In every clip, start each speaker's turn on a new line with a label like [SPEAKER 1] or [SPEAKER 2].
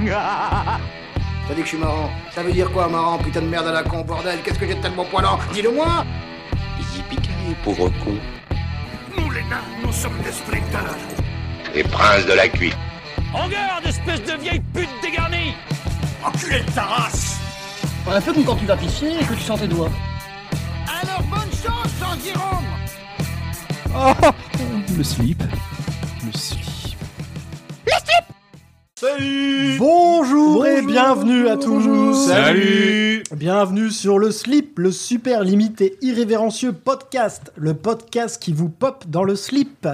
[SPEAKER 1] T'as dit que je suis marrant. Ça veut dire quoi, marrant, putain de merde à la con, bordel Qu'est-ce que j'ai de tellement poilant Dis-le-moi
[SPEAKER 2] Yippee-ki-yay, pauvre con.
[SPEAKER 3] Nous, les nains, nous sommes des sprinters.
[SPEAKER 4] Les princes de la cuite.
[SPEAKER 5] En garde, espèce de vieille pute dégarnie
[SPEAKER 3] Enculé de ta race
[SPEAKER 6] On a fait comme quand tu vas pisser et que tu sens tes doigts.
[SPEAKER 3] Alors bonne chance, jean Jérôme
[SPEAKER 7] Oh le slip. Le slip.
[SPEAKER 8] Salut
[SPEAKER 7] Bonjour et
[SPEAKER 8] Bonjour.
[SPEAKER 7] bienvenue à tous.
[SPEAKER 8] Salut.
[SPEAKER 7] Bienvenue sur le slip, le super limité irrévérencieux podcast, le podcast qui vous pop dans le slip.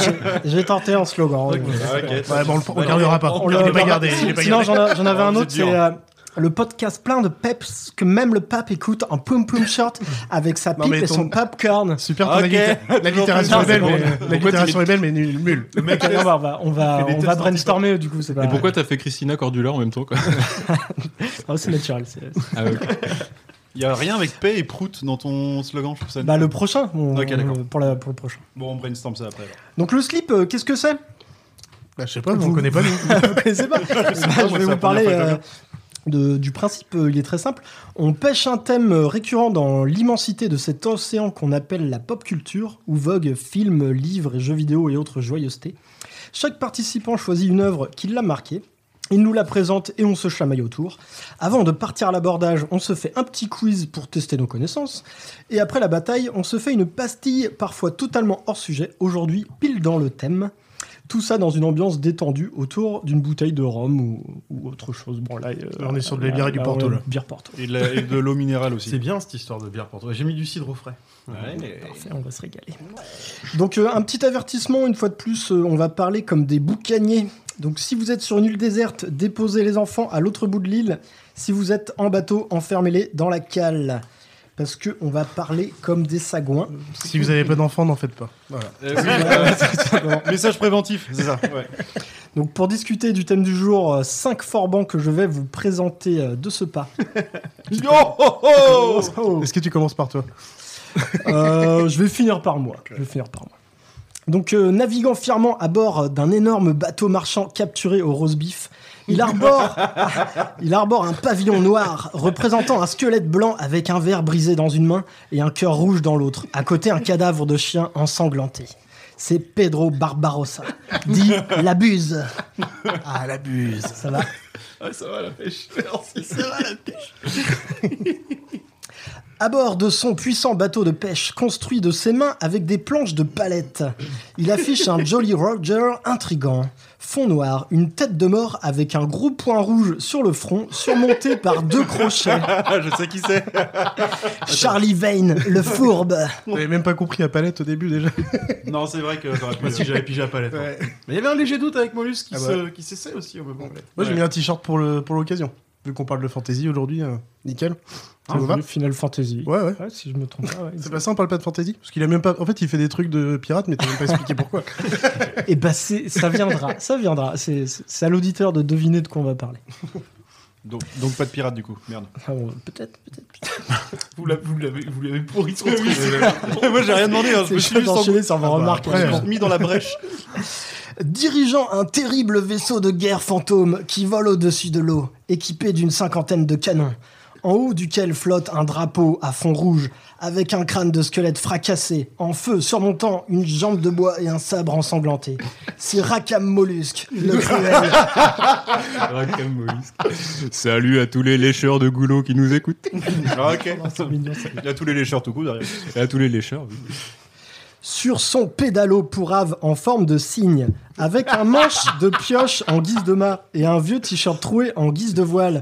[SPEAKER 7] J'ai- J'ai tenté un slogan.
[SPEAKER 8] Ouais, bon, on le- on
[SPEAKER 7] Ouais,
[SPEAKER 8] le gardera pas.
[SPEAKER 7] on
[SPEAKER 8] On
[SPEAKER 7] le-
[SPEAKER 8] l'a
[SPEAKER 7] on l'a-
[SPEAKER 8] pas gardé. Ah, il est pas
[SPEAKER 7] Sinon,
[SPEAKER 8] gardé.
[SPEAKER 7] j'en a- j'en avais
[SPEAKER 8] Oh,
[SPEAKER 7] un
[SPEAKER 8] vous
[SPEAKER 7] autre,
[SPEAKER 8] êtes
[SPEAKER 7] c'est
[SPEAKER 8] dur.
[SPEAKER 7] euh, le podcast plein de peps que même le pape écoute en poum poum short avec sa
[SPEAKER 8] Non,
[SPEAKER 7] pipe
[SPEAKER 8] mais
[SPEAKER 7] et
[SPEAKER 8] ton-
[SPEAKER 7] son popcorn.
[SPEAKER 8] Super, ton
[SPEAKER 9] Ok.
[SPEAKER 8] alliter-
[SPEAKER 9] Toujours
[SPEAKER 8] l'allitération est
[SPEAKER 7] plus.
[SPEAKER 8] belle,
[SPEAKER 7] Non,
[SPEAKER 8] mais
[SPEAKER 7] c'est
[SPEAKER 8] l'allitération est belle, mais nulle. nulle.
[SPEAKER 7] Non, bah, on va, on va,
[SPEAKER 8] Fais des
[SPEAKER 7] on va
[SPEAKER 8] tests
[SPEAKER 7] brainstormer du coup. c'est Pas...
[SPEAKER 9] Et pourquoi t'as fait Christina Cordula en même temps quoi
[SPEAKER 7] Ah, C'est naturel. c'est-
[SPEAKER 9] ah, Il y a rien avec paix et prout dans ton slogan, je trouve ça.
[SPEAKER 7] Bah, le prochain. on-
[SPEAKER 9] Ok, d'accord.
[SPEAKER 7] pour, la- pour le prochain.
[SPEAKER 9] Bon, on brainstorm ça après.
[SPEAKER 7] Donc le slip, euh, qu'est-ce que c'est
[SPEAKER 8] Bah, je sais pas, on connaît pas nous.
[SPEAKER 7] Vous connaissez pas Bah, Je
[SPEAKER 8] moi,
[SPEAKER 7] vais
[SPEAKER 8] c'est la
[SPEAKER 7] vous
[SPEAKER 8] première
[SPEAKER 7] parler
[SPEAKER 8] fois que je
[SPEAKER 7] euh,
[SPEAKER 8] l'entends.
[SPEAKER 7] de- du principe, euh, il est très simple. On pêche un thème euh, récurrent dans l'immensité de cet océan qu'on appelle la pop culture, où voguent films, livres et jeux vidéo et autres joyeusetés. Chaque participant choisit une œuvre qui l'a marqué. Il nous la présente et on se chamaille autour. Avant de partir à l'abordage, on se fait un petit quiz pour tester nos connaissances. Et après la bataille, on se fait une pastille, parfois totalement hors sujet, aujourd'hui pile dans le thème. Tout ça dans une ambiance détendue autour d'une bouteille de rhum ou, ou autre chose. Bon, là, euh,
[SPEAKER 8] Là, on est sur de la
[SPEAKER 7] là,
[SPEAKER 8] bière et du
[SPEAKER 7] là,
[SPEAKER 8] Porto,
[SPEAKER 7] on est
[SPEAKER 8] là.
[SPEAKER 7] Bière Porto.
[SPEAKER 9] Et de, la- et de l'eau minérale aussi.
[SPEAKER 8] bien cette histoire de bière pour toi. J'ai mis du cidre au frais.
[SPEAKER 9] Ouais, mais-
[SPEAKER 7] Eh, Parfait, on va se régaler. Donc, euh, un petit avertissement, une fois de plus, euh, on va parler comme des boucaniers. Donc, si vous êtes sur une île déserte, déposez les enfants à l'autre bout de l'île. Si vous êtes en bateau, enfermez-les dans la cale. Parce que on va parler comme des sagouins.
[SPEAKER 8] Si vous avez pas d'enfant, n'en faites pas. Voilà.
[SPEAKER 9] Euh, oui, euh, Message préventif, c'est ça. ouais.
[SPEAKER 7] Donc pour discuter du thème du jour, euh, cinq forbans que je vais vous présenter euh, de ce pas.
[SPEAKER 8] Yo ho, ho
[SPEAKER 7] Oh.
[SPEAKER 8] Est-ce que tu commences par toi
[SPEAKER 7] Euh, je vais finir par moi. Je vais finir par moi. Donc, euh, naviguant fièrement à bord d'un énorme bateau marchand capturé au roast beef, il arbore, il arbore un pavillon noir représentant un squelette blanc avec un verre brisé dans une main et un cœur rouge dans l'autre, à côté un cadavre de chien ensanglanté. C'est Pedro Barbarossa, dit la buse. Ah, la buse. Ça va
[SPEAKER 9] Ah, ça va la pêche.
[SPEAKER 7] À bord de son puissant bateau de pêche construit de ses mains avec des planches de palette, il affiche un Jolly Roger intrigant. Fond noir, une tête de mort avec un gros point rouge sur le front, surmonté par deux crochets.
[SPEAKER 9] Ah, je sais qui c'est.
[SPEAKER 7] Charlie Vane, le fourbe.
[SPEAKER 8] T'avais même pas compris la palette au début déjà.
[SPEAKER 9] Non, c'est vrai que j'aurais pu. euh, Moi, si j'avais pigé la palette. hein.
[SPEAKER 8] Ouais.
[SPEAKER 9] Mais il y avait un léger doute avec Molus qui
[SPEAKER 8] Ah
[SPEAKER 9] se- qui s'essaie aussi au moment.
[SPEAKER 8] Moi j'ai
[SPEAKER 9] Ouais.
[SPEAKER 8] mis un t-shirt pour le- pour l'occasion. Vu qu'on parle de fantasy aujourd'hui, euh, nickel. Ça vous va
[SPEAKER 7] Final Fantasy.
[SPEAKER 8] Ouais, ouais.
[SPEAKER 7] si je Ah, me trompe pas.
[SPEAKER 8] C'est pas ça, on parle pas de fantasy Parce qu'il a même pas. En fait, il fait des trucs de pirate, mais t'as même pas expliqué pourquoi.
[SPEAKER 7] Et bah, c'est- ça viendra, ça viendra. C'est c'est à l'auditeur de deviner de quoi on va parler.
[SPEAKER 9] Donc, donc pas de pirate du coup, merde.
[SPEAKER 7] Ah bon, peut-être, peut-être.
[SPEAKER 9] Vous l'avez pourri son Moi j'ai rien demandé, hein, je
[SPEAKER 7] C'est
[SPEAKER 9] me suis
[SPEAKER 7] chaud
[SPEAKER 9] juste en-
[SPEAKER 7] d'enchaîner sur vos
[SPEAKER 8] Ah bah,
[SPEAKER 7] remarques.
[SPEAKER 9] je
[SPEAKER 8] après,
[SPEAKER 9] me suis mis dans la brèche.
[SPEAKER 7] Dirigeant un terrible vaisseau de guerre fantôme qui vole au-dessus de l'eau, équipé d'une cinquantaine de canons, en haut duquel flotte un drapeau à fond rouge, avec un crâne de squelette fracassé, en feu surmontant une jambe de bois et un sabre ensanglanté. C'est Rakam Mollusque, le cruel.
[SPEAKER 9] Salut à tous les lécheurs de goulots qui nous écoutent. Ah, ok. à tous les lécheurs tout court derrière. Et à tous les lécheurs.
[SPEAKER 7] Sur son pédalo pourrave en forme de cygne, avec un manche de pioche en guise de mât et un vieux t-shirt troué en guise de voile,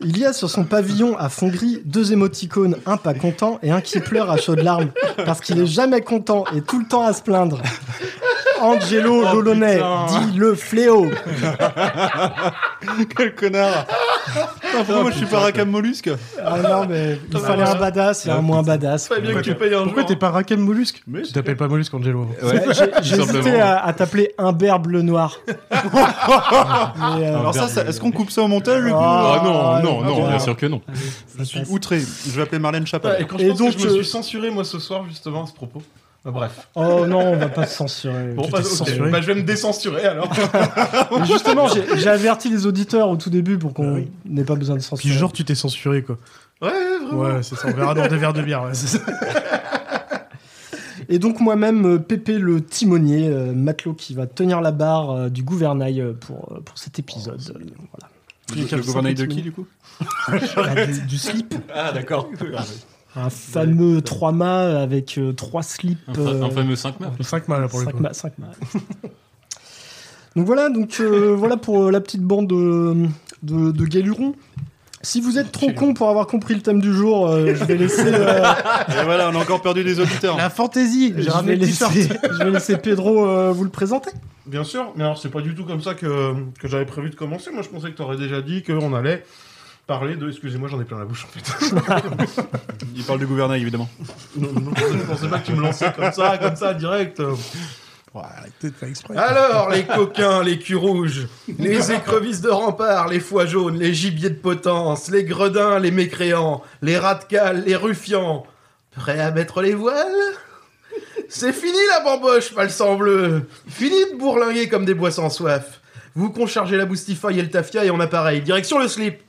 [SPEAKER 7] Il y a sur son pavillon à fond gris deux émoticônes, un pas content et un qui pleure à chaudes larmes, parce qu'il est jamais content et tout le temps à se plaindre. Angelo
[SPEAKER 9] Oh,
[SPEAKER 7] Lolonais, dit le fléau.
[SPEAKER 9] Quel connard Pourquoi moi je suis pas racam mollusque
[SPEAKER 7] Ah non, mais il fallait un badass et un moins badass.
[SPEAKER 9] tu payes un
[SPEAKER 8] Pourquoi t'es pas Rakem Mollusque
[SPEAKER 9] Mais
[SPEAKER 8] Tu t'appelles pas Mollusque, Angelo.
[SPEAKER 7] Ouais, j'ai- J'ai
[SPEAKER 9] Tout
[SPEAKER 7] hésité
[SPEAKER 9] simplement.
[SPEAKER 7] à, à t'appeler imberbe le noir. Mais, euh,
[SPEAKER 9] Alors ça, ça- est-ce qu'on coupe ça au montage du coup
[SPEAKER 7] Ah, non, non, non, bien
[SPEAKER 9] sûr que non. Je suis outré. Je vais appeler Marlène Chapelle.
[SPEAKER 7] Et donc, euh,
[SPEAKER 8] censuré moi ce soir justement à ce propos.
[SPEAKER 10] Bref.
[SPEAKER 7] Oh non, on va pas se censurer.
[SPEAKER 10] Bon,
[SPEAKER 7] Tu
[SPEAKER 10] bah,
[SPEAKER 7] t'es
[SPEAKER 10] ok.
[SPEAKER 7] censuré.
[SPEAKER 10] Bah, je vais me décensurer alors.
[SPEAKER 7] Mais Justement, j'ai j'ai averti les auditeurs au tout début pour qu'on
[SPEAKER 8] Ah oui.
[SPEAKER 7] n'ait pas besoin de censurer.
[SPEAKER 8] Puis genre, tu t'es censuré, quoi.
[SPEAKER 10] ouais, ouais, vraiment.
[SPEAKER 8] Ouais, c'est ça, on verra dans des verres de bière. ouais, c'est ça.
[SPEAKER 7] Et donc moi-même, euh, Pépé le timonier, euh, matelot qui va tenir la barre euh, du gouvernail euh, pour, euh, pour cet épisode. Euh, voilà.
[SPEAKER 9] Le, le gouvernail de qui, du coup
[SPEAKER 7] Ah, du, du slip,
[SPEAKER 10] Ah, d'accord.
[SPEAKER 7] un fameux trois mâts avec euh, trois slips.
[SPEAKER 9] un, fa-
[SPEAKER 7] euh,
[SPEAKER 9] un fameux 5 mètres.
[SPEAKER 8] Le 5 mal, là, pour le
[SPEAKER 7] cinq
[SPEAKER 8] coup.
[SPEAKER 7] mâts, cinq mâts. donc voilà, donc euh, voilà pour euh, la petite bande de, de, de galurons. Si vous êtes trop con pour avoir compris le thème du jour, euh, je vais laisser euh,
[SPEAKER 9] Et voilà, on a encore perdu des auditeurs.
[SPEAKER 8] La fantaisie
[SPEAKER 7] je
[SPEAKER 8] J'ai
[SPEAKER 7] vais
[SPEAKER 8] ramené le
[SPEAKER 7] laisser,
[SPEAKER 8] t-shirt
[SPEAKER 7] je vais laisser Pedro euh, vous le présenter.
[SPEAKER 10] Bien sûr, mais alors c'est pas du tout comme ça que, que j'avais prévu de commencer. Moi, je pensais que t'aurais déjà dit qu'on allait parler de. Excusez-moi, j'en ai plein la bouche en fait.
[SPEAKER 9] Il parle du gouvernail, évidemment.
[SPEAKER 10] non, non, je pensais pas que tu me lançais comme ça, comme ça, direct.
[SPEAKER 8] Ouais, arrêtez de faire exprès.
[SPEAKER 10] Alors, les coquins, les culs rouges, les écrevisses de rempart, les foies jaunes, les gibiers de potence, les gredins, les mécréants, les rats de cale, les ruffians. Prêts à mettre les voiles C'est fini la bamboche, pas le sang bleu Fini de bourlinguer comme des bois sans soif Vous conchargez la boustifaille et le tafia et on appareil. Direction le slip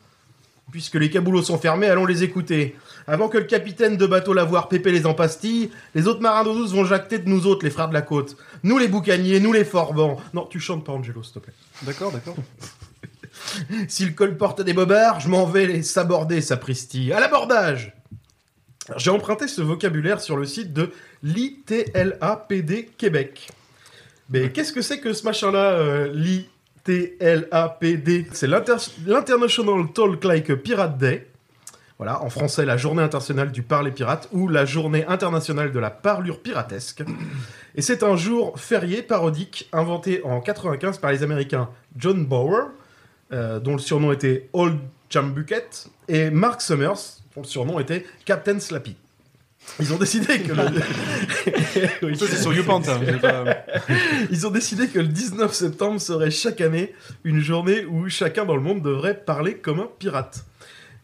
[SPEAKER 10] Puisque les caboulots sont fermés, allons les écouter. Avant que le capitaine de bateau l'avoir pépé les empastilles, les autres marins d'eau douce vont jacter de nous autres, les frères de la côte. Nous les boucaniers, nous les forbans. Non, tu chantes pas Angelo, s'il te plaît.
[SPEAKER 9] D'accord, d'accord.
[SPEAKER 10] Si le col porte des bobards, je m'en vais les saborder, sapristi. À l'abordage Alors, J'ai emprunté ce vocabulaire sur le site de l'ITLAPD Québec. Mais qu'est-ce que c'est que ce machin-là, euh, l'ITLAPD C'est l'inter- l'International Talk Like a Pirate Day. Voilà, en français, la journée internationale du parler pirate ou la journée internationale de la parlure piratesque. Et c'est un jour férié parodique inventé en 95 par les Américains John Bower, euh, dont le surnom était Old Chambucket, et Mark Summers, dont le surnom était Captain Slappy. Ils ont décidé que le... Oui.
[SPEAKER 9] Ça, c'est sur YouPorn, ça. J'ai pas-
[SPEAKER 10] Ils ont décidé que le 19 septembre serait chaque année une journée où chacun dans le monde devrait parler comme un pirate.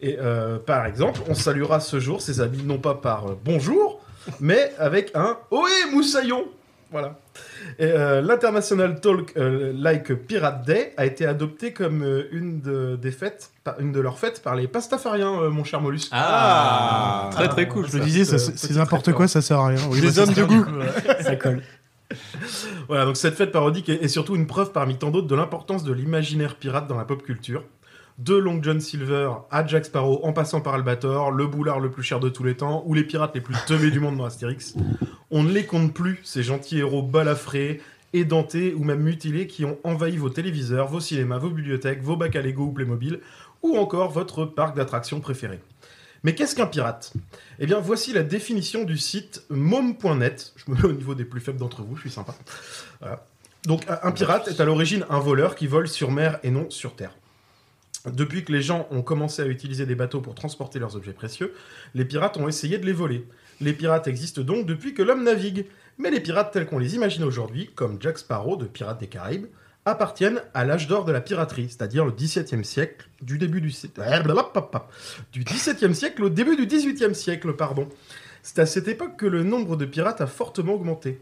[SPEAKER 10] Et euh, par exemple, on saluera ce jour ses amis non pas par euh, bonjour, mais avec un Ohé Moussaillon Voilà. Et, euh, L'International Talk euh, Like Pirate Day a été adopté comme euh, une, de, des fêtes, par- une de leurs fêtes par les pastafariens, euh, mon cher Mollusque.
[SPEAKER 9] Ah,
[SPEAKER 10] Ah.
[SPEAKER 9] Très très cool.
[SPEAKER 8] Je
[SPEAKER 10] Ça,
[SPEAKER 8] me disais, ça,
[SPEAKER 10] c'est,
[SPEAKER 8] c'est
[SPEAKER 10] euh,
[SPEAKER 8] c'est
[SPEAKER 10] petit
[SPEAKER 8] n'importe
[SPEAKER 10] traiteur.
[SPEAKER 8] quoi, ça sert à rien. Oui,
[SPEAKER 9] Des
[SPEAKER 8] bah, ça
[SPEAKER 9] hommes
[SPEAKER 8] sert
[SPEAKER 9] de
[SPEAKER 8] à
[SPEAKER 9] goût.
[SPEAKER 8] rien.
[SPEAKER 7] Ça colle.
[SPEAKER 10] Voilà, donc cette fête parodique est, est surtout une preuve parmi tant d'autres de l'importance de l'imaginaire pirate dans la pop culture. De Long John Silver à Jack Sparrow, en passant par Albator, le boulard le plus cher de tous les temps, ou les pirates les plus teubés du monde dans Astérix, on ne les compte plus, ces gentils héros balafrés, édentés ou même mutilés qui ont envahi vos téléviseurs, vos cinémas, vos bibliothèques, vos bacs à Lego ou Playmobil, ou encore votre parc d'attractions préféré. Mais qu'est-ce qu'un pirate Eh bien, voici la définition du site mom.net. Je me mets au niveau des plus faibles d'entre vous, je suis sympa. Donc un un pirate est à l'origine un voleur qui vole sur mer et non sur terre. Depuis que les gens ont commencé à utiliser des bateaux pour transporter leurs objets précieux, les pirates ont essayé de les voler. Les pirates existent donc depuis que l'homme navigue. Mais les pirates tels qu'on les imagine aujourd'hui, comme Jack Sparrow de Pirates des Caraïbes, appartiennent à l'âge d'or de la piraterie, c'est-à-dire le XVIIe siècle, Eh, du début du... si- du XVIIe siècle au début du XVIIIe siècle, pardon. C'est à cette époque que le nombre de pirates a fortement augmenté.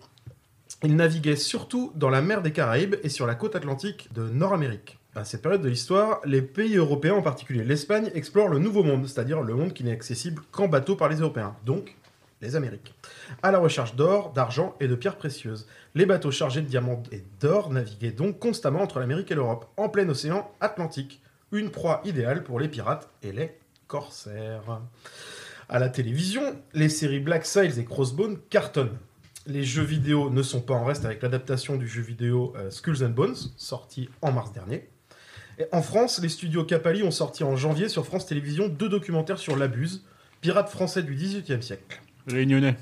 [SPEAKER 10] Il naviguait surtout dans la mer des Caraïbes et sur la côte atlantique de Nord-Amérique. À cette période de l'histoire, les pays européens, en particulier l'Espagne, explorent le Nouveau Monde, c'est-à-dire le monde qui n'est accessible qu'en bateau par les Européens, donc les Amériques. À la recherche d'or, d'argent et de pierres précieuses, les bateaux chargés de diamants et d'or naviguaient donc constamment entre l'Amérique et l'Europe, en plein océan Atlantique. Une proie idéale pour les pirates et les corsaires. À la télévision, les séries Black Sails et Crossbone cartonnent les jeux vidéo ne sont pas en reste avec l'adaptation du jeu vidéo euh, Skulls and Bones, sorti en mars dernier. Et en France, les studios Capali ont sorti en janvier sur France Télévisions deux documentaires sur l'abuse, pirate français du XVIIIe siècle.
[SPEAKER 9] Réunionnais.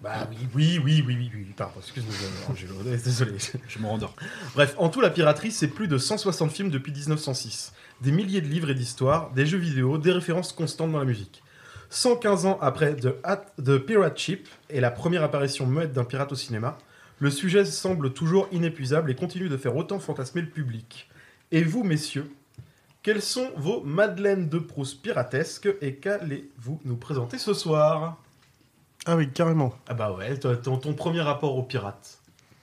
[SPEAKER 10] Bah oui, oui, oui, oui, oui, oui, pardon, excuse-moi, euh, Angelo, désolé.
[SPEAKER 9] Je me rendors.
[SPEAKER 10] Bref, en tout, la piraterie, c'est plus de 160 films depuis 1906. Des milliers de livres et d'histoires, des jeux vidéo, des références constantes dans la musique. 115 ans après The, Hat- The Pirate Ship et la première apparition muette d'un pirate au cinéma, le sujet semble toujours inépuisable et continue de faire autant fantasmer le public. Et vous, messieurs, quelles sont vos Madeleines de Proust piratesques et qu'allez-vous nous présenter ce soir
[SPEAKER 8] Ah oui, carrément.
[SPEAKER 10] Ah bah ouais, toi, ton, ton premier rapport aux pirates.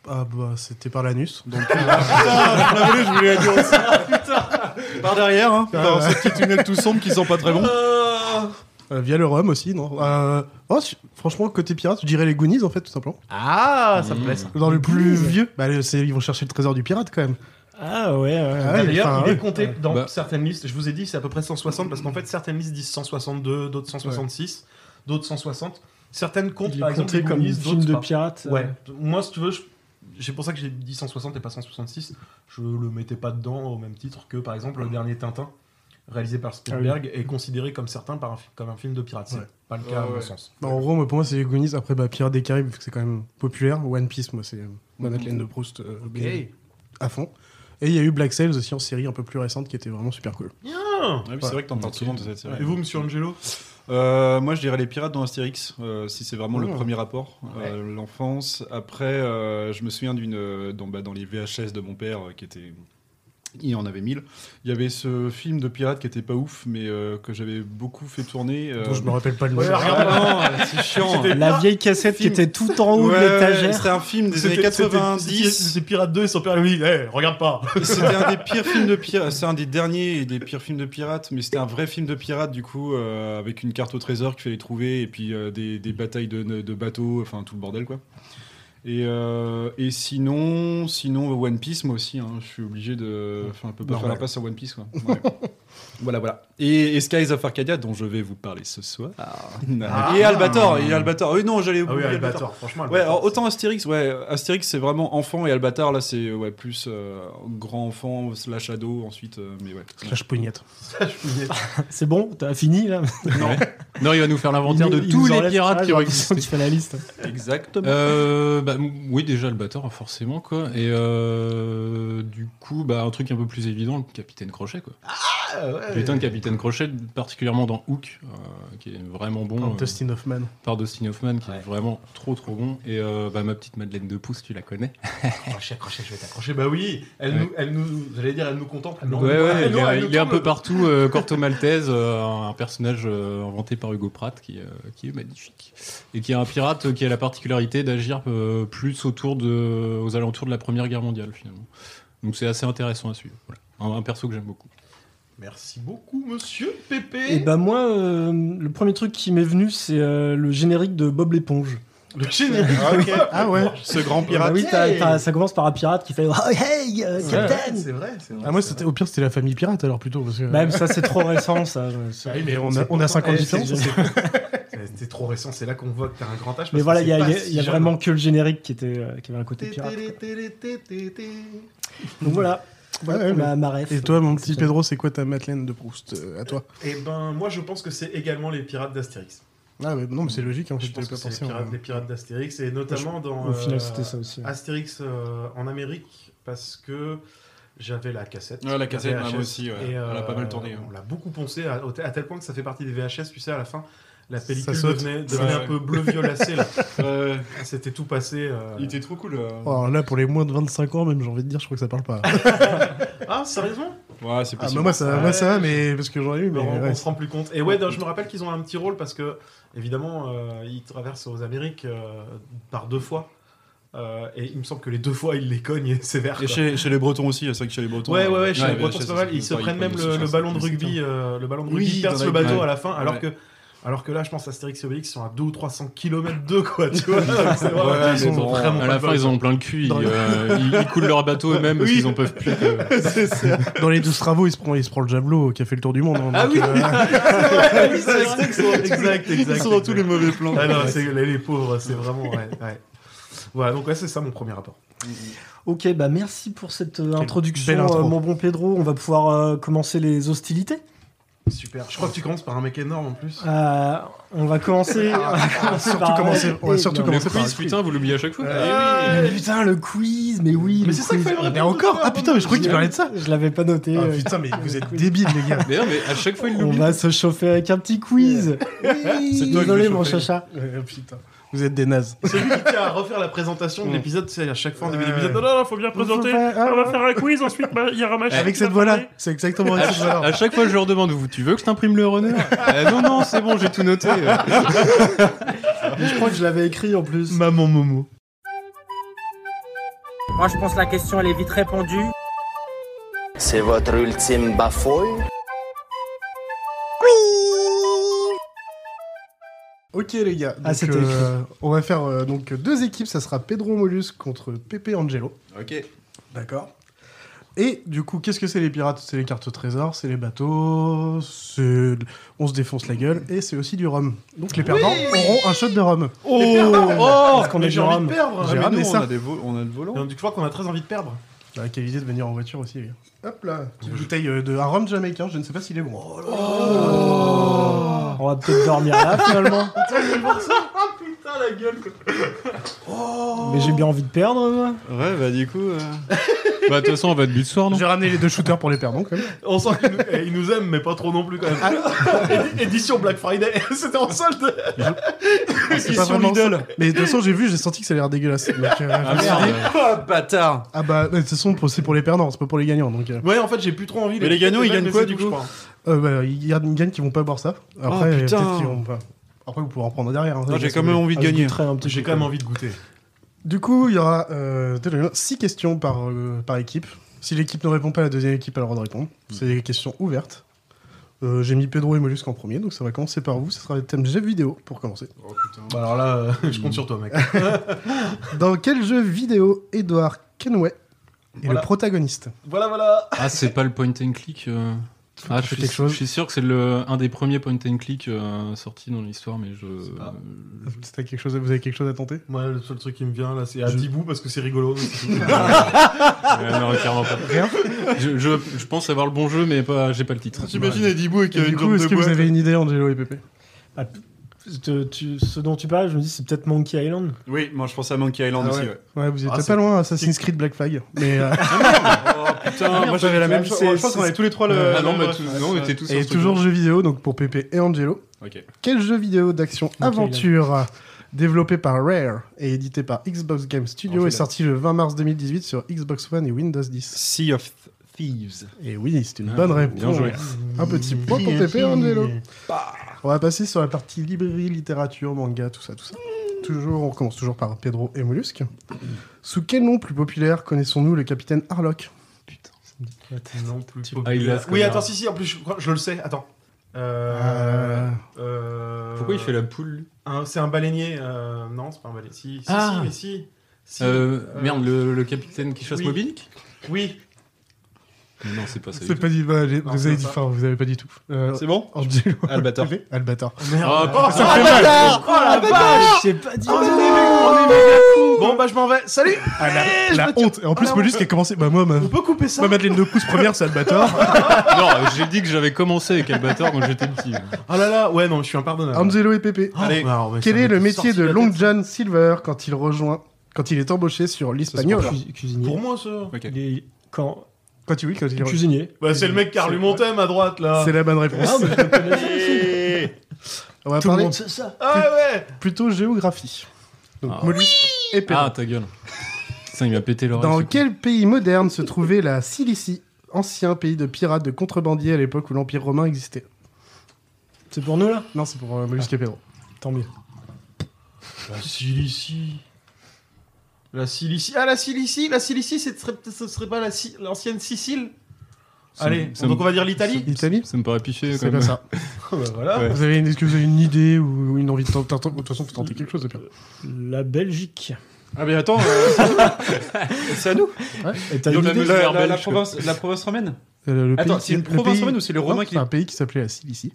[SPEAKER 8] Ah bah, c'était par l'anus. Donc,
[SPEAKER 9] Ah, je l'avais, je voulais la dire aussi. Par derrière, hein, dans ce petit tunnel tout sombre qui sent pas très bon.
[SPEAKER 8] euh, via le rhum aussi, non Euh, oh, je- Franchement, côté pirate, je dirais les Goonies, en fait, tout simplement.
[SPEAKER 10] Ah, ça me plaît ça.
[SPEAKER 8] Dans le plus
[SPEAKER 7] Goonies
[SPEAKER 8] vieux, bah, le- c'est- ils vont chercher le trésor du pirate, quand même.
[SPEAKER 7] Ah ouais, ouais, ouais.
[SPEAKER 8] Ah oui,
[SPEAKER 10] D'ailleurs,
[SPEAKER 8] enfin,
[SPEAKER 10] il est
[SPEAKER 8] ouais.
[SPEAKER 10] compté dans
[SPEAKER 9] Bah.
[SPEAKER 10] certaines listes. Je vous ai dit, c'est à peu près 160 parce qu'en fait, certaines listes disent 162, d'autres 166, d'autres 160. Certaines comptent
[SPEAKER 7] Il
[SPEAKER 10] par
[SPEAKER 7] est
[SPEAKER 10] exemple
[SPEAKER 7] compté
[SPEAKER 10] les
[SPEAKER 7] comme
[SPEAKER 10] Goonies,
[SPEAKER 7] film
[SPEAKER 10] d'autres
[SPEAKER 7] de
[SPEAKER 10] pas.
[SPEAKER 7] pirate. euh,
[SPEAKER 10] Ouais. Moi, si tu veux, je- c'est pour ça que j'ai dit 160 et pas 166. Je le mettais pas dedans au même titre que par exemple le dernier Tintin, réalisé par Spielberg,
[SPEAKER 7] Ah
[SPEAKER 10] est considéré comme certains par un fi- comme un film de pirate. C'est
[SPEAKER 8] Ouais.
[SPEAKER 10] pas le cas
[SPEAKER 9] Ouais,
[SPEAKER 10] à mon
[SPEAKER 9] ouais.
[SPEAKER 10] sens.
[SPEAKER 8] Bah, en gros, moi, pour moi, c'est les Goonies. Après, bah, Pirates des Caraïbes, vu que c'est quand même populaire. One Piece, moi, c'est euh, ma Madeleine de Proust euh,
[SPEAKER 10] Ok.
[SPEAKER 8] à fond. Et il y a eu Black Sails aussi en série un peu plus récente qui était vraiment super cool.
[SPEAKER 10] Bien.
[SPEAKER 9] Ouais, c'est vrai que t'en parles souvent de cette série.
[SPEAKER 10] Et vous, Monsieur Angelo
[SPEAKER 9] Euh, moi, je dirais les pirates dans Astérix, euh, si c'est vraiment le
[SPEAKER 10] Mmh.
[SPEAKER 8] Ouais.
[SPEAKER 9] premier rapport, euh, l'enfance. Après, euh, je me souviens d'une euh, dans, bah, dans les VHS de mon père euh, qui était, il en avait mille. Il y avait ce film de pirate qui était pas ouf, mais euh, que j'avais beaucoup fait tourner. euh,
[SPEAKER 8] Dont je me rappelle pas le nom.
[SPEAKER 10] Ouais, regarde.
[SPEAKER 9] Ah non, c'est chiant.
[SPEAKER 7] La vieille cassette qui
[SPEAKER 9] film.
[SPEAKER 7] était tout en haut
[SPEAKER 9] Ouais,
[SPEAKER 7] de
[SPEAKER 9] ouais,
[SPEAKER 7] l'étagère.
[SPEAKER 9] C'était un film des années
[SPEAKER 10] C'était- c'était- c'était-
[SPEAKER 9] 90.
[SPEAKER 10] C'était Pirate 2 et son père lui dit Eh, regarde pas
[SPEAKER 9] C'était un des pires films de pirates. C'est un des derniers et des pires films de pirates, mais c'était un vrai film de pirates, du coup, euh, avec une carte au trésor qu'il fallait trouver et puis euh, des, des batailles de, de bateaux, enfin tout le bordel, quoi. Et, euh, et sinon, sinon One Piece, moi aussi, hein, je suis obligé de. Enfin, on peut pas
[SPEAKER 8] Normal.
[SPEAKER 9] faire la passe à One Piece, quoi. Ouais. voilà, voilà. Et, et Skies of Arcadia, dont je vais vous parler ce soir. Et Albator, et Albator. Oui, non, j'allais
[SPEAKER 10] Ah oui,
[SPEAKER 9] oublier
[SPEAKER 10] Albator, franchement.
[SPEAKER 9] Ouais,
[SPEAKER 10] Albator,
[SPEAKER 9] alors, autant Astérix, ouais, Astérix c'est vraiment enfant et Albatar là c'est ouais plus euh, grand enfant slash ado ensuite, euh, mais ouais.
[SPEAKER 8] Slash poignette.
[SPEAKER 10] c'est- je fouillais.
[SPEAKER 7] C'est bon, t'as fini là
[SPEAKER 9] Non,
[SPEAKER 11] Non, il va nous faire l'inventaire de
[SPEAKER 7] Il nous- il
[SPEAKER 11] tous
[SPEAKER 7] nous
[SPEAKER 11] les
[SPEAKER 7] enlève-
[SPEAKER 11] pirates
[SPEAKER 7] Ah,
[SPEAKER 11] qui
[SPEAKER 7] j'ai
[SPEAKER 11] ont
[SPEAKER 7] l'impression
[SPEAKER 11] existé.
[SPEAKER 7] que Tu fais la liste.
[SPEAKER 9] exactement.
[SPEAKER 11] Euh, bah, m- oui, déjà le bâtard, forcément, quoi. Et euh, du coup, bah, un truc un peu plus évident, le capitaine Crochet, quoi.
[SPEAKER 10] Ah, ouais.
[SPEAKER 11] Putain, le capitaine Crochet, particulièrement dans Hook, euh, qui est vraiment bon. euh,
[SPEAKER 8] Dustin Hoffman.
[SPEAKER 11] par Dustin Hoffman, qui
[SPEAKER 10] Ouais.
[SPEAKER 11] est vraiment trop trop bon. Et euh, bah, ma petite Madeleine de Pouce, tu la connais.
[SPEAKER 10] Accrochez, accrochez, je vais t'accrocher. Bah oui, elle
[SPEAKER 11] Ouais.
[SPEAKER 10] nous, elle nous, j'allais dire, elle nous contemple. Ah, Non,
[SPEAKER 11] ouais,
[SPEAKER 10] elle-
[SPEAKER 11] ouais,
[SPEAKER 10] elle-
[SPEAKER 11] il,
[SPEAKER 10] non,
[SPEAKER 11] est,
[SPEAKER 10] elle nous
[SPEAKER 11] il est un
[SPEAKER 10] tourne.
[SPEAKER 11] peu partout. euh, Corto Maltese, euh, un personnage euh, inventé par Hugo Pratt qui, euh, qui est magnifique. Et qui est un pirate euh, qui a la particularité d'agir euh, plus autour de, aux alentours de la Première Guerre mondiale, finalement. Donc c'est assez intéressant à suivre. Voilà. Un, un perso que j'aime beaucoup.
[SPEAKER 10] Merci beaucoup, monsieur Pépé.
[SPEAKER 7] Et bah moi, euh, le premier truc qui m'est venu, c'est euh, le générique de Bob l'éponge.
[SPEAKER 10] Le générique.
[SPEAKER 8] Ah ouais.
[SPEAKER 9] Ce grand
[SPEAKER 7] Ah
[SPEAKER 9] pirate.
[SPEAKER 7] oui, t'as- t'as- ça commence par un pirate qui fait Oh, hey, euh, Captain
[SPEAKER 10] C'est vrai, c'est vrai.
[SPEAKER 8] Ah, moi, c'était, au pire, c'était la famille pirate alors plutôt. Parce que,
[SPEAKER 7] Même ça, c'est trop récent ça. ouais, c'est-
[SPEAKER 10] Ah oui,
[SPEAKER 8] mais on a, on a 5 ans de
[SPEAKER 10] Eh,
[SPEAKER 8] différence.
[SPEAKER 10] c'est- c'est- C'était trop récent, c'est là qu'on voit que t'as un grand âge. parce
[SPEAKER 7] Mais
[SPEAKER 10] que
[SPEAKER 7] voilà,
[SPEAKER 10] c'est
[SPEAKER 7] il y a,
[SPEAKER 10] pas
[SPEAKER 7] il y a-
[SPEAKER 10] si
[SPEAKER 7] il y a
[SPEAKER 10] jeune.
[SPEAKER 7] vraiment que le générique qui, était, euh, qui avait un côté pirate. quoi. Donc voilà, voilà
[SPEAKER 8] ouais,
[SPEAKER 7] pour
[SPEAKER 8] mais-
[SPEAKER 7] ma, ma ref.
[SPEAKER 8] Et toi, mon petit Pedro, c'est quoi ta Madeleine de Proust euh, à toi
[SPEAKER 10] Eh ben, moi, je pense que c'est également les pirates d'Astérix.
[SPEAKER 8] Ah, mais non, mais c'est logique, en fait,
[SPEAKER 10] Je pense que
[SPEAKER 8] pas
[SPEAKER 10] c'est les
[SPEAKER 8] pensé.
[SPEAKER 10] pirates,
[SPEAKER 8] hein.
[SPEAKER 10] les pirates d'Astérix, et notamment dans.
[SPEAKER 7] Au final,
[SPEAKER 10] euh,
[SPEAKER 7] c'était ça aussi.
[SPEAKER 10] Astérix euh, en Amérique parce que j'avais la cassette.
[SPEAKER 9] Ouais, la cassette,
[SPEAKER 10] VHS,
[SPEAKER 9] moi aussi, ouais.
[SPEAKER 10] et, euh,
[SPEAKER 9] Elle a pas mal tourné, hein.
[SPEAKER 10] On l'a beaucoup poncé à, au- à tel point que ça fait partie des VHS, tu sais, à la fin. La
[SPEAKER 8] Ça
[SPEAKER 10] pellicule
[SPEAKER 8] saute.
[SPEAKER 10] devenait, devenait
[SPEAKER 9] Ouais.
[SPEAKER 10] un peu bleu violacé là.
[SPEAKER 9] Euh,
[SPEAKER 10] C'était tout passé. euh.
[SPEAKER 9] il était trop cool. euh.
[SPEAKER 8] Oh, alors là, pour les moins de 25 ans, même, j'ai envie de dire, je crois que ça parle pas.
[SPEAKER 10] Ah sérieusement
[SPEAKER 9] Euh, Ouais, c'est
[SPEAKER 8] Ah,
[SPEAKER 9] possible.
[SPEAKER 8] bah, moi, ça, moi, ça va,
[SPEAKER 10] Ouais.
[SPEAKER 8] mais parce que j'en ai eu, mais.
[SPEAKER 10] Non, on,
[SPEAKER 8] ouais,
[SPEAKER 10] se rend plus compte. Et ouais, non, je me rappelle qu'ils ont un petit rôle parce que évidemment euh, ils traversent aux Amériques euh, par deux fois. Euh, et il me semble que les deux fois ils les cognent et c'est vert.
[SPEAKER 9] Et chez, chez les Bretons aussi, c'est vrai que chez les Bretons.
[SPEAKER 10] Ouais, ouais,
[SPEAKER 9] euh,
[SPEAKER 10] ouais, chez
[SPEAKER 9] la
[SPEAKER 10] les Bretons,
[SPEAKER 9] VHS,
[SPEAKER 10] c'est pas mal. Ils
[SPEAKER 9] c'est
[SPEAKER 10] se
[SPEAKER 9] pareil,
[SPEAKER 10] prennent même
[SPEAKER 9] ils
[SPEAKER 10] le,
[SPEAKER 9] se
[SPEAKER 10] le ballon de
[SPEAKER 9] font-
[SPEAKER 10] rugby, euh, le ballon de
[SPEAKER 9] Oui,
[SPEAKER 10] rugby perce
[SPEAKER 9] dans
[SPEAKER 10] le
[SPEAKER 9] la-
[SPEAKER 10] bateau
[SPEAKER 9] ouais.
[SPEAKER 10] à la fin, alors
[SPEAKER 9] Ouais.
[SPEAKER 10] que. Alors que là, je pense Astérix et Obélix sont à 2 ou 300 km 2 quoi, tu vois. C'est
[SPEAKER 9] Ouais,
[SPEAKER 10] vraiment-
[SPEAKER 9] mais bon,
[SPEAKER 10] vraiment
[SPEAKER 11] à
[SPEAKER 10] pas
[SPEAKER 11] la
[SPEAKER 10] de
[SPEAKER 11] fin,
[SPEAKER 10] bol.
[SPEAKER 11] ils ont plein le cul. Ils, euh, ils- ils coulent leur bateau eux-mêmes parce
[SPEAKER 10] Oui.
[SPEAKER 11] qu'ils en peuvent plus. euh.
[SPEAKER 10] C'est- c'est-
[SPEAKER 8] c'est- Dans les 12 travaux, il se prend, il se prend le javelot qui a fait le tour du monde. hein,
[SPEAKER 10] Ah
[SPEAKER 8] donc,
[SPEAKER 10] oui.
[SPEAKER 8] euh,
[SPEAKER 10] exact, exact, exact.
[SPEAKER 9] Ils sont dans tous les mauvais plans.
[SPEAKER 10] Ah non, c'est- les, les pauvres, c'est vraiment. Ouais, ouais. Voilà, donc ouais, c'est ça mon premier rapport.
[SPEAKER 7] Ok, bah merci pour cette euh,
[SPEAKER 8] belle
[SPEAKER 7] introduction,
[SPEAKER 8] intro.
[SPEAKER 7] euh, mon bon Pedro. On va pouvoir euh, commencer les hostilités.
[SPEAKER 10] Super. Je crois que tu commences par un mec énorme en plus.
[SPEAKER 7] Euh, on va commencer. on va commencer
[SPEAKER 8] surtout
[SPEAKER 7] par-
[SPEAKER 8] commencer- on va
[SPEAKER 7] Et-
[SPEAKER 8] surtout
[SPEAKER 7] non,
[SPEAKER 11] Le
[SPEAKER 8] commencer par.
[SPEAKER 11] quiz, putain, vous l'oubliez à chaque fois.
[SPEAKER 10] Ah,
[SPEAKER 7] mais euh, Putain, le quiz, mais oui.
[SPEAKER 10] Mais
[SPEAKER 7] le
[SPEAKER 10] c'est ça qu'il
[SPEAKER 7] quiz.
[SPEAKER 10] fallait me
[SPEAKER 7] Mais
[SPEAKER 10] répondre.
[SPEAKER 7] encore
[SPEAKER 8] Ah
[SPEAKER 10] hein.
[SPEAKER 8] putain, mais je croyais que tu parlais de ça
[SPEAKER 7] Je l'avais pas noté.
[SPEAKER 8] Ah
[SPEAKER 7] euh,
[SPEAKER 8] putain, mais vous êtes
[SPEAKER 7] quiz.
[SPEAKER 8] débiles, les gars
[SPEAKER 11] D'ailleurs, mais à chaque fois, ils
[SPEAKER 7] On
[SPEAKER 11] l'oublient.
[SPEAKER 7] va se chauffer avec un petit quiz. Oui,
[SPEAKER 9] toi qui
[SPEAKER 7] désolé
[SPEAKER 9] veux
[SPEAKER 7] mon
[SPEAKER 9] chauffer.
[SPEAKER 7] chacha.
[SPEAKER 8] Ouais, putain. Vous êtes des nazes.
[SPEAKER 10] Celui qui tient à refaire la présentation de
[SPEAKER 8] Mm.
[SPEAKER 10] l'épisode, c'est à chaque fois en début
[SPEAKER 8] Ouais.
[SPEAKER 10] d'épisode. Non, non, non, faut bien présenter.
[SPEAKER 8] Faut faire-
[SPEAKER 10] On va faire un quiz, ensuite bah, il y aura machin.
[SPEAKER 8] Avec cette voix-là, c'est exactement
[SPEAKER 11] À,
[SPEAKER 8] avec cette
[SPEAKER 11] chaque-
[SPEAKER 8] voix-là.
[SPEAKER 11] à chaque fois, je leur demande vous- Tu veux que je t'imprime le runner Euh, Non, non, c'est bon, j'ai tout noté. Bah,
[SPEAKER 7] Mais je crois que je l'avais écrit en plus.
[SPEAKER 11] Maman Momo.
[SPEAKER 12] Moi, je pense que la question, elle est vite répondue. C'est votre ultime bafouille
[SPEAKER 8] Ok les gars,
[SPEAKER 7] Ah,
[SPEAKER 8] donc,
[SPEAKER 7] c'était
[SPEAKER 8] euh, on va faire euh, donc deux équipes, ça sera Pedro Molus contre Pepe Angelo.
[SPEAKER 9] Ok.
[SPEAKER 8] D'accord. Et du coup, qu'est-ce que c'est les pirates C'est les cartes au trésor, c'est les bateaux, c'est- on se défonce la gueule et c'est aussi du rhum. Donc les perdants auront un shot de rhum.
[SPEAKER 10] Oh, oh
[SPEAKER 8] Parce qu'on
[SPEAKER 10] mais
[SPEAKER 8] a
[SPEAKER 10] j'ai
[SPEAKER 8] du
[SPEAKER 10] envie
[SPEAKER 8] rhum.
[SPEAKER 10] de perdre.
[SPEAKER 8] J'ai
[SPEAKER 10] Ah, mais
[SPEAKER 8] ramené
[SPEAKER 10] nous,
[SPEAKER 8] ça.
[SPEAKER 10] on a des
[SPEAKER 9] On a le volant.
[SPEAKER 10] Donc, je crois qu'on a très envie de perdre.
[SPEAKER 8] Bah, quelle idée de venir en voiture aussi. lui. Hop là, petite bouteille euh, de un rhum jamaïcain, je ne sais pas s'il est bon. Oh là là.
[SPEAKER 7] Oh. On va peut-être dormir là finalement.
[SPEAKER 10] Ah putain, la gueule quoi.
[SPEAKER 7] Mais j'ai bien envie de perdre. moi.
[SPEAKER 11] Ouais, bah du coup. euh,
[SPEAKER 9] Ah,
[SPEAKER 11] Bah, de toute façon, on va être but ce soir, non
[SPEAKER 8] J'ai ramené les deux shooters pour les perdants quand même.
[SPEAKER 10] On sent qu'il nous, eh, il nous aime, mais pas trop non plus quand même. Édi- Édition Black Friday, c'était en solde.
[SPEAKER 8] C'est pas
[SPEAKER 10] Édition
[SPEAKER 8] vraiment
[SPEAKER 10] Lidl.
[SPEAKER 8] ça. Mais de toute façon, j'ai vu, j'ai senti que ça a l'air dégueulasse.
[SPEAKER 10] Ah,
[SPEAKER 8] Donc, euh, je me suis dit-
[SPEAKER 9] Oh, bâtard
[SPEAKER 8] Ah bah, mais de toute façon, pour- c'est pour les perdants, c'est pas pour les gagnants. Donc, euh,
[SPEAKER 10] Ouais, en fait, j'ai plus trop envie.
[SPEAKER 9] Mais les gagnants, ils
[SPEAKER 10] événements,
[SPEAKER 9] gagnent quoi,
[SPEAKER 10] c'est
[SPEAKER 9] du
[SPEAKER 10] tout, je
[SPEAKER 9] coup
[SPEAKER 10] crois.
[SPEAKER 8] euh, bah, il y a une gagne qui vont pas boire ça. Après, euh,
[SPEAKER 9] Oh, putain.
[SPEAKER 8] peut-être qu'ils vont pas- Après, vous pouvez en prendre derrière. hein,
[SPEAKER 9] Non,
[SPEAKER 8] ça,
[SPEAKER 9] j'ai
[SPEAKER 8] ça,
[SPEAKER 9] quand
[SPEAKER 8] vous
[SPEAKER 9] même
[SPEAKER 8] voulez.
[SPEAKER 9] envie de
[SPEAKER 7] Ah, je
[SPEAKER 9] gagner.
[SPEAKER 7] goûterai un petit
[SPEAKER 10] J'ai
[SPEAKER 7] peu.
[SPEAKER 10] quand même envie de goûter.
[SPEAKER 8] Du coup, il y aura euh, tadadam, six questions par, euh, par équipe. Si l'équipe ne répond pas, la deuxième équipe a le droit de répondre.
[SPEAKER 9] Hmm.
[SPEAKER 8] C'est des questions ouvertes. Euh, j'ai mis Pedro et Mollusque en premier, donc ça va commencer par vous. Ce sera le thème jeu vidéo pour commencer.
[SPEAKER 10] Oh putain. Bah alors là, euh, je compte sur toi, mec.
[SPEAKER 8] Dans quel jeu vidéo Edward Kenway est
[SPEAKER 10] Voilà.
[SPEAKER 8] le protagoniste
[SPEAKER 10] voilà, voilà.
[SPEAKER 11] Ah, c'est pas le point and click. euh. Ah, je suis,
[SPEAKER 8] quelque chose.
[SPEAKER 11] je suis sûr que c'est le un des premiers point and click euh, sortis dans l'histoire, mais je.
[SPEAKER 10] pas.
[SPEAKER 8] C'était quelque chose, vous avez quelque chose à tenter
[SPEAKER 10] Moi, le seul truc qui me vient là, c'est Adibou parce que c'est rigolo.
[SPEAKER 11] Ouais, non, clairement euh, pas. Je, je, je pense avoir le bon jeu, mais pas, j'ai pas le titre.
[SPEAKER 9] T'imagines Adibou et
[SPEAKER 8] Et du coup, est-ce que vous avez une idée, Angelo et Pépé
[SPEAKER 7] Te- tu- ce dont tu parles, je me dis, c'est peut-être Monkey Island.
[SPEAKER 9] Oui, moi je pensais à Monkey Island
[SPEAKER 8] Ah
[SPEAKER 9] aussi. Ouais.
[SPEAKER 8] Ouais, vous étiez
[SPEAKER 9] Ah,
[SPEAKER 8] pas
[SPEAKER 9] c'est-
[SPEAKER 8] loin, Assassin's Creed Black Flag. Mais euh,
[SPEAKER 9] Oh putain, moi j'avais la même. Je pense qu'on avait tous les trois le.
[SPEAKER 11] Ah non, bah,
[SPEAKER 9] même
[SPEAKER 11] tous-
[SPEAKER 9] ref.
[SPEAKER 11] non, on était tous sur
[SPEAKER 8] et
[SPEAKER 11] ce truc-là.
[SPEAKER 8] toujours jeux vidéo, donc pour Pépé et Angelo.
[SPEAKER 11] Ok.
[SPEAKER 8] Quel jeu vidéo d'action
[SPEAKER 7] là.
[SPEAKER 8] aventure euh, développé par Rare et édité par Xbox Game
[SPEAKER 9] Oh, je
[SPEAKER 8] Studio
[SPEAKER 9] l'ai.
[SPEAKER 8] est sorti le 20 mars 2018 sur Xbox One et Windows 10
[SPEAKER 9] Sea of Thieves.
[SPEAKER 8] Et oui, c'est une
[SPEAKER 11] Ah,
[SPEAKER 8] bonne
[SPEAKER 11] bien
[SPEAKER 8] réponse.
[SPEAKER 11] joué.
[SPEAKER 8] Un petit point pour Pépé et Angelo. On va passer sur la partie librairie, littérature, manga, tout ça, tout ça. Toujours, on commence toujours par Pedro et Mollusque. Sous quel nom plus populaire connaissons-nous le capitaine Harlock
[SPEAKER 10] non plus.
[SPEAKER 11] Ah, il l'a, ce
[SPEAKER 10] oui,
[SPEAKER 11] connard.
[SPEAKER 10] attends, si, si, en plus, je, crois- je le sais, attends. Euh, euh,
[SPEAKER 11] Pourquoi il fait la poule
[SPEAKER 10] un- C'est un baleinier. euh, non, c'est pas un baleinier. Si, si,
[SPEAKER 11] Ah.
[SPEAKER 10] si, mais si. Si.
[SPEAKER 11] euh,
[SPEAKER 10] Euh,
[SPEAKER 11] Merde, le, le capitaine qui chasse
[SPEAKER 10] oui.
[SPEAKER 11] Moby-Dick
[SPEAKER 10] Oui.
[SPEAKER 11] Non, c'est pas ça. du
[SPEAKER 8] C'est
[SPEAKER 11] tout.
[SPEAKER 8] pas dit, bah, j'ai-
[SPEAKER 10] Non,
[SPEAKER 8] vous
[SPEAKER 10] c'est
[SPEAKER 8] avez
[SPEAKER 10] pas
[SPEAKER 8] dit,
[SPEAKER 10] ça.
[SPEAKER 8] enfin, vous avez pas dit tout. Euh,
[SPEAKER 9] C'est bon
[SPEAKER 8] Angelo.
[SPEAKER 9] Albator.
[SPEAKER 8] Pépé Albator.
[SPEAKER 11] Ah,
[SPEAKER 10] Oh,
[SPEAKER 11] putain.
[SPEAKER 10] ça fait mal. Oh la vache
[SPEAKER 7] Je sais pas dire.
[SPEAKER 10] On est méga cool. Bon, bah, je m'en vais. Salut Eh,
[SPEAKER 8] Ah, la, la honte. Et en plus,
[SPEAKER 10] la
[SPEAKER 8] Mollusque a commencé. Bah, moi, ma,
[SPEAKER 10] On peut couper ça
[SPEAKER 8] moi, Madeleine de Pouce première, c'est Albator.
[SPEAKER 11] Non, j'ai dit que j'avais commencé avec Albator quand j'étais petit.
[SPEAKER 10] Ah là là, ouais, non, je suis impardonnable.
[SPEAKER 8] Angelo et Pépé.
[SPEAKER 10] Oh, bah, alors, mais
[SPEAKER 8] Quel
[SPEAKER 10] ça
[SPEAKER 8] est le
[SPEAKER 10] m'était
[SPEAKER 8] métier
[SPEAKER 10] sorti
[SPEAKER 8] de
[SPEAKER 10] la
[SPEAKER 8] Long
[SPEAKER 10] tête.
[SPEAKER 8] John Silver quand il rejoint, quand il est embauché sur l'Espagnol
[SPEAKER 7] Cuis- Cuisinier.
[SPEAKER 10] Pour moi, ça.
[SPEAKER 9] Ok.
[SPEAKER 7] Il est- Quand
[SPEAKER 8] Quand tu oui, quand il rejoint.
[SPEAKER 7] Cuisinier.
[SPEAKER 10] Bah, c'est le mec qui a relu mon thème à droite là. Eh,
[SPEAKER 8] C'est la bonne réponse.
[SPEAKER 7] Ah, mais je le connais.
[SPEAKER 8] On va
[SPEAKER 7] Tout le
[SPEAKER 8] parler
[SPEAKER 7] monde sait ça.
[SPEAKER 10] Ah ouais
[SPEAKER 8] plutôt géographie. Donc,
[SPEAKER 11] Ah.
[SPEAKER 8] mollusques et Pépé.
[SPEAKER 11] Ah, ta gueule. Putain, il m'a pété l'oreille.
[SPEAKER 8] Dans
[SPEAKER 11] ce
[SPEAKER 8] quel pays moderne se trouvait la Cilicie, ancien pays de pirates, de contrebandiers à l'époque où l'Empire romain existait
[SPEAKER 7] C'est pour nous là
[SPEAKER 8] Non, c'est pour euh, Mollusque et Pedro.
[SPEAKER 7] Tant mieux.
[SPEAKER 10] La Cilicie. La Cilicie. Ah, la Cilicie La Cilicie, ce serait, ce serait pas la Ci- l'ancienne Sicile
[SPEAKER 11] Ça me-
[SPEAKER 10] Allez,
[SPEAKER 11] ça
[SPEAKER 10] donc
[SPEAKER 11] me-
[SPEAKER 10] on va dire l'Italie
[SPEAKER 8] L'Italie
[SPEAKER 11] Ça me paraît piché
[SPEAKER 8] C'est pas
[SPEAKER 11] quand même.
[SPEAKER 8] ça.
[SPEAKER 10] Ah, bah, voilà.
[SPEAKER 11] Ouais.
[SPEAKER 8] Vous avez une, est-ce que vous avez une idée ou ou une envie de tenter tenter- De toute façon, faut tenter quelque chose, c'est bien.
[SPEAKER 7] La Belgique.
[SPEAKER 9] Ah, mais attends, euh, c'est à nous.
[SPEAKER 7] Et t'as
[SPEAKER 11] Donc,
[SPEAKER 7] une
[SPEAKER 11] la-
[SPEAKER 7] idée
[SPEAKER 11] la- la- la
[SPEAKER 9] province, la province romaine
[SPEAKER 8] Euh, le
[SPEAKER 9] Attends,
[SPEAKER 8] pays-
[SPEAKER 9] c'est une
[SPEAKER 8] le
[SPEAKER 9] province
[SPEAKER 8] pays-
[SPEAKER 9] romaine ou c'est le
[SPEAKER 8] Non,
[SPEAKER 9] romain qui-
[SPEAKER 8] C'est un pays qui s'appelait la Cilicie,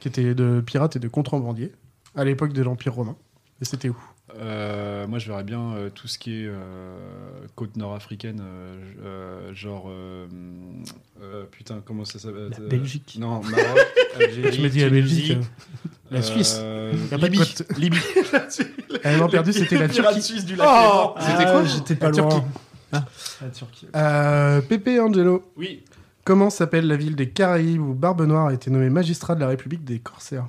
[SPEAKER 8] qui était de pirates et de contrebandiers à l'époque de l'Empire romain. Et c'était où
[SPEAKER 9] Euh, moi, je verrais bien euh, tout ce qui est euh, côte nord-africaine, euh, j- euh, genre. euh, euh, putain, comment ça s'appelle
[SPEAKER 7] La
[SPEAKER 9] euh,
[SPEAKER 7] Belgique.
[SPEAKER 9] Non, Maroc, Algérie.
[SPEAKER 8] Je me dis la
[SPEAKER 9] Tunisie,
[SPEAKER 8] Belgique. La
[SPEAKER 9] euh,
[SPEAKER 8] Suisse. Y a pas de
[SPEAKER 9] Libye.
[SPEAKER 8] côte.
[SPEAKER 9] Libye.
[SPEAKER 8] Elle a perdu,
[SPEAKER 10] Les
[SPEAKER 8] c'était la
[SPEAKER 10] pirates
[SPEAKER 8] Turquie. Ah,
[SPEAKER 10] suisses du lac Léman.
[SPEAKER 7] C'était quoi J'étais Ah, pas
[SPEAKER 8] La
[SPEAKER 7] loin.
[SPEAKER 8] Turquie.
[SPEAKER 10] Ah. La Turquie.
[SPEAKER 8] Euh, Pépé Angelo,
[SPEAKER 9] Oui.
[SPEAKER 8] comment s'appelle la ville des Caraïbes où
[SPEAKER 10] Euh,
[SPEAKER 8] Barbe Noire a été nommé magistrat de la République des Corsaires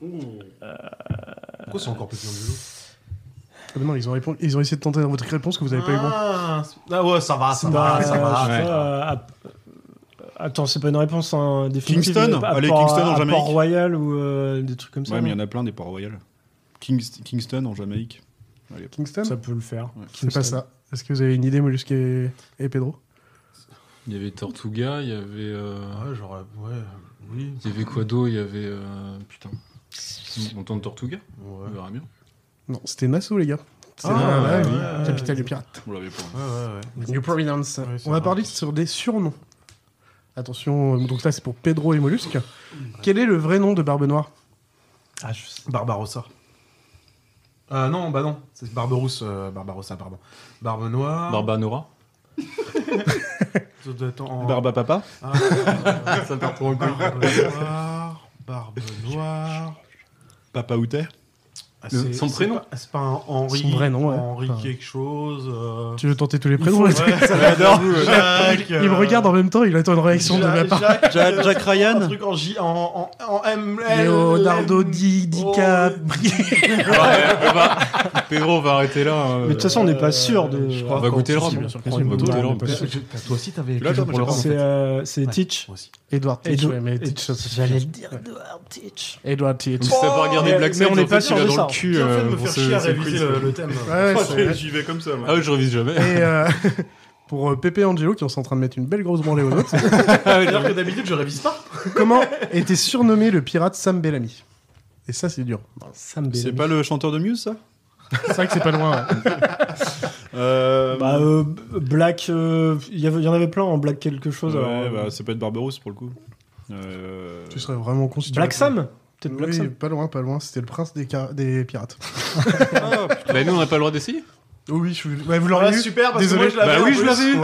[SPEAKER 10] Pourquoi c'est encore plus dur du jeu
[SPEAKER 8] Ah bah non, ils ont, répondu- ils ont essayé de tenter votre réponse que vous avez pas eu bon.
[SPEAKER 10] Ah, c'est- ah ouais, ça va, ça
[SPEAKER 7] Bah,
[SPEAKER 10] va, ça va.
[SPEAKER 7] je sais
[SPEAKER 10] ouais.
[SPEAKER 7] pas, à- Attends, c'est pas une réponse hein, définitive.
[SPEAKER 9] Kingston,
[SPEAKER 7] à
[SPEAKER 9] allez,
[SPEAKER 7] Port-
[SPEAKER 9] Kingston en
[SPEAKER 7] à
[SPEAKER 9] Jamaïque.
[SPEAKER 7] Port-Royal ou euh, des trucs comme ça.
[SPEAKER 9] Ouais, mais il y
[SPEAKER 7] non
[SPEAKER 9] en a plein des Port-Royal. Kings- Kingston en Jamaïque. Allez, hop.
[SPEAKER 8] Kingston
[SPEAKER 7] Ça peut le faire.
[SPEAKER 8] C'est pas ça. Est-ce que vous avez une idée, Mollusque et, et Pedro
[SPEAKER 11] Il y avait Tortuga, il y avait. euh,
[SPEAKER 10] Ouais, genre, euh, ouais, oui.
[SPEAKER 11] Il y avait quoi d'autre Il y avait. euh, Putain. On tente Tortuga
[SPEAKER 10] Ouais.
[SPEAKER 11] On verra bien.
[SPEAKER 8] Non, c'était Nassau, les gars. C'est
[SPEAKER 11] Ah,
[SPEAKER 8] la- la-
[SPEAKER 11] ouais,
[SPEAKER 8] la
[SPEAKER 11] ouais,
[SPEAKER 8] capitale
[SPEAKER 11] ouais.
[SPEAKER 8] des pirates.
[SPEAKER 11] On l'avait pas.
[SPEAKER 10] Ouais, ouais, ouais.
[SPEAKER 8] New Providence.
[SPEAKER 10] c'est
[SPEAKER 8] On va
[SPEAKER 10] vrai.
[SPEAKER 8] parler sur des surnoms. Attention, euh, donc là c'est pour Pedro et Mollusque. Quel est le vrai nom de Barbe Noire
[SPEAKER 10] Ah, je sais. Barbarossa. Euh, non, bah non, c'est Barberousse, euh, Barbarossa, pardon. Barbe Noire.
[SPEAKER 11] Barbanora
[SPEAKER 10] Ça doit être en-
[SPEAKER 9] Barba Papa
[SPEAKER 10] Ah, euh,
[SPEAKER 11] Ça part trop en couille.
[SPEAKER 10] Barbe Noire. Barbe Noire.
[SPEAKER 9] Papa Outer
[SPEAKER 10] Ah,
[SPEAKER 11] Le-
[SPEAKER 10] c'est-
[SPEAKER 11] son
[SPEAKER 10] c'est
[SPEAKER 11] prénom.
[SPEAKER 10] pas- C'est pas un Henri.
[SPEAKER 8] Son vrai nom, ouais.
[SPEAKER 10] Henri
[SPEAKER 8] Enfin,
[SPEAKER 10] quelque chose. euh,
[SPEAKER 8] Tu veux tenter tous les
[SPEAKER 10] il
[SPEAKER 8] prénoms
[SPEAKER 10] faut-
[SPEAKER 8] là
[SPEAKER 10] ouais,
[SPEAKER 9] j'adore.
[SPEAKER 10] euh. Jacques, euh,
[SPEAKER 8] Il me regarde en même temps, il attend une réaction de ma
[SPEAKER 10] Jacques-
[SPEAKER 8] part.
[SPEAKER 10] Jacques,
[SPEAKER 9] Jack, Jack
[SPEAKER 10] Un
[SPEAKER 9] Ryan
[SPEAKER 10] truc en J, en, en, en M.
[SPEAKER 8] Leonardo
[SPEAKER 10] M-
[SPEAKER 8] Di DiCaprio.
[SPEAKER 10] Oh.
[SPEAKER 11] Pedro, on va arrêter là. hein.
[SPEAKER 7] Mais de toute façon, on n'est pas sûr de.
[SPEAKER 10] je
[SPEAKER 11] on
[SPEAKER 10] crois
[SPEAKER 11] va
[SPEAKER 10] qu'on-
[SPEAKER 11] goûter le rhum.
[SPEAKER 8] bien sûr, bien sûr,
[SPEAKER 11] On va
[SPEAKER 8] bien
[SPEAKER 11] goûter
[SPEAKER 8] sûr.
[SPEAKER 11] le rhum.
[SPEAKER 8] Bien sûr.
[SPEAKER 10] Toi aussi, t'avais
[SPEAKER 9] l'as,
[SPEAKER 10] quelque chose
[SPEAKER 9] toi,
[SPEAKER 10] pour le
[SPEAKER 9] j'ai
[SPEAKER 10] rhum.
[SPEAKER 7] C'est euh, c'est
[SPEAKER 10] Ouais,
[SPEAKER 7] Teach.
[SPEAKER 10] moi aussi.
[SPEAKER 8] Edward Teach,
[SPEAKER 7] Edou-
[SPEAKER 8] ouais, mais
[SPEAKER 7] Edou-
[SPEAKER 8] Teach, ça, ça-
[SPEAKER 7] J'allais le dire, Edward Teach.
[SPEAKER 8] Edward Teach.
[SPEAKER 11] Donc,
[SPEAKER 10] Oh.
[SPEAKER 11] si t'as pas regardé
[SPEAKER 7] mais-
[SPEAKER 11] Black
[SPEAKER 7] mais
[SPEAKER 11] Sails,
[SPEAKER 7] on n'est
[SPEAKER 11] en
[SPEAKER 7] pas
[SPEAKER 11] fait, tu
[SPEAKER 7] sûr
[SPEAKER 11] l'as
[SPEAKER 7] de
[SPEAKER 11] dans
[SPEAKER 7] ça.
[SPEAKER 11] le cul.
[SPEAKER 10] Bien fait de
[SPEAKER 11] euh,
[SPEAKER 10] me
[SPEAKER 11] pour
[SPEAKER 10] faire
[SPEAKER 11] ce-
[SPEAKER 10] chier à
[SPEAKER 11] ce
[SPEAKER 10] réviser
[SPEAKER 11] quiz.
[SPEAKER 10] le, le thème.
[SPEAKER 8] Ouais, ouais, c'est-
[SPEAKER 9] J'y vais comme ça. moi.
[SPEAKER 11] Ah ouais, je révise jamais.
[SPEAKER 8] Et euh, pour euh, Pépé et Angelo, qui sont en train de mettre une belle grosse branlée aux autres,
[SPEAKER 10] C'est-à-dire que d'habitude, je révise pas.
[SPEAKER 8] comment était surnommé le pirate Sam Bellamy Et ça, c'est dur.
[SPEAKER 7] Sam
[SPEAKER 9] C'est
[SPEAKER 7] Bellamy.
[SPEAKER 9] pas le chanteur de Muse, ça
[SPEAKER 8] C'est vrai que c'est pas loin. ouais.
[SPEAKER 9] Euh,
[SPEAKER 7] Bah, euh, Black. euh, Il y avait- il y en avait plein en Black quelque chose.
[SPEAKER 9] ouais,
[SPEAKER 7] alors, euh,
[SPEAKER 9] bah, c'est peut-être Barbarousse pour le coup. Euh,
[SPEAKER 8] Tu serais vraiment con si tu
[SPEAKER 7] Black
[SPEAKER 8] l'as
[SPEAKER 7] Sam
[SPEAKER 8] fait.
[SPEAKER 7] Peut-être Black
[SPEAKER 8] Oui,
[SPEAKER 7] Sam.
[SPEAKER 8] pas loin, pas loin. C'était le prince des, car- des pirates.
[SPEAKER 11] Bah, nous, on n'a pas le droit d'essayer.
[SPEAKER 8] Oh oui, je... ouais, vous l'auriez
[SPEAKER 10] Ah,
[SPEAKER 8] eu
[SPEAKER 10] super, parce
[SPEAKER 8] Désolé.
[SPEAKER 10] que moi, je l'avais.
[SPEAKER 11] Bah oui, je l'avais eu.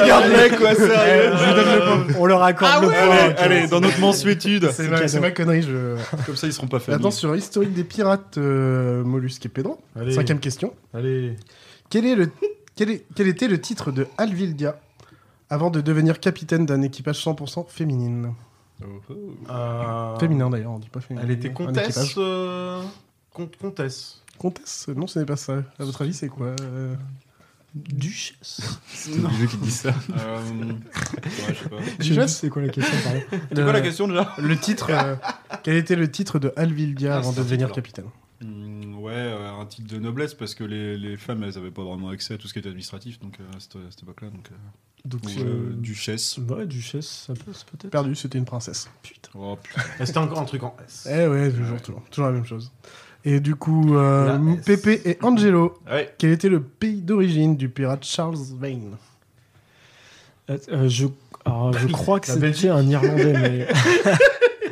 [SPEAKER 9] Regarde mec, quoi, sérieux
[SPEAKER 8] Je vous donne le point. Ah
[SPEAKER 7] On leur accorde le point.
[SPEAKER 9] Allez,
[SPEAKER 7] ok.
[SPEAKER 9] allez, dans notre mensuétude.
[SPEAKER 8] C'est
[SPEAKER 7] C'est
[SPEAKER 8] ma,
[SPEAKER 7] cadeau.
[SPEAKER 8] c'est ma connerie. Je...
[SPEAKER 9] Comme ça, ils seront pas faits.
[SPEAKER 8] Maintenant, sur historique des pirates, euh, Mollusque et Pedro.
[SPEAKER 10] Allez.
[SPEAKER 8] Cinquième question.
[SPEAKER 10] Allez.
[SPEAKER 8] Quel, est le... Quel, est- Quel était le titre de Alvildia avant de devenir capitaine d'un équipage 100% féminine
[SPEAKER 10] Euh,
[SPEAKER 8] Féminin d'ailleurs, on dit pas féminin. Ah,
[SPEAKER 10] Elle était
[SPEAKER 8] Un
[SPEAKER 10] comtesse.
[SPEAKER 8] équipage.
[SPEAKER 10] euh, com- Comtesse.
[SPEAKER 8] Comtesse Non, ce n'est pas ça. À votre avis, c'est quoi euh,
[SPEAKER 7] Duchesse.
[SPEAKER 11] C'est Bisous qui dit ça.
[SPEAKER 9] Euh, ouais, je sais pas.
[SPEAKER 7] Je sais pas c'est quoi la question, pardon.
[SPEAKER 9] C'est quoi la question déjà
[SPEAKER 8] Euh, Le titre. euh, Quel était le titre de Alvildia
[SPEAKER 9] Ah,
[SPEAKER 8] avant
[SPEAKER 9] c'est
[SPEAKER 8] de
[SPEAKER 9] un
[SPEAKER 8] devenir
[SPEAKER 9] titre.
[SPEAKER 8] capitaine
[SPEAKER 9] Hmm, ouais, euh, un titre de noblesse parce que les, les femmes elles avaient pas vraiment accès à tout ce qui était administratif donc euh, à cette, à cette époque-là. Donc, euh,
[SPEAKER 8] Donc,
[SPEAKER 9] ou,
[SPEAKER 8] euh,
[SPEAKER 9] euh, duchesse.
[SPEAKER 7] Ouais, Duchesse, ça passe peut-être.
[SPEAKER 8] perdu, c'était une princesse. Putain.
[SPEAKER 9] Oh putain.
[SPEAKER 10] Ah, C'était encore un truc en S.
[SPEAKER 8] Eh ouais, toujours, toujours, toujours la même chose. Et du coup, euh,
[SPEAKER 10] La S.
[SPEAKER 8] Pépé et Angelo,
[SPEAKER 9] Ouais.
[SPEAKER 8] quel était le pays d'origine du pirate Charles Vane
[SPEAKER 7] Euh, euh, je, alors, je crois que
[SPEAKER 10] La
[SPEAKER 7] c'était un Irlandais, mais.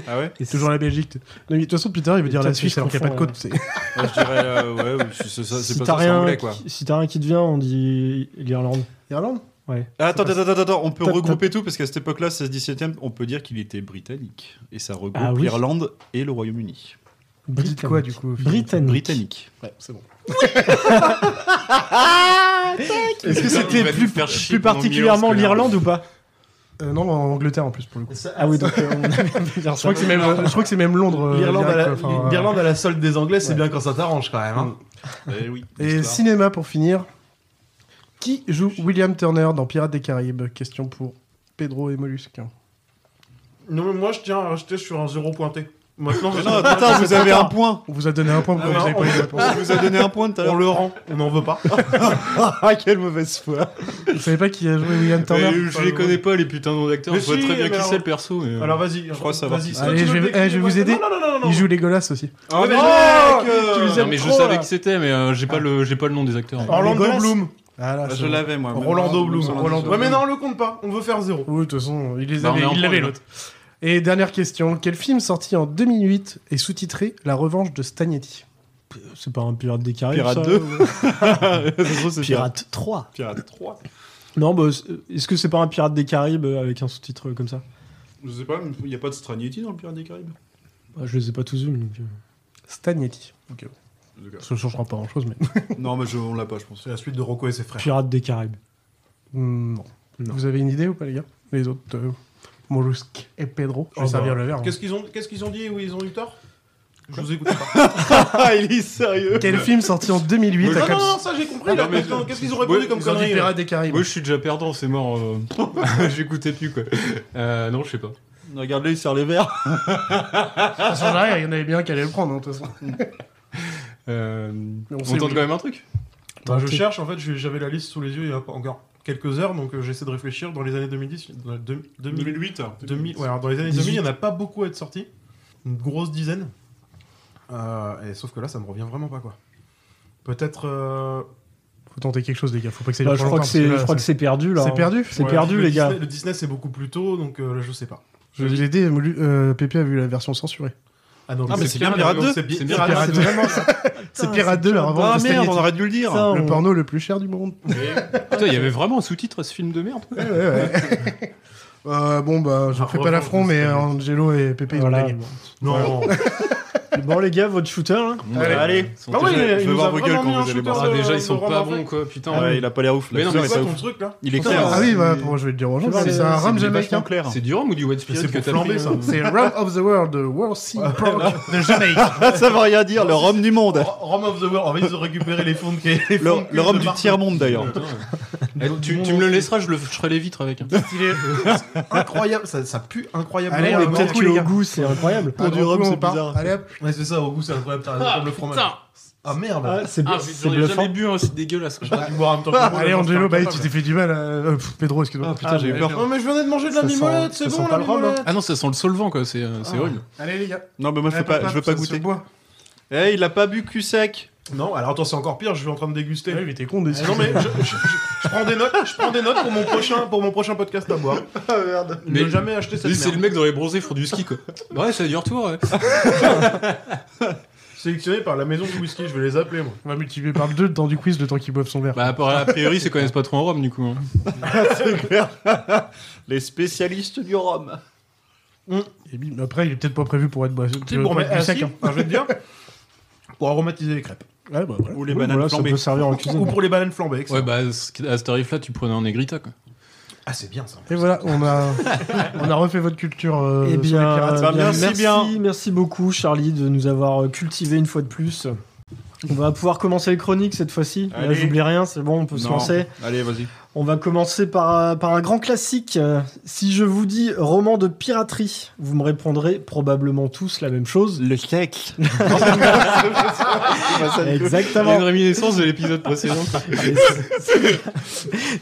[SPEAKER 9] Ah ouais
[SPEAKER 7] Et
[SPEAKER 8] Toujours la Belgique. Non, mais de toute façon, plus tard, il veut
[SPEAKER 7] Et
[SPEAKER 8] dire la
[SPEAKER 7] toi, tu
[SPEAKER 8] Suisse alors qu'il n'y a pas de
[SPEAKER 7] confonds,
[SPEAKER 8] côte. c'est-
[SPEAKER 9] Ouais, Je dirais. euh, ouais, c'est c'est ça- c'est
[SPEAKER 7] si
[SPEAKER 9] pas
[SPEAKER 7] t'as
[SPEAKER 9] ça, c'est
[SPEAKER 7] rien,
[SPEAKER 9] anglais quoi.
[SPEAKER 7] qui- si t'as rien qui te vient, on dit l'Irlande.
[SPEAKER 8] Irlande
[SPEAKER 7] Ouais.
[SPEAKER 9] Ah, Attends, attends, attends, attends, on peut
[SPEAKER 7] Top,
[SPEAKER 9] regrouper tout parce qu'à cette époque-là, 16-17ème, on peut dire qu'il était britannique. Et ça regroupe
[SPEAKER 7] Ah oui.
[SPEAKER 9] l'Irlande et le Royaume-Uni.
[SPEAKER 8] Vous dites quoi, du coup, au final
[SPEAKER 7] Britannique.
[SPEAKER 9] Britannique.
[SPEAKER 8] Ouais, c'est bon.
[SPEAKER 7] Est-ce que
[SPEAKER 11] Putain, il
[SPEAKER 7] c'était
[SPEAKER 11] va
[SPEAKER 7] plus,
[SPEAKER 11] nous faire chier
[SPEAKER 7] plus
[SPEAKER 11] pendant mille ans,
[SPEAKER 7] particulièrement
[SPEAKER 11] ce connard.
[SPEAKER 7] l'Irlande ou pas
[SPEAKER 8] Euh, non, en Angleterre en plus pour le coup.
[SPEAKER 7] Ah oui, donc euh, on avait Ah. bien
[SPEAKER 8] Je crois que c'est même, je crois que c'est même Londres. euh,
[SPEAKER 10] L'Irlande à,
[SPEAKER 8] direct,
[SPEAKER 10] la-
[SPEAKER 8] quoi, enfin,
[SPEAKER 10] l'Irlande à la solde des Anglais, c'est
[SPEAKER 8] ouais.
[SPEAKER 10] bien quand ça t'arrange quand même. hein.
[SPEAKER 9] Eh oui.
[SPEAKER 8] Et
[SPEAKER 9] l'histoire.
[SPEAKER 8] cinéma pour finir. Qui joue William Turner dans Pirates des Caraïbes Question pour Pedro et Mollusque.
[SPEAKER 10] Non, mais moi je tiens à rester sur un zéro pointé. Maintenant, je-
[SPEAKER 9] Mais non, attends, vous avez un point.
[SPEAKER 8] On vous a donné un point pour
[SPEAKER 10] Ah
[SPEAKER 8] vous
[SPEAKER 10] non,
[SPEAKER 8] avez pas eu de réponse.
[SPEAKER 9] On vous a donné un point tout à l'heure.
[SPEAKER 10] on le rend, on n'en veut pas.
[SPEAKER 9] Ah, quelle mauvaise foi.
[SPEAKER 8] Vous savez pas qui a joué William Turner
[SPEAKER 11] Mais je les connais pas, les putains de noms d'acteurs.
[SPEAKER 10] Mais
[SPEAKER 11] Je vois
[SPEAKER 10] si,
[SPEAKER 11] très bien
[SPEAKER 10] mais
[SPEAKER 11] qui
[SPEAKER 10] alors-
[SPEAKER 11] c'est le perso. mais, euh,
[SPEAKER 10] Alors vas-y,
[SPEAKER 9] crois savoir
[SPEAKER 10] vas-y,
[SPEAKER 9] qui
[SPEAKER 10] Scott,
[SPEAKER 8] c'est.
[SPEAKER 10] tu
[SPEAKER 8] Allez,
[SPEAKER 10] veux
[SPEAKER 8] je vais-
[SPEAKER 10] décrire-
[SPEAKER 8] eh, je vais vous aider.
[SPEAKER 10] Non, non, non, Eh, non, non.
[SPEAKER 8] Il joue Legolas aussi.
[SPEAKER 9] Oh,
[SPEAKER 10] mais
[SPEAKER 9] mec,
[SPEAKER 10] je-
[SPEAKER 9] euh,
[SPEAKER 10] tu les
[SPEAKER 11] Non,
[SPEAKER 10] aimes
[SPEAKER 11] mais je
[SPEAKER 10] trop,
[SPEAKER 11] savais
[SPEAKER 10] là.
[SPEAKER 11] qui c'était, mais euh, j'ai pas le j'ai pas le nom des acteurs.
[SPEAKER 10] Orlando
[SPEAKER 8] Legolas
[SPEAKER 10] Bloom.
[SPEAKER 8] Ah là,
[SPEAKER 9] Ah,
[SPEAKER 8] c'est
[SPEAKER 9] Je
[SPEAKER 8] bon.
[SPEAKER 9] l'avais moi. mais-
[SPEAKER 10] Orlando Bloom.
[SPEAKER 9] Orlando
[SPEAKER 10] Orlando.
[SPEAKER 9] Bloom.
[SPEAKER 10] Ouais, mais non, on le compte pas. On veut faire zéro.
[SPEAKER 8] Oui, de toute façon, il les
[SPEAKER 11] Bah, on est
[SPEAKER 8] avait,
[SPEAKER 11] en
[SPEAKER 8] il l'avait
[SPEAKER 11] point,
[SPEAKER 8] l'autre. Et dernière question. Quel film sorti en 2008 est sous-titré La revanche de Stagnetti
[SPEAKER 7] C'est pas un pirate des Caraïbes.
[SPEAKER 9] Pirate
[SPEAKER 7] ça,
[SPEAKER 9] 2.
[SPEAKER 7] ouais.
[SPEAKER 9] Ça se trouve, c'est
[SPEAKER 7] Pirate 3.
[SPEAKER 9] Pirate 3.
[SPEAKER 7] Non, bah, c'est- est-ce que c'est pas un pirate des Caraïbes euh, avec un sous-titre euh, comme ça
[SPEAKER 9] Je sais pas, il n'y a pas de Stragnetti dans le Pirate des Caraïbes
[SPEAKER 7] Bah, Je les ai pas tous vus. donc, euh.
[SPEAKER 8] Stagnetti. Ok. Ça ne changera pas grand-chose, mais...
[SPEAKER 9] Non, mais je, on l'a pas, je pense.
[SPEAKER 10] C'est la suite de Rocco et ses frères.
[SPEAKER 7] Pirate des Caraïbes.
[SPEAKER 8] Hmm, non.
[SPEAKER 7] Non.
[SPEAKER 8] Vous avez une idée ou pas, les gars Les autres... euh, Mollusque et Pedro. Je vais
[SPEAKER 10] Oh,
[SPEAKER 8] servir
[SPEAKER 10] bah.
[SPEAKER 8] le verre. hein.
[SPEAKER 10] Qu'est-ce qu'ils ont, qu'est-ce qu'ils ont dit où ils ont eu tort Je vous écoute pas.
[SPEAKER 8] Il est
[SPEAKER 7] hein.
[SPEAKER 8] sérieux. Quel film sorti en
[SPEAKER 10] Non,
[SPEAKER 8] 2008 a
[SPEAKER 10] non,
[SPEAKER 8] comme-
[SPEAKER 10] non, ça j'ai compris. là,
[SPEAKER 11] Non, mais-
[SPEAKER 10] maintenant, Qu'est-ce qu'ils ont répondu
[SPEAKER 11] Ouais,
[SPEAKER 10] comme
[SPEAKER 11] ils ont dit
[SPEAKER 10] connerie là
[SPEAKER 8] hein
[SPEAKER 11] Pirates des Caraïbes. Moi, je suis déjà perdant, c'est mort. euh. J'écoutais plus, quoi. Euh, non, je sais pas.
[SPEAKER 13] Regarde-le, il sert les verres.
[SPEAKER 8] Ça change rien, il y en avait bien qui allaient le prendre, hein, de toute façon.
[SPEAKER 11] Euh,
[SPEAKER 8] on
[SPEAKER 11] on
[SPEAKER 8] sait
[SPEAKER 11] tente
[SPEAKER 8] où-
[SPEAKER 11] quand même un truc
[SPEAKER 10] Bah, je cherche, en fait, j'ai- j'avais la liste sous les yeux il y a pas- encore quelques heures, donc euh, j'essaie de réfléchir. Dans les années 2010, dans la deux- hein.
[SPEAKER 9] 2008,
[SPEAKER 10] 2000, ouais, alors dans les années 2000, il n'y en a pas beaucoup à être sortis. Une grosse dizaine. Euh, et sauf que là, ça me revient vraiment pas, quoi. Peut-être. euh,
[SPEAKER 8] Faut tenter quelque chose, les gars. Faut pas que ça
[SPEAKER 7] Bah,
[SPEAKER 8] dure
[SPEAKER 7] je
[SPEAKER 8] trop
[SPEAKER 7] crois que
[SPEAKER 8] longtemps, parce
[SPEAKER 7] c'est-
[SPEAKER 8] là,
[SPEAKER 7] je crois que c'est perdu, là. hein.
[SPEAKER 8] C'est perdu.
[SPEAKER 7] C'est perdu,
[SPEAKER 10] le
[SPEAKER 7] les gars.
[SPEAKER 10] Disney- le Disney, c'est beaucoup plus tôt, donc euh, là, je sais pas.
[SPEAKER 8] Je l'ai aidé, Moulu- euh, Pépé a vu la version censurée.
[SPEAKER 10] Ah non,
[SPEAKER 8] Ah, mais
[SPEAKER 10] mais
[SPEAKER 8] c'est
[SPEAKER 10] c'est
[SPEAKER 8] bien
[SPEAKER 10] bien
[SPEAKER 8] Pirate
[SPEAKER 10] Pirate 2.
[SPEAKER 8] deux.
[SPEAKER 10] C'est
[SPEAKER 8] C'est
[SPEAKER 10] bien
[SPEAKER 8] Pirate
[SPEAKER 10] Pirate
[SPEAKER 8] deux.
[SPEAKER 10] 2.
[SPEAKER 8] C'est Pirate 2, la revanche
[SPEAKER 9] Ah,
[SPEAKER 8] de Spaghetti.
[SPEAKER 11] Ça,
[SPEAKER 8] Le
[SPEAKER 11] on-
[SPEAKER 8] porno le plus cher du monde.
[SPEAKER 11] Putain, il y avait vraiment un sous-titre à ce film de merde.
[SPEAKER 8] Ouais, ouais, ouais. Euh, bon, bah, je ne fais pas l'affront, mais euh, Angelo et Pépé, ils ont gagné.
[SPEAKER 10] Non.
[SPEAKER 7] bon, les gars, votre shooter, hein. là
[SPEAKER 8] Allez. Allez.
[SPEAKER 10] Ah oui,
[SPEAKER 13] je
[SPEAKER 10] il
[SPEAKER 13] veux
[SPEAKER 10] nous
[SPEAKER 13] voir
[SPEAKER 10] a
[SPEAKER 13] vos gueules
[SPEAKER 10] vraiment
[SPEAKER 13] quand
[SPEAKER 10] mis
[SPEAKER 13] vous
[SPEAKER 10] un
[SPEAKER 13] allez
[SPEAKER 10] shooter
[SPEAKER 13] boire.
[SPEAKER 10] de-
[SPEAKER 11] Ah, déjà, ils
[SPEAKER 10] de
[SPEAKER 11] sont pas
[SPEAKER 10] Romain
[SPEAKER 11] bons,
[SPEAKER 10] Fay.
[SPEAKER 11] quoi, putain.
[SPEAKER 13] Ah ouais, il a pas l'air ouf, là.
[SPEAKER 11] Mais non,
[SPEAKER 13] C'est
[SPEAKER 11] mais
[SPEAKER 13] quoi
[SPEAKER 11] c'est
[SPEAKER 13] ton
[SPEAKER 11] ouf.
[SPEAKER 13] truc, là
[SPEAKER 11] Il est
[SPEAKER 13] Attends,
[SPEAKER 11] clair.
[SPEAKER 13] ah oui, bah, pour-
[SPEAKER 8] je vais te dire aux gens, c'est un rhum jamaïcain.
[SPEAKER 11] C'est du rhum ou du white spirit que t'as pris, hein
[SPEAKER 8] C'est Rum of the World, the World Sea Pork de Jamaïque.
[SPEAKER 9] Ah,
[SPEAKER 13] ça veut rien dire, le rhum du
[SPEAKER 9] Oh,
[SPEAKER 13] monde.
[SPEAKER 10] Rome of the World, en fait, ils ont récupéré les fonds de les
[SPEAKER 13] Le-
[SPEAKER 10] fonds de
[SPEAKER 13] le
[SPEAKER 10] cuve
[SPEAKER 13] rhum
[SPEAKER 10] de
[SPEAKER 13] du
[SPEAKER 10] Martin.
[SPEAKER 13] tiers-monde, d'ailleurs.
[SPEAKER 10] Putain,
[SPEAKER 11] Eh, tu, tu me le laisseras, je le je ferai les vitres avec. hein.
[SPEAKER 10] incroyable, ça, ça pue incroyablement.
[SPEAKER 11] Allez,
[SPEAKER 10] le
[SPEAKER 11] mais peut-être
[SPEAKER 10] goût,
[SPEAKER 11] que
[SPEAKER 10] les
[SPEAKER 11] au
[SPEAKER 10] gars.
[SPEAKER 11] goût, c'est incroyable.
[SPEAKER 10] Pour
[SPEAKER 7] Ah,
[SPEAKER 10] du
[SPEAKER 8] Alors,
[SPEAKER 10] rhum,
[SPEAKER 8] on
[SPEAKER 10] c'est
[SPEAKER 8] part.
[SPEAKER 10] bizarre.
[SPEAKER 8] Allez, hop.
[SPEAKER 10] Ouais, c'est ça, au goût, c'est incroyable. t'as raison,
[SPEAKER 11] Ah,
[SPEAKER 10] comme le fromage.
[SPEAKER 11] putain.
[SPEAKER 10] Ah merde.
[SPEAKER 11] Ah, c'est bluff- c'est
[SPEAKER 10] J'en ai
[SPEAKER 11] bluffant.
[SPEAKER 10] jamais bu un, c'est dégueulasse. quoi. J'aurais dû boire en même temps que moi,
[SPEAKER 8] Allez,
[SPEAKER 10] j'en suis
[SPEAKER 8] Angelo, bah,
[SPEAKER 10] incapable.
[SPEAKER 8] tu t'es fait du mal. à- euh, pff, Pedro, excuse-moi.
[SPEAKER 11] Ah, putain, j'ai eu peur.
[SPEAKER 10] Non, mais je venais de manger de la
[SPEAKER 8] Ça sent-
[SPEAKER 10] mimolette, c'est
[SPEAKER 8] ça sent
[SPEAKER 10] bon,
[SPEAKER 8] pas
[SPEAKER 10] la
[SPEAKER 8] le rhum, hein.
[SPEAKER 10] mimolette.
[SPEAKER 11] Ah non, ça sent le solvant, quoi. C'est euh, c'est
[SPEAKER 10] Ah.
[SPEAKER 11] horrible.
[SPEAKER 8] Allez, les gars.
[SPEAKER 13] Non, mais moi, je
[SPEAKER 10] Ouais,
[SPEAKER 13] veux pas,
[SPEAKER 10] papa,
[SPEAKER 13] je veux pas
[SPEAKER 10] ça se
[SPEAKER 13] goûter.
[SPEAKER 10] boit.
[SPEAKER 13] Eh, il a pas bu cul sec.
[SPEAKER 10] Non, alors attends, c'est encore pire, je suis en train de déguster.
[SPEAKER 8] il était con, déçu.
[SPEAKER 10] Non, mais je, je- je- je prends des notes, je prends des notes pour mon prochain, pour mon prochain podcast à boire. Ah merde. Ne jamais acheter cette
[SPEAKER 11] mais C'est le
[SPEAKER 10] merde.
[SPEAKER 11] mec dans les bronzés font du ski, quoi. Ouais, ça dure tout, ouais.
[SPEAKER 10] Sélectionné par la maison du whisky, je vais les appeler, moi.
[SPEAKER 8] On va multiplier par le 2 dans du quiz le temps qu'ils boivent son verre.
[SPEAKER 11] Bah, à part- a priori, ils se connaissent pas trop en Rome, du coup. hein.
[SPEAKER 13] C'est clair. Les spécialistes du rhum.
[SPEAKER 8] Et bim, après, il est peut-être pas prévu pour être boisson.
[SPEAKER 10] Si, pour mettre du sec,
[SPEAKER 8] hein.
[SPEAKER 10] hein, je vais te dire, pour aromatiser les crêpes.
[SPEAKER 8] Ouais, bah, voilà.
[SPEAKER 10] Ou les
[SPEAKER 8] Oui,
[SPEAKER 10] bananes
[SPEAKER 8] voilà, ça
[SPEAKER 10] flambées.
[SPEAKER 8] peut servir en cuisine.
[SPEAKER 10] Ou pour les bananes flambées. etc.
[SPEAKER 11] Ouais, bah, à ce à ce tarif-là, tu prenais un Negrita, quoi.
[SPEAKER 10] Ah, c'est bien ça.
[SPEAKER 8] Et voilà, on a, on a refait votre culture. euh,
[SPEAKER 7] Eh
[SPEAKER 8] sur les
[SPEAKER 7] bien,
[SPEAKER 8] pirates.
[SPEAKER 7] eh bien, merci, merci beaucoup, Charlie, de nous avoir euh, cultivé une fois de plus. On va pouvoir commencer les chroniques cette fois-ci. Là,
[SPEAKER 13] Allez.
[SPEAKER 7] J'oublie rien, c'est bon, on peut se
[SPEAKER 13] Non.
[SPEAKER 7] lancer.
[SPEAKER 13] Allez, vas-y.
[SPEAKER 7] On va commencer par, euh, par un grand classique. Euh, Si je vous dis roman de piraterie, vous me répondrez probablement tous la même chose.
[SPEAKER 13] Le sexe.
[SPEAKER 7] Exactement.
[SPEAKER 11] Une réminiscence de l'épisode précédent.
[SPEAKER 7] Et c'est-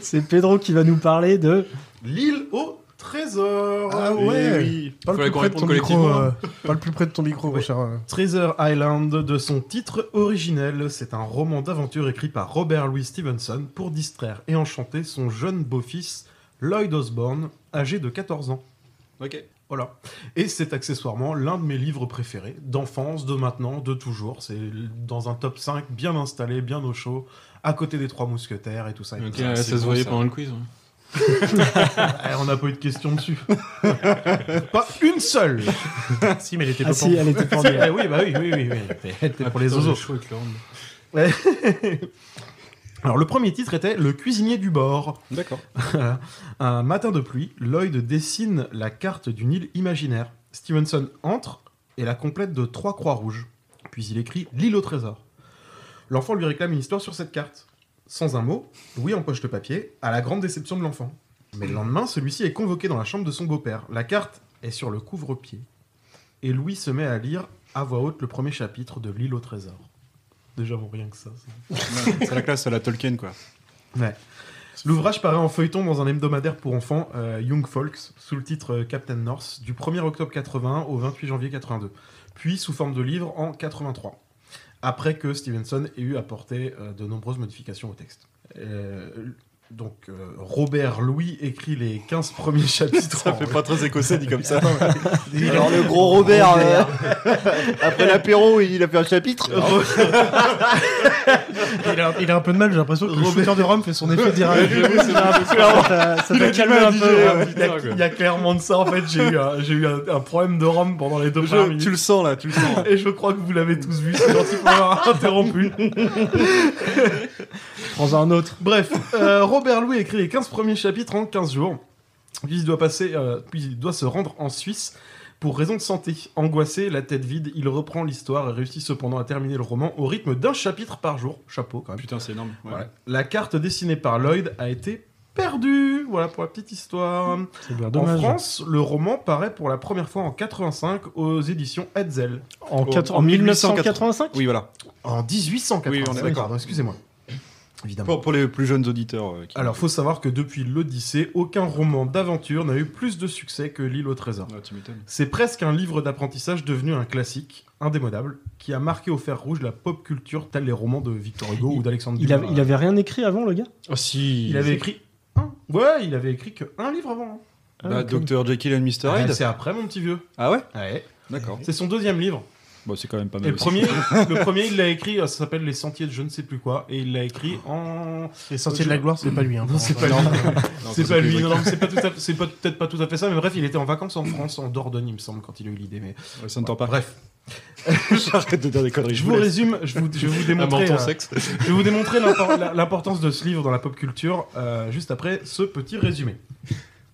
[SPEAKER 7] C'est Pedro qui va nous parler de
[SPEAKER 10] L'île au trésor. Eh
[SPEAKER 8] Ah ouais. Parle
[SPEAKER 11] Fallait
[SPEAKER 8] plus
[SPEAKER 11] qu'on
[SPEAKER 8] près de ton
[SPEAKER 11] réponde
[SPEAKER 8] micro.
[SPEAKER 11] collectivement,
[SPEAKER 8] euh,
[SPEAKER 10] hein.
[SPEAKER 8] Parle plus près de ton micro, mon cher. euh.
[SPEAKER 10] Treasure Island, de son titre originel, c'est un roman d'aventure écrit par Robert Louis Stevenson pour distraire et enchanter son jeune beau-fils Lloyd Osborne, âgé de 14 ans.
[SPEAKER 13] Ok.
[SPEAKER 10] Voilà. Et c'est accessoirement l'un de mes livres préférés, d'enfance, de maintenant, de toujours. C'est dans un top 5 bien installé, bien au chaud, à côté des Trois Mousquetaires et tout ça. et tout
[SPEAKER 11] Ok,
[SPEAKER 10] ça.
[SPEAKER 11] ouais, ça
[SPEAKER 10] C'est
[SPEAKER 11] se
[SPEAKER 10] bon,
[SPEAKER 11] voyait
[SPEAKER 10] ça.
[SPEAKER 11] pendant le quiz. hein. ouais.
[SPEAKER 10] Eh, on n'a pas eu de question dessus. pas une seule. si, mais elle était
[SPEAKER 7] Ah si, elle était pas en
[SPEAKER 10] Si,
[SPEAKER 7] ligne.
[SPEAKER 10] eh oui, bah oui, oui, oui. oui. Elle était pour les
[SPEAKER 11] Ah, Putain, j'ai
[SPEAKER 10] oiseaux.
[SPEAKER 11] chaud avec le rhum.
[SPEAKER 10] Alors, le premier titre était Le cuisinier du bord.
[SPEAKER 13] D'accord.
[SPEAKER 10] Un matin de pluie, Lloyd dessine la carte d'une île imaginaire. Stevenson entre et la complète de trois croix rouges. Puis il écrit L'île au trésor. L'enfant lui réclame une histoire sur cette carte. Sans un mot, Louis empoche le papier, à la grande déception de l'enfant. Mais le lendemain, celui-ci est convoqué dans la chambre de son beau-père. La carte est sur le couvre-pied. Et Louis se met à lire à voix haute le premier chapitre de L'île au trésor. Déjà, bon, rien que ça. c'est-
[SPEAKER 9] C'est la classe à la Tolkien, quoi.
[SPEAKER 10] Ouais. L'ouvrage paraît en feuilleton dans un hebdomadaire pour enfants, euh, Young Folks, sous le titre euh, Captain North, du 1er octobre 80 au 28 janvier 82, puis sous forme de livre en 83, après que Stevenson ait eu apporté euh, de nombreuses modifications au texte. Euh, donc, euh, Robert Louis écrit les 15 premiers chapitres.
[SPEAKER 13] Ça
[SPEAKER 10] en-
[SPEAKER 13] fait pas très écossais dit comme ça.
[SPEAKER 10] Il-
[SPEAKER 13] Alors, le gros Robert, euh, après l'apéro, il a fait un chapitre.
[SPEAKER 8] Il a, il a un peu de mal, j'ai l'impression que le
[SPEAKER 10] Robert-
[SPEAKER 8] shooter de Rome fait son effet direct.
[SPEAKER 7] Ça t'a calmé un peu. hein.
[SPEAKER 10] Il y, a, il y a clairement de ça en fait. J'ai eu, un, j'ai eu un, un problème de rhum pendant les deux premières
[SPEAKER 13] Je-
[SPEAKER 10] minutes.
[SPEAKER 13] tu le sens là, tu le sens.
[SPEAKER 10] Et je crois que vous l'avez tous vu, c'est gentil pour m'avoir interrompu.
[SPEAKER 7] Prends un autre.
[SPEAKER 10] Bref, euh, Robert Louis écrit les 15 premiers chapitres en 15 jours. Puis il doit, passer, euh, puis il doit se rendre en Suisse Pour raison de santé, angoissé, la tête vide, il reprend l'histoire et réussit cependant à terminer le roman au rythme d'un chapitre par jour. Chapeau quand même.
[SPEAKER 9] Putain, c'est énorme. ouais.
[SPEAKER 10] Voilà. La carte dessinée par Lloyd a été perdue. Voilà pour la petite histoire.
[SPEAKER 7] bien
[SPEAKER 10] En
[SPEAKER 7] dommage.
[SPEAKER 10] France, le roman paraît pour la première fois en 85 aux éditions Hetzel.
[SPEAKER 7] En
[SPEAKER 10] Au-
[SPEAKER 7] quatre- en 1985
[SPEAKER 9] Oui, voilà.
[SPEAKER 10] En 1885.
[SPEAKER 9] Oui, on est d'accord.
[SPEAKER 10] pardon, excusez-moi. Évidemment.
[SPEAKER 9] Pour, pour les plus jeunes auditeurs. euh, qui-
[SPEAKER 10] Alors, faut savoir que depuis l'Odyssée, aucun roman d'aventure n'a eu plus de succès que L'île au trésor.
[SPEAKER 9] Ah, tu m'étonnes.
[SPEAKER 10] C'est presque un livre d'apprentissage devenu un classique, indémodable, qui a marqué au fer rouge la pop culture, tels les romans de Victor Hugo ou d'Alexandre
[SPEAKER 7] Il, a-
[SPEAKER 10] Dumas.
[SPEAKER 7] il avait rien écrit avant, le gars
[SPEAKER 9] Ah, si.
[SPEAKER 10] Oh, Il avait écrit un. Ouais, il avait écrit que un livre avant. hein.
[SPEAKER 9] Bah, Dr. Jekyll and Mr.
[SPEAKER 10] Ah,
[SPEAKER 9] Hyde.
[SPEAKER 10] c'est après, mon petit vieux.
[SPEAKER 9] Ah ouais
[SPEAKER 10] Ouais.
[SPEAKER 9] D'accord.
[SPEAKER 10] C'est son deuxième livre.
[SPEAKER 9] Bon, c'est quand même pas
[SPEAKER 10] Et
[SPEAKER 9] mal.
[SPEAKER 10] le
[SPEAKER 9] aussi.
[SPEAKER 10] premier, le premier, il l'a écrit, euh, ça s'appelle Les Sentiers de je ne sais plus quoi, et il l'a écrit en.
[SPEAKER 8] Les Sentiers de la Gloire, c'est pas lui, hein.
[SPEAKER 10] Non, c'est pas lui.
[SPEAKER 8] Non.
[SPEAKER 10] Non, C'est
[SPEAKER 8] ça, c'est
[SPEAKER 10] pas lui.
[SPEAKER 8] Kubrick.
[SPEAKER 10] Non, non, c'est pas tout à fait- c'est pas- peut-être pas tout à fait ça, mais bref, il était en vacances en France, en Dordogne, il me semble, quand il a eu l'idée. Mais
[SPEAKER 9] ça ne tend pas.
[SPEAKER 10] Bref.
[SPEAKER 9] J'arrête de dire des conneries.
[SPEAKER 10] Je vous résume, je, vous, je vais vous démontrer,
[SPEAKER 11] Amant ton
[SPEAKER 10] euh,
[SPEAKER 11] sexe.
[SPEAKER 10] je vais vous démontrer l'impor- la- l'importance de ce livre dans la pop culture euh, juste après ce petit résumé.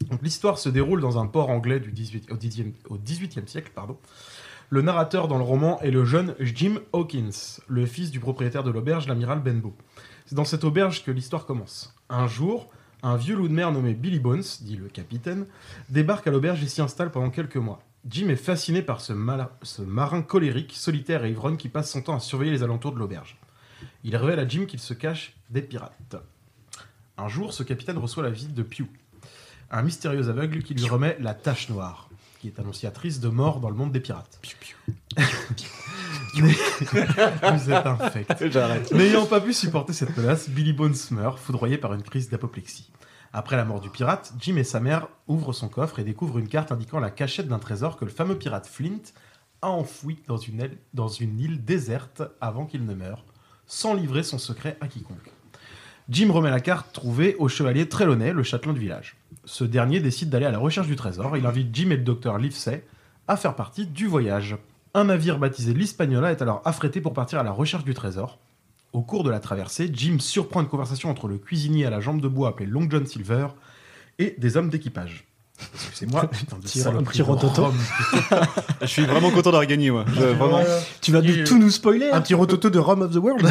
[SPEAKER 10] Donc, L'histoire se déroule dans un port anglais du 18, au, 18e, au 18e siècle. Pardon. Le narrateur dans le roman est le jeune Jim Hawkins, le fils du propriétaire de l'auberge, l'amiral Benbow. C'est dans cette auberge que l'histoire commence. Un jour, un vieux loup de mer nommé Billy Bones, dit le capitaine, débarque à l'auberge et s'y installe pendant quelques mois. Jim est fasciné par ce, mal- ce marin colérique, solitaire et ivrogne qui passe son temps à surveiller les alentours de l'auberge. Il révèle à Jim qu'il se cache des pirates. Un jour, ce capitaine reçoit la visite de Pew, un mystérieux aveugle qui lui remet la tache noire, qui est annonciatrice de mort dans le monde des pirates. Vous êtes infect.
[SPEAKER 13] J'arrête.
[SPEAKER 10] N'ayant pas pu supporter cette menace, Billy Bones meurt, foudroyé par une crise d'apoplexie. Après la mort du pirate, Jim et sa mère ouvrent son coffre et découvrent une carte indiquant la cachette d'un trésor que le fameux pirate Flint a enfoui dans une, aile- dans une île déserte avant qu'il ne meure, sans livrer son secret à quiconque. Jim remet la carte trouvée au chevalier Trelawney, le châtelain du village. Ce dernier décide d'aller à la recherche du trésor. Il invite Jim et le docteur Livesey à faire partie du voyage. Un navire baptisé l'Hispaniola est alors affrété pour partir à la recherche du trésor. Au cours de la traversée, Jim surprend une conversation entre le cuisinier à la jambe de bois appelé Long John Silver et des hommes d'équipage. Excusez-moi, putain de
[SPEAKER 7] Petit-
[SPEAKER 10] saloperie
[SPEAKER 7] un petit
[SPEAKER 10] de
[SPEAKER 7] rototo.
[SPEAKER 10] Rome, putain.
[SPEAKER 9] Ah, Je suis vraiment content d'avoir gagné, moi. Euh, vraiment.
[SPEAKER 7] Tu vas
[SPEAKER 10] Il-
[SPEAKER 7] de tout nous spoiler
[SPEAKER 8] Un
[SPEAKER 7] hein.
[SPEAKER 8] petit rototo de Rome of the World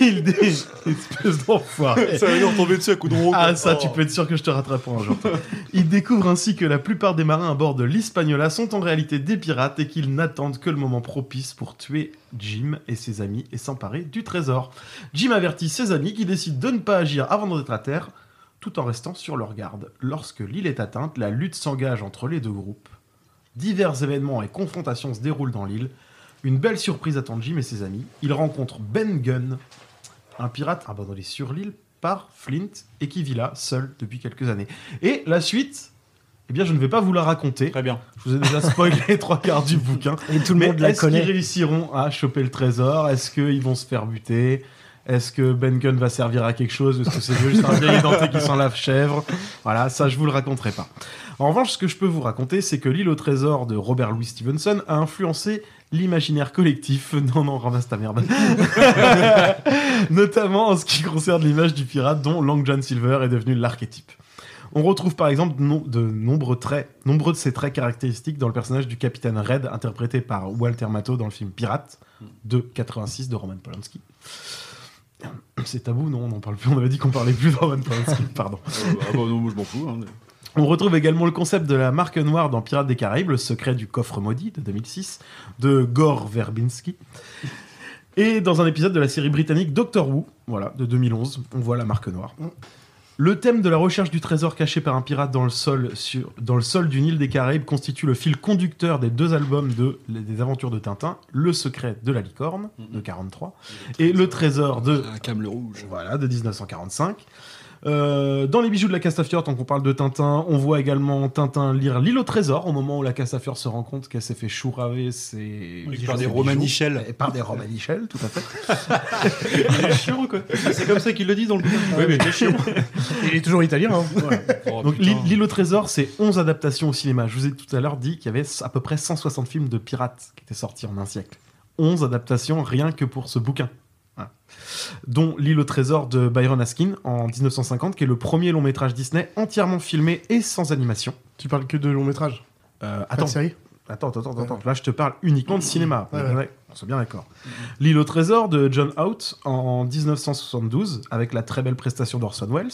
[SPEAKER 10] Il dé... Espèce d'enfoiré.
[SPEAKER 9] Ça va nous retomber dessus à coup de roue.
[SPEAKER 10] Ah ça, tu peux être sûr que je te rattraperai un jour. Il découvre ainsi que la plupart des marins à bord de l'Hispaniola sont en réalité des pirates et qu'ils n'attendent que le moment propice pour tuer Jim et ses amis et s'emparer du trésor. Jim avertit ses amis qui décident de ne pas agir avant d'en être à terre, tout en restant sur leur garde. Lorsque l'île est atteinte, la lutte s'engage entre les deux groupes. Divers événements et confrontations se déroulent dans l'île. Une belle surprise attend Jim et ses amis. Il rencontre Ben Gunn, un pirate abandonné sur l'île par Flint et qui vit là seul depuis quelques années. Et la suite, eh bien, je ne vais pas vous la raconter.
[SPEAKER 9] Très bien.
[SPEAKER 10] Je vous ai déjà spoilé trois quarts du bouquin.
[SPEAKER 7] Et tout le
[SPEAKER 10] Mais
[SPEAKER 7] monde la
[SPEAKER 10] est-ce qu'ils
[SPEAKER 7] connaît.
[SPEAKER 10] réussiront à choper le trésor Est-ce qu'ils vont se faire buter Est-ce que Ben Gunn va servir à quelque chose Est-ce que c'est juste un vieil denté qui s'en lave chèvre Voilà, ça je vous le raconterai pas. En revanche, ce que je peux vous raconter, c'est que l'île au trésor de Robert Louis Stevenson a influencé l'imaginaire collectif. Non, non, ramasse ta merde. Notamment en ce qui concerne l'image du pirate dont Long John Silver est devenu l'archétype. On retrouve par exemple de nom- de nombreux traits, nombreux de ces traits caractéristiques dans le personnage du capitaine Red, interprété par Walter Matthau dans le film Pirate de 86 de Roman Polanski. C'est tabou, non On n'en parle plus. On avait dit qu'on parlait plus de Roman Polanski. Pardon.
[SPEAKER 9] Euh, ah bah non, moi je m'en fous. hein.
[SPEAKER 10] On retrouve également le concept de la marque noire dans Pirates des Caraïbes, le secret du coffre maudit de 2006, de Gore Verbinski. Et dans un épisode de la série britannique Doctor Who, voilà, de 2011, on voit la marque noire. Le thème de la recherche du trésor caché par un pirate dans le sol, sur, dans le sol d'une île des Caraïbes constitue le fil conducteur des deux albums de, les- des aventures de Tintin, Le secret de la licorne, de 43, et Le trésor de
[SPEAKER 11] Ah,
[SPEAKER 9] Un câble rouge.
[SPEAKER 10] voilà, de 1945. Euh, dans les bijoux de la Castafiore, tant qu'on parle de Tintin, on voit également Tintin lire L'île au trésor au moment où la Castafiore se rend compte qu'elle s'est fait chouraver ses.
[SPEAKER 9] Oui,
[SPEAKER 10] bijoux,
[SPEAKER 9] par des
[SPEAKER 10] ses
[SPEAKER 9] Romanichels.
[SPEAKER 10] bijoux. Et Par des Romanichels, tout à fait.
[SPEAKER 11] chiant, quoi. C'est comme ça qu'il le dit dans le bouquin.
[SPEAKER 10] Oui, mais
[SPEAKER 8] Il est toujours italien, hein.
[SPEAKER 11] Oh,
[SPEAKER 10] Donc l'île l'île au trésor, c'est 11 adaptations au cinéma. Je vous ai tout à l'heure dit qu'il y avait à peu près 160 films de pirates qui étaient sortis en un siècle. 11 adaptations rien que pour ce bouquin. Voilà. Dont L'île au trésor de Byron Askin en 1950, qui est le premier long métrage Disney entièrement filmé et sans animation. Euh,
[SPEAKER 8] Tu parles que de long métrage
[SPEAKER 10] Attends.
[SPEAKER 8] de série
[SPEAKER 10] Attends, attends, attends, attends. Là, je te parle uniquement de cinéma.
[SPEAKER 8] Ouais,
[SPEAKER 10] On est bien-
[SPEAKER 8] ouais.
[SPEAKER 10] On est bien d'accord. L'île au trésor de John Hout en 1972, avec la très belle prestation d'Orson Welles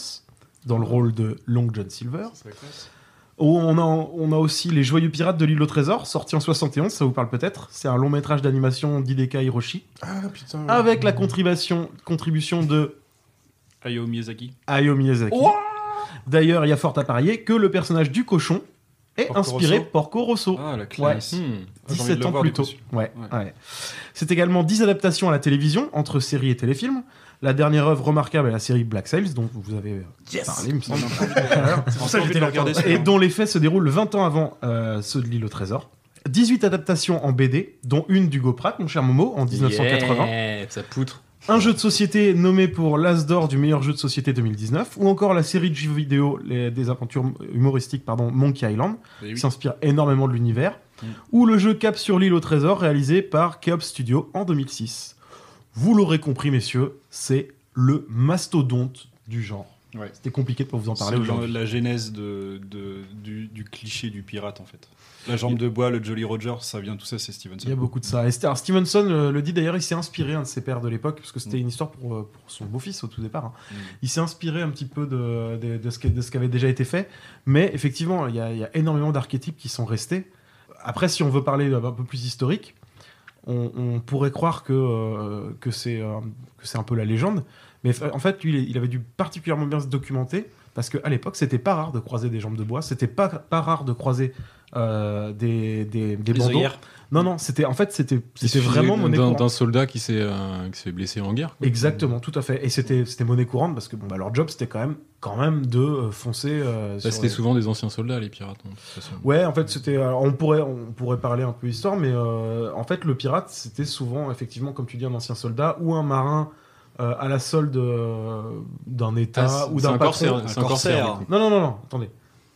[SPEAKER 10] dans le rôle de Long John Silver. Oh, on, a, on a aussi Les Joyeux Pirates de l'île au trésor, sorti en 71, ça vous parle peut-être. C'est un long métrage d'animation d'Hideka Hiroshi,
[SPEAKER 8] Ah putain. ouais.
[SPEAKER 10] avec la contribution, contribution de
[SPEAKER 9] Hayao Miyazaki.
[SPEAKER 10] Hayao Miyazaki.
[SPEAKER 9] Ouah
[SPEAKER 10] D'ailleurs, il y a fort à parier que le personnage du cochon est
[SPEAKER 9] Porco
[SPEAKER 10] inspiré
[SPEAKER 9] Rosso
[SPEAKER 10] Porco Rosso.
[SPEAKER 9] Ah, la classe.
[SPEAKER 10] Ouais.
[SPEAKER 9] Hmm. Ah, j'ai envie de
[SPEAKER 10] 17
[SPEAKER 9] le
[SPEAKER 10] ans
[SPEAKER 9] voir,
[SPEAKER 10] plus
[SPEAKER 9] du
[SPEAKER 10] tôt.
[SPEAKER 9] coup, celui-là.
[SPEAKER 10] Ouais, ouais. C'est également 10 adaptations à la télévision, entre séries et téléfilms. La dernière œuvre remarquable est la série Black Sails, dont vous avez euh,
[SPEAKER 9] Yes
[SPEAKER 10] parlé, il me semble.
[SPEAKER 9] On a envie de-
[SPEAKER 10] Alors,
[SPEAKER 9] C'est pour ça que j'étais là.
[SPEAKER 10] Et dont les faits se déroulent 20 ans avant euh, ceux de l'île au trésor. 18 adaptations en BD, dont une du Pratt, mon cher Momo, en 1980.
[SPEAKER 11] Yeah, ça poutre.
[SPEAKER 10] Un jeu de société nommé pour l'As d'or du meilleur jeu de société 2019, ou encore la série de jeux vidéo les- des aventures humoristiques pardon, Monkey Island,
[SPEAKER 11] Eh oui.
[SPEAKER 10] qui s'inspire énormément de l'univers,
[SPEAKER 11] Mm.
[SPEAKER 10] ou le jeu Cap sur l'île au trésor réalisé par Keop Studio en 2006. Vous l'aurez compris, messieurs, c'est le mastodonte du genre.
[SPEAKER 9] Ouais.
[SPEAKER 10] C'était compliqué de pas vous en parler
[SPEAKER 9] C'est
[SPEAKER 10] aujourd'hui.
[SPEAKER 9] la genèse de, de- du, du cliché du pirate en fait. La jambe de bois, le Jolly Roger, ça vient tout ça, c'est Stevenson.
[SPEAKER 10] Il y a beaucoup de ça. Et c'était- alors, Stevenson euh, le dit d'ailleurs, il s'est inspiré un de ses pères de l'époque, parce que c'était une histoire pour, euh, pour son beau-fils au tout départ. hein.
[SPEAKER 9] Mm.
[SPEAKER 10] Il s'est inspiré un petit peu de, de, de ce qui, de ce qui avait déjà été fait, mais effectivement, il y a, il y a énormément d'archétypes qui sont restés. Après, si on veut parler euh, un peu plus historique, on, on pourrait croire que, euh, que c'est euh, que c'est un peu la légende, mais fa- en fait, lui, il est- il avait dû particulièrement bien se documenter, parce qu'à l'époque, c'était pas rare de croiser des jambes de bois, c'était pas, pas rare de croiser euh, des, des, des
[SPEAKER 11] Les
[SPEAKER 10] bandeaux.
[SPEAKER 11] œillères.
[SPEAKER 10] Non, non, c'était en fait, c'était
[SPEAKER 11] Il
[SPEAKER 10] c'était
[SPEAKER 11] suffit
[SPEAKER 10] vraiment
[SPEAKER 11] d'un-
[SPEAKER 10] monnaie
[SPEAKER 11] d'un,
[SPEAKER 10] courante.
[SPEAKER 11] d'un soldat qui s'est, euh, qui s'est blessé en guerre. quoi.
[SPEAKER 10] Exactement, tout à fait. Et c'était c'était monnaie courante parce que bon, bah, leur job, c'était quand même, quand même de euh, foncer. euh,
[SPEAKER 11] Bah,
[SPEAKER 10] sur
[SPEAKER 11] c'était
[SPEAKER 10] les-
[SPEAKER 11] souvent des anciens soldats, les pirates. hein, de toute façon.
[SPEAKER 10] Ouais, en fait, c'était. alors, On pourrait, on pourrait parler un peu histoire, mais euh, en fait, le pirate, c'était souvent, effectivement, comme tu dis, un ancien soldat ou un marin euh, à la solde euh, d'un État
[SPEAKER 11] Ah, c'est-
[SPEAKER 10] ou
[SPEAKER 11] c'est
[SPEAKER 10] d'un
[SPEAKER 11] un
[SPEAKER 10] patron.
[SPEAKER 11] corsaire, c'est un corsaire, du coup.
[SPEAKER 10] Non, non, non, non, attendez.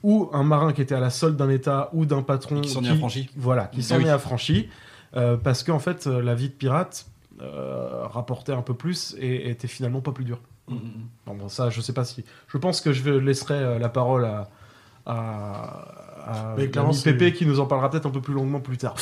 [SPEAKER 10] Ou un marin qui était à la solde d'un État ou d'un patron.
[SPEAKER 9] Qui s'en est affranchi.
[SPEAKER 10] Voilà, qui
[SPEAKER 9] Ah
[SPEAKER 10] s'en
[SPEAKER 9] oui.
[SPEAKER 10] est affranchi. euh, parce qu'en fait, euh, la vie de pirate euh, rapportait un peu plus et était finalement pas plus dure. Bon, bon, ça, je sais pas si. Je pense que je vais- laisserai euh, la parole à. à, à
[SPEAKER 8] Mais clairement,
[SPEAKER 10] l'ami
[SPEAKER 8] c'est-
[SPEAKER 10] Pépé qui nous en parlera peut-être un peu plus longuement plus tard.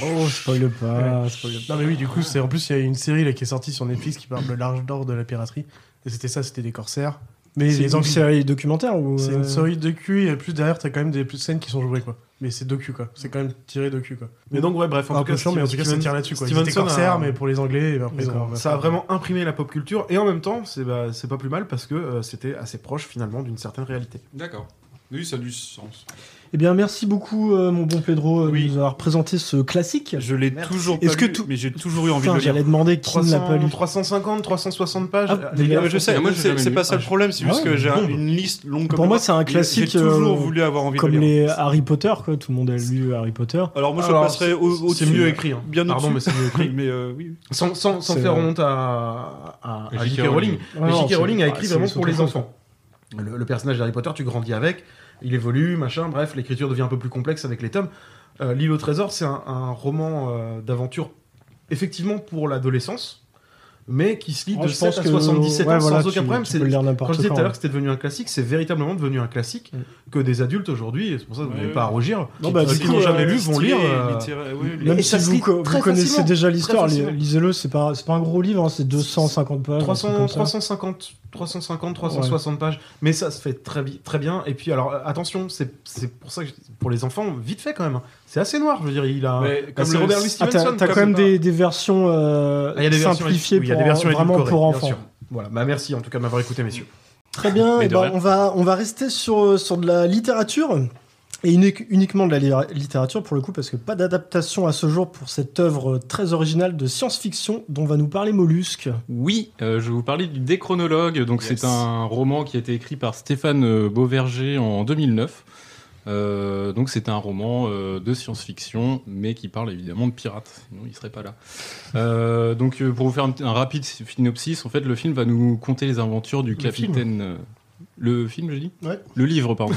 [SPEAKER 8] Oh, spoil
[SPEAKER 10] pas,
[SPEAKER 8] Non, mais oui, du coup, c'est en plus, il y a une série là, qui est sortie sur Netflix qui parle de l'arche d'or de la piraterie. Et c'était ça, c'était des corsaires. Mais
[SPEAKER 7] C'est
[SPEAKER 8] les
[SPEAKER 7] une
[SPEAKER 8] Anglais-
[SPEAKER 7] série documentaire ou
[SPEAKER 8] C'est
[SPEAKER 7] euh,
[SPEAKER 8] une série docu, et plus derrière, t'as quand même des plus scènes qui sont jouées, quoi. Mais c'est docu, quoi. C'est quand même tiré docu, quoi.
[SPEAKER 10] Mais donc, ouais, bref, en
[SPEAKER 8] Un
[SPEAKER 10] tout
[SPEAKER 8] peu
[SPEAKER 10] cas,
[SPEAKER 8] chiant, Ah, mais en tout
[SPEAKER 10] Steven-
[SPEAKER 8] cas, ça tire là-dessus, quoi. Ils
[SPEAKER 10] Stevenson
[SPEAKER 8] étaient corsaires,
[SPEAKER 10] a-
[SPEAKER 8] mais pour les Anglais, et ben, après, ils ont-
[SPEAKER 10] ça a vraiment imprimé la pop culture et en même temps, c'est bah, c'est pas plus mal parce que euh, c'était assez proche finalement d'une certaine réalité.
[SPEAKER 9] D'accord. Oui, ça a du sens.
[SPEAKER 7] Eh bien, merci beaucoup, euh, mon bon Pedro, euh, de nous avoir présenté ce classique.
[SPEAKER 9] Je l'ai toujours pas
[SPEAKER 7] Est-ce que
[SPEAKER 9] lu,
[SPEAKER 7] tout-
[SPEAKER 9] mais j'ai toujours eu envie
[SPEAKER 7] Putain,
[SPEAKER 9] de le lire.
[SPEAKER 7] j'allais demander qui ne l'a pas lu.
[SPEAKER 10] 350, 360 pages. euh,
[SPEAKER 7] Ah,
[SPEAKER 10] les
[SPEAKER 7] mais
[SPEAKER 10] gars,
[SPEAKER 9] Ouais, je sais,
[SPEAKER 7] Moi, j'ai
[SPEAKER 9] c'est
[SPEAKER 7] jamais
[SPEAKER 9] c'est
[SPEAKER 7] lu.
[SPEAKER 9] pas ça le problème, c'est
[SPEAKER 7] Ah,
[SPEAKER 9] juste que j'ai
[SPEAKER 7] bon.
[SPEAKER 9] un- une liste longue comme
[SPEAKER 7] Pour moi,
[SPEAKER 9] ça.
[SPEAKER 7] c'est un
[SPEAKER 9] J'ai-
[SPEAKER 7] classique.
[SPEAKER 9] J'ai toujours
[SPEAKER 7] euh,
[SPEAKER 9] voulu avoir envie de
[SPEAKER 7] Comme
[SPEAKER 9] le lire.
[SPEAKER 7] les euh, Harry Potter, quoi. Tout le monde a lu Harry Potter.
[SPEAKER 9] Alors moi, je
[SPEAKER 10] Alors,
[SPEAKER 9] passerais au, au
[SPEAKER 10] c'est mieux écrit, hein.
[SPEAKER 9] Bien
[SPEAKER 10] Pardon,
[SPEAKER 9] au-dessus.
[SPEAKER 10] mais c'est mieux écrit.
[SPEAKER 9] mais euh, oui.
[SPEAKER 10] Sans, sans, sans
[SPEAKER 7] C'est-
[SPEAKER 10] faire honte à, à, à J.K. Rowling.
[SPEAKER 7] Ouais,
[SPEAKER 10] Mais
[SPEAKER 7] non,
[SPEAKER 10] J.K.
[SPEAKER 7] c'est-
[SPEAKER 10] Rowling a
[SPEAKER 7] ah,
[SPEAKER 10] écrit
[SPEAKER 7] c'est-
[SPEAKER 10] vraiment
[SPEAKER 7] c'est
[SPEAKER 10] pour
[SPEAKER 7] autre
[SPEAKER 10] les
[SPEAKER 7] chose.
[SPEAKER 10] enfants. Le, le personnage d'Harry Potter, tu grandis avec, il évolue, machin, bref, l'écriture devient un peu plus complexe avec les tomes. Euh, L'île au trésor, c'est un, un roman euh, d'aventure, effectivement pour l'adolescence, mais qui se lit
[SPEAKER 7] Oh,
[SPEAKER 10] de
[SPEAKER 7] je pense
[SPEAKER 10] 7 à
[SPEAKER 7] que-
[SPEAKER 10] 77
[SPEAKER 7] ouais,
[SPEAKER 10] ans
[SPEAKER 7] voilà,
[SPEAKER 10] sans aucun
[SPEAKER 7] tu-
[SPEAKER 10] problème.
[SPEAKER 7] tu
[SPEAKER 10] C'est-
[SPEAKER 7] peux le lire
[SPEAKER 10] Quand
[SPEAKER 7] n'importe
[SPEAKER 10] je disais
[SPEAKER 7] quand,
[SPEAKER 10] tout
[SPEAKER 7] hein. Mm.
[SPEAKER 10] à l'heure que c'était devenu un classique, c'est véritablement devenu un classique que des adultes aujourd'hui, et c'est pour ça que vous
[SPEAKER 9] Ouais,
[SPEAKER 10] n'avez
[SPEAKER 9] ouais.
[SPEAKER 10] pas à rougir,
[SPEAKER 7] Non, bah,
[SPEAKER 10] ceux
[SPEAKER 7] du
[SPEAKER 10] qui
[SPEAKER 7] coup,
[SPEAKER 10] n'ont jamais
[SPEAKER 7] euh,
[SPEAKER 10] lu vont lire. euh,
[SPEAKER 7] Même
[SPEAKER 10] Et
[SPEAKER 7] si
[SPEAKER 10] ça se
[SPEAKER 7] vous,
[SPEAKER 10] lit
[SPEAKER 7] co- vous
[SPEAKER 10] très
[SPEAKER 7] connaissez
[SPEAKER 10] facilement,
[SPEAKER 7] déjà
[SPEAKER 10] très
[SPEAKER 7] l'histoire, li-
[SPEAKER 10] facilement.
[SPEAKER 7] lisez-le, c'est pas, c'est pas un gros livre, hein, c'est 250 pages. un truc
[SPEAKER 10] 300,
[SPEAKER 7] comme ça.
[SPEAKER 10] 350, 350, 360 pages. Mais ça se fait très, bi- très bien. Et puis, alors, euh, attention, c'est c'est pour ça que je- pour les enfants, vite fait quand même. hein. C'est assez noir, je veux dire. Il a.
[SPEAKER 9] Mais
[SPEAKER 10] bah,
[SPEAKER 9] comme
[SPEAKER 10] c'est
[SPEAKER 9] le-
[SPEAKER 10] Robert Louis
[SPEAKER 7] Ah,
[SPEAKER 10] Stevenson.
[SPEAKER 7] t'as, t'as
[SPEAKER 10] quoi,
[SPEAKER 7] quand même
[SPEAKER 10] c'est
[SPEAKER 7] des, des versions euh,
[SPEAKER 10] pas- Ah, il y a des versions
[SPEAKER 7] simplifiées
[SPEAKER 10] édulcorées, il y a
[SPEAKER 7] pour
[SPEAKER 10] des
[SPEAKER 7] en-
[SPEAKER 10] versions
[SPEAKER 7] vraiment
[SPEAKER 10] édulcorées,
[SPEAKER 7] pour
[SPEAKER 10] bien
[SPEAKER 7] enfants.
[SPEAKER 10] sûr. Voilà, bah merci en tout cas de m'avoir écouté, messieurs.
[SPEAKER 7] Très bien,
[SPEAKER 10] Mais
[SPEAKER 7] eh
[SPEAKER 10] de
[SPEAKER 7] ben,
[SPEAKER 10] rien.
[SPEAKER 7] on, va, on va rester sur, euh, sur de la littérature, et unique- uniquement de la li- littérature pour le coup, parce que pas d'adaptation à ce jour pour cette œuvre très originale de science-fiction dont va nous parler Mollusque.
[SPEAKER 11] Oui, euh, je vais vous parler du Déchronologue. Donc, c'est un roman qui a été écrit par Stéphane euh, Beauverger en 2009. Euh, donc, c'est un roman euh, de science-fiction, mais qui parle évidemment de pirates. Sinon, il serait pas là. Euh, donc, euh, pour vous faire un, un rapide synopsis, en fait, le film va nous conter les aventures du
[SPEAKER 10] Le film.
[SPEAKER 11] capitaine. euh, Le film, je dis Le livre, pardon.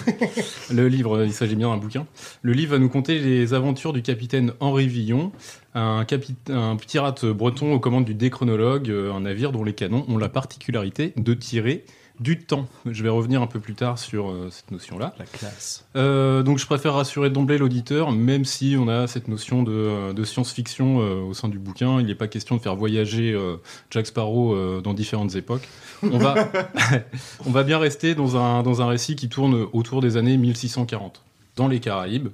[SPEAKER 11] le livre, il s'agit bien d'un bouquin. Le livre va nous conter les aventures du capitaine Henri Villon, un, capi- un pirate breton aux commandes du Déchronologue, euh, un navire dont les canons ont la particularité de tirer du temps. Je vais revenir un peu plus tard sur euh, cette notion-là.
[SPEAKER 10] La classe.
[SPEAKER 11] Euh, donc je préfère rassurer d'emblée l'auditeur, même si on a cette notion de, euh, de science-fiction euh, au sein du bouquin, il n'est pas question de faire voyager euh, Jack Sparrow euh, dans différentes époques. On va, on va bien rester dans un, dans un récit qui tourne autour des années 1640, dans les Caraïbes,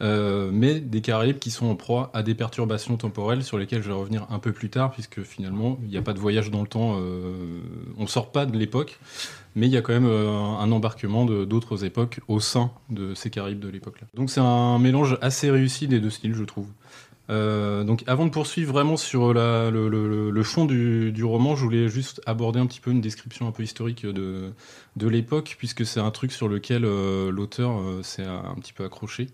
[SPEAKER 11] euh, mais des Caraïbes qui sont en proie à des perturbations temporelles sur lesquelles je vais revenir un peu plus tard, puisque finalement, il n'y a pas de voyage dans le temps, euh, on ne sort pas de l'époque, mais il y a quand même euh, un embarquement de- d'autres époques au sein de ces Caraïbes de l'époque-là. Donc c'est un mélange assez réussi des deux styles, je trouve. Euh, donc avant de poursuivre vraiment sur la- le, le- le- le fond du, du roman, je voulais juste aborder un petit peu une description un peu historique de, de l'époque, puisque c'est un truc sur lequel euh, l'auteur euh, s'est un, un petit peu accroché.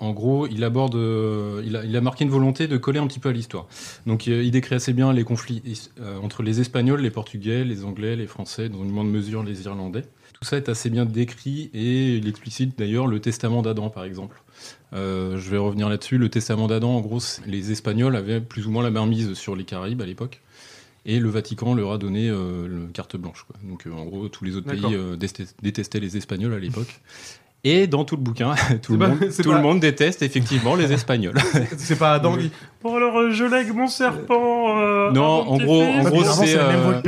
[SPEAKER 11] En gros, il aborde, euh, il, a, il a marqué une volonté de coller un petit peu à l'histoire. Donc euh, il décrit assez bien les conflits is- euh, entre les Espagnols, les Portugais, les Anglais, les Français, dans une moindre mesure les Irlandais. Tout ça est assez bien décrit et il explicite d'ailleurs le testament d'Adam par exemple. Euh, je vais revenir là-dessus. Le testament d'Adam, en gros, c'est- les Espagnols avaient plus ou moins la mainmise sur les Caraïbes à l'époque. Et le Vatican leur a donné euh, le carte blanche. quoi. Donc, euh, en gros, tous les autres
[SPEAKER 10] D'accord.
[SPEAKER 11] pays euh, détestaient- détestaient les Espagnols à l'époque. Et dans tout le bouquin, tout, le,
[SPEAKER 10] pas-
[SPEAKER 11] monde,
[SPEAKER 10] c'est
[SPEAKER 11] tout
[SPEAKER 10] pas-
[SPEAKER 11] le monde déteste effectivement les Espagnols.
[SPEAKER 10] C'est pas Adam
[SPEAKER 11] Oui.
[SPEAKER 10] qui. Bon, alors, euh, je lègue mon serpent. euh,
[SPEAKER 11] Non,
[SPEAKER 10] à mon
[SPEAKER 11] en
[SPEAKER 10] petit
[SPEAKER 11] gros,
[SPEAKER 10] fils.
[SPEAKER 11] en gros, Ah, c'est. euh,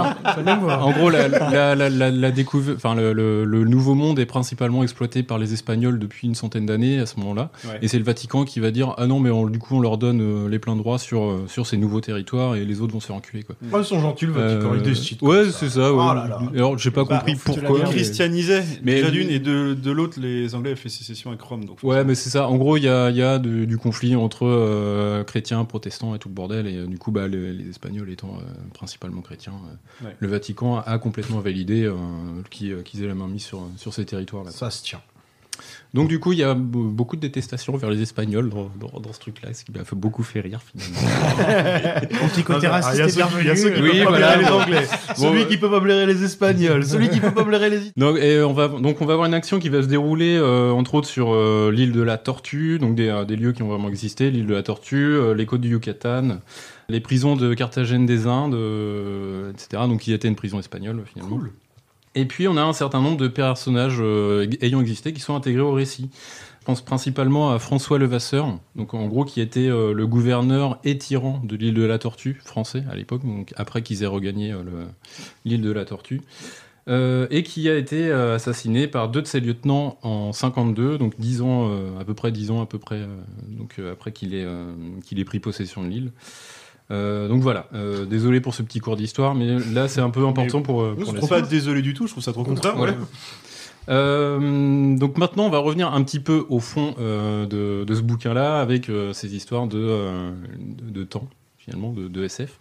[SPEAKER 11] en gros, la, la, la, la, la découver- enfin, le, le- le Nouveau Monde est principalement exploité par les Espagnols depuis une centaine d'années à ce moment-là.
[SPEAKER 10] Ouais.
[SPEAKER 11] Et c'est le Vatican qui va dire Ah non, mais on- du coup, on leur donne euh, les pleins droits sur, euh, sur ces nouveaux territoires et les autres vont se faire enculer. Quoi. Euh,
[SPEAKER 10] Oh, ils sont gentils, le Vatican, ils décident comme
[SPEAKER 11] Ouais, c'est ça. ouais.
[SPEAKER 10] Oh là là.
[SPEAKER 11] Alors, j'ai pas
[SPEAKER 9] Bah,
[SPEAKER 11] compris
[SPEAKER 9] faut que tu la
[SPEAKER 11] pourquoi.
[SPEAKER 9] gardes.
[SPEAKER 11] mais-
[SPEAKER 9] Ils christianisaient
[SPEAKER 11] Mais-
[SPEAKER 9] déjà d'une et de, de l'autre, les Anglais avaient fait sécession avec Rome. Donc,
[SPEAKER 11] Ouais, mais c'est ça. En gros, il y a, il y a du, du conflit entre euh, chrétiens, protestants et tout le bordel. Et euh, du coup, bah, les, les Espagnols étant euh, principalement chrétiens, euh,
[SPEAKER 9] Ouais.
[SPEAKER 11] le Vatican a complètement validé euh, qu'ils euh, qu'ils aient la main mise sur, sur ces territoires-là. Ça se tient. Donc du coup, il y a be- beaucoup de détestation vers les Espagnols dans, dans- dans ce truc-là, ce qui m'a fait beaucoup fait rire finalement.
[SPEAKER 10] Mon petit côté Ah, raciste il y a est ceux qui- bienvenu. il y a ceux qui peuvent pas blairer les Anglais, celui qui
[SPEAKER 11] peut pas blairer les Espagnols,
[SPEAKER 10] celui qui peut pas blairer les
[SPEAKER 11] donc, et on va, donc on va avoir une action qui va se dérouler euh, entre autres sur euh, l'île de la Tortue, donc des, euh, des lieux qui ont vraiment existé, l'île de la Tortue, euh, les côtes du Yucatan, les prisons de Carthagène des Indes, euh, etc. Donc il était une prison espagnole finalement. Et puis on a un certain nombre de personnages euh, ayant existé qui sont intégrés au récit. Je pense principalement à François Levasseur, donc en gros qui était euh, le gouverneur et tyran de l'île de la Tortue français à l'époque, donc après qu'ils aient regagné euh, le- l'île de la Tortue, Euh, et qui a été euh, assassiné par deux de ses lieutenants en 52, donc 10 ans euh, à peu près 10 ans à peu près euh, donc euh, après qu'il ait euh, qu'il ait pris possession de l'île. Euh, donc voilà, Euh, désolé pour ce petit cours d'histoire, mais là c'est un peu important pour. euh,
[SPEAKER 9] Non,
[SPEAKER 11] pour
[SPEAKER 9] je
[SPEAKER 11] la
[SPEAKER 9] trouve pas
[SPEAKER 11] suite.
[SPEAKER 9] désolé du tout, je trouve ça trop cool.
[SPEAKER 11] Voilà. Euh, donc maintenant, on va revenir un petit peu au fond euh, de, de ce bouquin-là avec euh, ces histoires de, euh, de, de temps, finalement, de, de SF.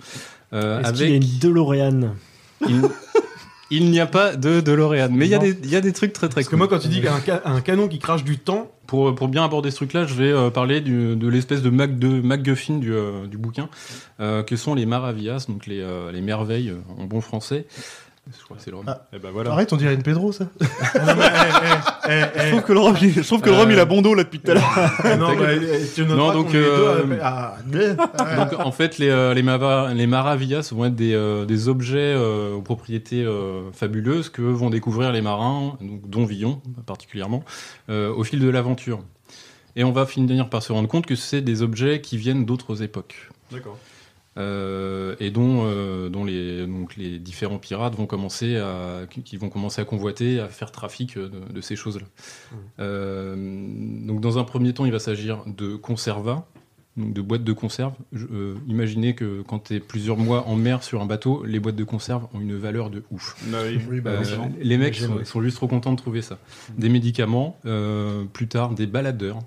[SPEAKER 11] Euh,
[SPEAKER 7] Est-ce qu'il y a une DeLorean
[SPEAKER 11] il- il n'y a pas de DeLorean, mais il y, a
[SPEAKER 10] Non.
[SPEAKER 11] des- il y a des trucs très très
[SPEAKER 10] Parce que moi, quand tu dis qu'un ca- un canon qui crache du temps,
[SPEAKER 11] pour, pour bien aborder ce truc-là, je vais euh, parler du- de l'espèce de, Mac de MacGuffin du, euh, du bouquin, euh, que sont les maravillas, donc les, euh, les merveilles euh, en bon français. Je crois que
[SPEAKER 10] Ah.
[SPEAKER 11] c'est le rhum. Eh ben voilà.
[SPEAKER 8] Arrête, on dirait une Pedro, ça.
[SPEAKER 10] je
[SPEAKER 8] trouve que le rhum, il- je trouve que le rhum, il a bon dos, là, depuis tout à l'heure.
[SPEAKER 10] non,
[SPEAKER 8] Ta
[SPEAKER 10] bah,
[SPEAKER 8] gueule.
[SPEAKER 10] eh, tu noteras
[SPEAKER 11] Non, donc,
[SPEAKER 10] qu'on est deux
[SPEAKER 11] euh,
[SPEAKER 10] à- à-
[SPEAKER 11] Donc en fait, les, euh, les, mava- les maravillas vont être des, euh, des objets euh, aux propriétés euh, fabuleuses que vont découvrir les marins, donc dont Villon particulièrement, euh, au fil de l'aventure. Et on va finir par se rendre compte que c'est des objets qui viennent d'autres époques.
[SPEAKER 10] D'accord.
[SPEAKER 11] Euh, et dont, euh, dont les, donc les différents pirates vont commencer à, qui- qui vont commencer à convoiter, à faire trafic euh, de, de ces choses-là. Euh, donc dans un premier temps, il va s'agir de conserva, donc de boîtes de conserve. Je- euh, imaginez que quand tu es plusieurs mois en mer sur un bateau, les boîtes de conserve ont une valeur de ouf.
[SPEAKER 9] Ah oui. Oui, bah, forcément.
[SPEAKER 11] Euh, les mecs
[SPEAKER 9] J'aime,
[SPEAKER 11] sont,
[SPEAKER 9] ouais. Mm.
[SPEAKER 11] sont juste trop contents de trouver ça. Des médicaments, euh, plus tard des baladeurs.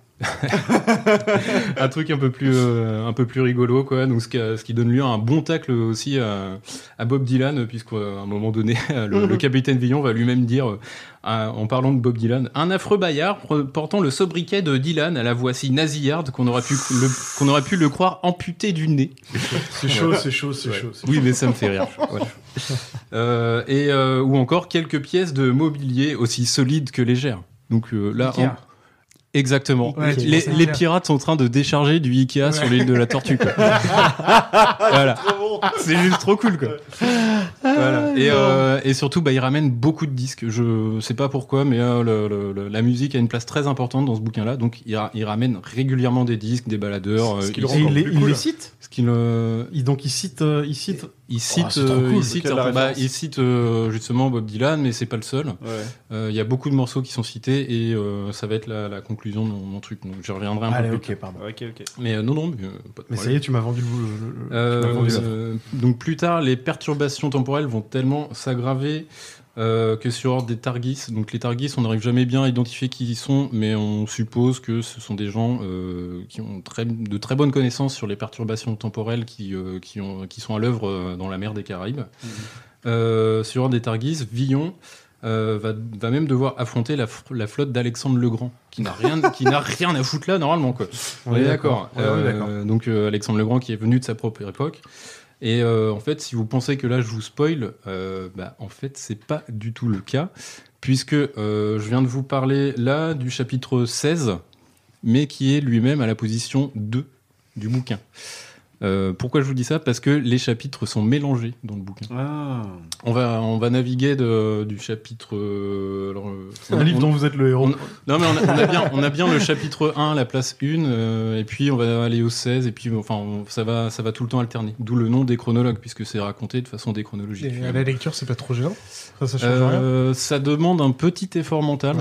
[SPEAKER 11] un truc un peu plus euh, un peu plus rigolo quoi donc ce qui, ce qui donne lieu à un bon tacle aussi à, à Bob Dylan puisqu'à un moment donné le, le capitaine Villon va lui-même dire euh, à- en parlant de Bob Dylan un affreux baillard pre- portant le sobriquet de Dylan à la voix si nasillarde qu'on aurait pu le, qu'on aurait pu le croire amputé du nez
[SPEAKER 10] C'est chaud, c'est chaud, c'est chaud, c'est
[SPEAKER 11] oui
[SPEAKER 10] chaud.
[SPEAKER 11] mais ça me fait rire Voilà. Euh, et euh, ou encore quelques pièces de mobilier aussi solides que légères donc euh, là
[SPEAKER 10] Ikea.
[SPEAKER 11] en- Exactement.
[SPEAKER 10] Ouais, tu
[SPEAKER 11] les,
[SPEAKER 10] penses à
[SPEAKER 11] les
[SPEAKER 10] Ikea.
[SPEAKER 11] pirates sont en train de décharger du Ikea sur
[SPEAKER 10] Ouais.
[SPEAKER 11] l'île de la Tortue. quoi. voilà. C'est juste trop cool, quoi. Voilà.
[SPEAKER 10] Ah,
[SPEAKER 11] Et, euh, et surtout, bah, il ramène beaucoup de disques. Je sais pas pourquoi, mais euh, le- le- le- la musique a une place très importante dans ce bouquin-là. Donc, il, ra- il ramène régulièrement des disques, des baladeurs.
[SPEAKER 10] Ce qui le
[SPEAKER 11] euh,
[SPEAKER 10] rend encore
[SPEAKER 11] les-
[SPEAKER 10] plus cool.
[SPEAKER 11] les cite Ce qu'il, euh,
[SPEAKER 10] Il- donc il cite, euh, il cite,
[SPEAKER 11] il cite,
[SPEAKER 10] c'est trop
[SPEAKER 11] euh,
[SPEAKER 10] cool,
[SPEAKER 11] il cite,
[SPEAKER 10] quelle
[SPEAKER 11] enfin, bah,
[SPEAKER 10] référence.
[SPEAKER 11] il cite, euh, justement Bob Dylan, mais c'est pas le seul. Euh, Il y a beaucoup de morceaux qui sont cités et euh, ça va être la, la conclusion de mon, mon truc. Donc je reviendrai un
[SPEAKER 10] Allez,
[SPEAKER 11] peu
[SPEAKER 10] ok,
[SPEAKER 11] plus tard.
[SPEAKER 9] Ah,
[SPEAKER 10] pardon. Ok, ok.
[SPEAKER 11] Mais euh, non, non, mais, euh, pas de
[SPEAKER 10] Mais ça
[SPEAKER 11] problème.
[SPEAKER 10] y est, tu m'as vendu le- le- le- tu m'as
[SPEAKER 11] Euh,
[SPEAKER 10] vendu la-
[SPEAKER 11] euh, donc plus tard, les perturbations temporelles vont tellement s'aggraver euh, que sur ordre des Targis. Donc les Targis, on n'arrive jamais bien à identifier qui ils sont, mais on suppose que ce sont des gens euh, qui ont très- de très bonnes connaissances sur les perturbations temporelles qui, euh, qui, ont- qui sont à l'œuvre euh, dans la mer des Caraïbes.
[SPEAKER 10] Mmh.
[SPEAKER 11] Euh, sur ordre des Targis, Villon. euh, va, va même devoir affronter la, fr- la flotte d'Alexandre le Grand, qui n'a rien, qui n'a rien à foutre là normalement quoi. On est d'accord.
[SPEAKER 10] Ouais, on est
[SPEAKER 11] Euh,
[SPEAKER 10] d'accord.
[SPEAKER 11] euh, donc euh, Alexandre le Grand qui est venu de sa propre époque. Et euh, en fait, si vous pensez que là je vous spoil, euh, bah, en fait c'est pas du tout le cas, puisque euh, je viens de vous parler là du chapitre 16, mais qui est lui-même à la position 2 du bouquin. Euh, pourquoi je vous dis ça Parce que les chapitres sont mélangés dans le bouquin.
[SPEAKER 9] Ah.
[SPEAKER 11] On, va, on va naviguer de- du chapitre. euh, alors, euh,
[SPEAKER 10] Un livre dont vous êtes le héros.
[SPEAKER 11] on- non, mais on a, on a bien, on a bien le chapitre 1, la place 1, euh, et puis on va aller au 16, et puis enfin, on- ça, va, ça va tout le temps alterner. D'où le nom des chronologues, puisque c'est raconté de façon déchronologique.
[SPEAKER 8] Et à
[SPEAKER 11] finalement.
[SPEAKER 8] la lecture, c'est pas trop gênant. Ça, ça change rien.
[SPEAKER 11] Euh, ça demande un petit effort mental.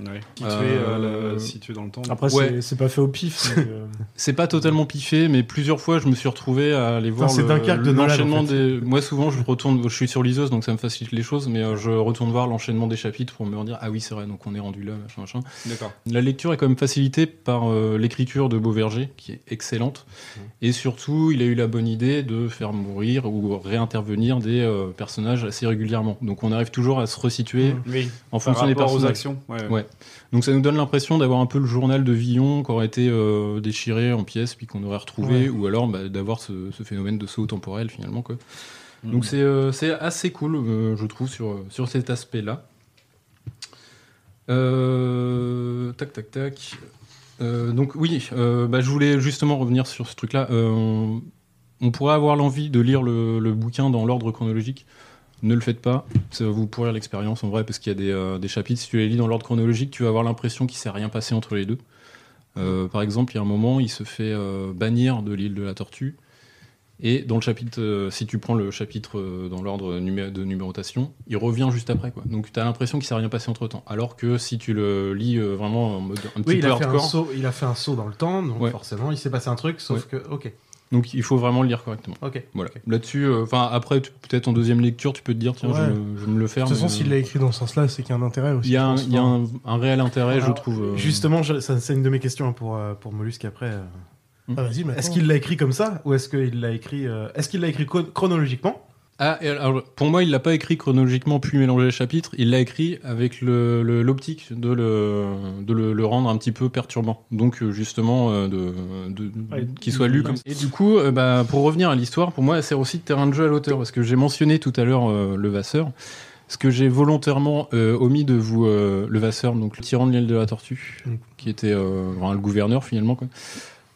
[SPEAKER 9] Ouais. Qui te
[SPEAKER 11] Euh,
[SPEAKER 9] fait, euh, la- situer dans le temps.
[SPEAKER 14] Après,
[SPEAKER 11] Ouais.
[SPEAKER 14] c'est- c'est pas fait au pif. donc, euh,
[SPEAKER 11] C'est pas totalement piffé, mais plusieurs fois je me suis retrouvé à aller voir
[SPEAKER 14] c'est
[SPEAKER 11] le-
[SPEAKER 14] Dunkerque de Nolan,
[SPEAKER 11] l'enchaînement
[SPEAKER 14] en
[SPEAKER 11] des. Moi souvent je retourne, je suis sur liseuse donc ça me facilite les choses, mais euh, je retourne voir l'enchaînement des chapitres pour me dire ah oui c'est vrai donc on est rendu là machin machin.
[SPEAKER 9] D'accord.
[SPEAKER 11] La lecture est quand même facilitée par euh, l'écriture de Beauverger qui est excellente
[SPEAKER 9] Mmh.
[SPEAKER 11] et surtout il a eu la bonne idée de faire mourir ou réintervenir des euh, personnages assez régulièrement donc on arrive toujours à se resituer
[SPEAKER 9] Oui.
[SPEAKER 11] en
[SPEAKER 9] Mmh. Par
[SPEAKER 11] fonction des
[SPEAKER 9] rapport aux
[SPEAKER 11] personnages.
[SPEAKER 9] actions, ouais, ouais.
[SPEAKER 11] ouais. Donc ça nous donne l'impression d'avoir un peu le journal de Villon qui aurait été euh, déchiré en pièces puis qu'on aurait retrouvé,
[SPEAKER 10] Ouais.
[SPEAKER 11] ou alors bah, d'avoir ce, ce phénomène de saut temporel finalement. Quoi.
[SPEAKER 9] Mmh.
[SPEAKER 10] Mhm.
[SPEAKER 11] Donc c'est euh, c'est assez cool, euh, je trouve, sur, sur cet aspect-là. Euh, tac, tac, tac. Euh, donc oui, euh, bah, je voulais justement revenir sur ce truc-là. Euh, on, on pourrait avoir l'envie de lire le, le bouquin dans l'ordre chronologique. Ne le faites pas, ça va vous pourrir l'expérience en vrai, parce qu'il y a des, euh, des chapitres, si tu les lis dans l'ordre chronologique, tu vas avoir l'impression qu'il s'est rien passé entre les deux. Euh, par exemple, il y a un moment, il se fait euh, bannir de l'île de la Tortue. Et dans le chapitre, euh, si tu prends le chapitre euh, dans l'ordre numé- de numérotation, il revient juste après. Quoi. Donc tu as l'impression qu'il s'est rien passé entre temps. Alors que si tu le lis euh, vraiment en mode un petit
[SPEAKER 10] Oui, il
[SPEAKER 11] peu
[SPEAKER 10] a, fait un
[SPEAKER 11] hardcore.
[SPEAKER 10] saut, il a fait un saut dans le temps, donc forcément, il s'est passé un truc, sauf que, ok.
[SPEAKER 11] Donc il faut vraiment le lire correctement.
[SPEAKER 10] Ok.
[SPEAKER 11] Voilà. Là-dessus, euh, enfin après, tu- peut-être en deuxième lecture, tu peux te dire tiens, je,
[SPEAKER 8] Ouais.
[SPEAKER 11] vais me- je vais me le
[SPEAKER 8] De
[SPEAKER 11] faire.
[SPEAKER 8] toute façon,
[SPEAKER 11] mais- euh,
[SPEAKER 8] s'il l'a écrit dans ce sens-là, c'est qu'il y a un intérêt aussi.
[SPEAKER 11] Il y a,
[SPEAKER 8] je
[SPEAKER 11] un,
[SPEAKER 8] pense. hein.
[SPEAKER 11] il y a un- un réel intérêt, je
[SPEAKER 10] Alors,
[SPEAKER 11] trouve. euh,
[SPEAKER 10] Justement, je- ça, c'est une de mes questions hein, pour, euh, pour Mollusque après. euh.
[SPEAKER 8] Ah, vas-y, maintenant.
[SPEAKER 10] Est-ce qu'il l'a écrit comme ça ou est-ce qu'il l'a écrit, euh, est-ce qu'il l'a écrit chron- chronologiquement
[SPEAKER 11] Ah, et alors, pour moi, il l'a pas écrit chronologiquement puis mélanger les chapitres. Il l'a écrit avec le- le- l'optique de, le, de le, le rendre un petit peu perturbant. Donc, euh, justement, euh, de, de-
[SPEAKER 14] Ouais,
[SPEAKER 11] qu'il soit lu comme ça. Et du coup, euh, bah, pour revenir à l'histoire, pour moi, elle sert aussi de terrain de jeu à l'auteur. Parce que j'ai mentionné tout à l'heure euh, Levasseur. Ce que j'ai volontairement euh, omis de vous, euh, Levasseur, donc le tyran de l'île de la tortue,
[SPEAKER 14] Mm.
[SPEAKER 11] qui était euh, enfin, le gouverneur finalement. Quoi.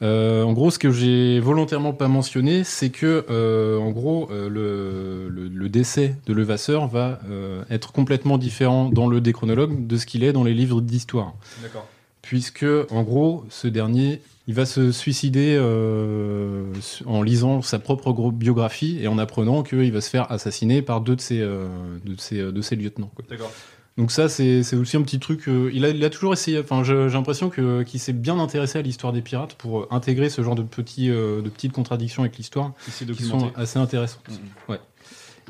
[SPEAKER 11] Euh, en gros, ce que j'ai volontairement pas mentionné, c'est que, euh, en gros, euh, le, le- le décès de Levasseur va euh, être complètement différent dans le déchronologue de ce qu'il est dans les livres d'histoire.
[SPEAKER 9] D'accord.
[SPEAKER 11] Puisque, en gros, ce dernier, il va se suicider euh, en lisant sa propre gro- biographie et en apprenant qu'il va se faire assassiner par deux de ses, euh, de ses, de ses lieutenants. quoi.
[SPEAKER 9] D'accord.
[SPEAKER 11] Donc ça, c'est c'est aussi un petit truc. euh, il, a, il a toujours essayé. Enfin, je- j'ai l'impression que euh, qu'il s'est bien intéressé à l'histoire des pirates pour euh, intégrer ce genre de petits, euh, de petites contradictions avec l'histoire
[SPEAKER 9] Il s'est
[SPEAKER 11] qui sont
[SPEAKER 9] documenté.
[SPEAKER 11] assez intéressantes.
[SPEAKER 8] Mm-hmm.
[SPEAKER 11] Ouais.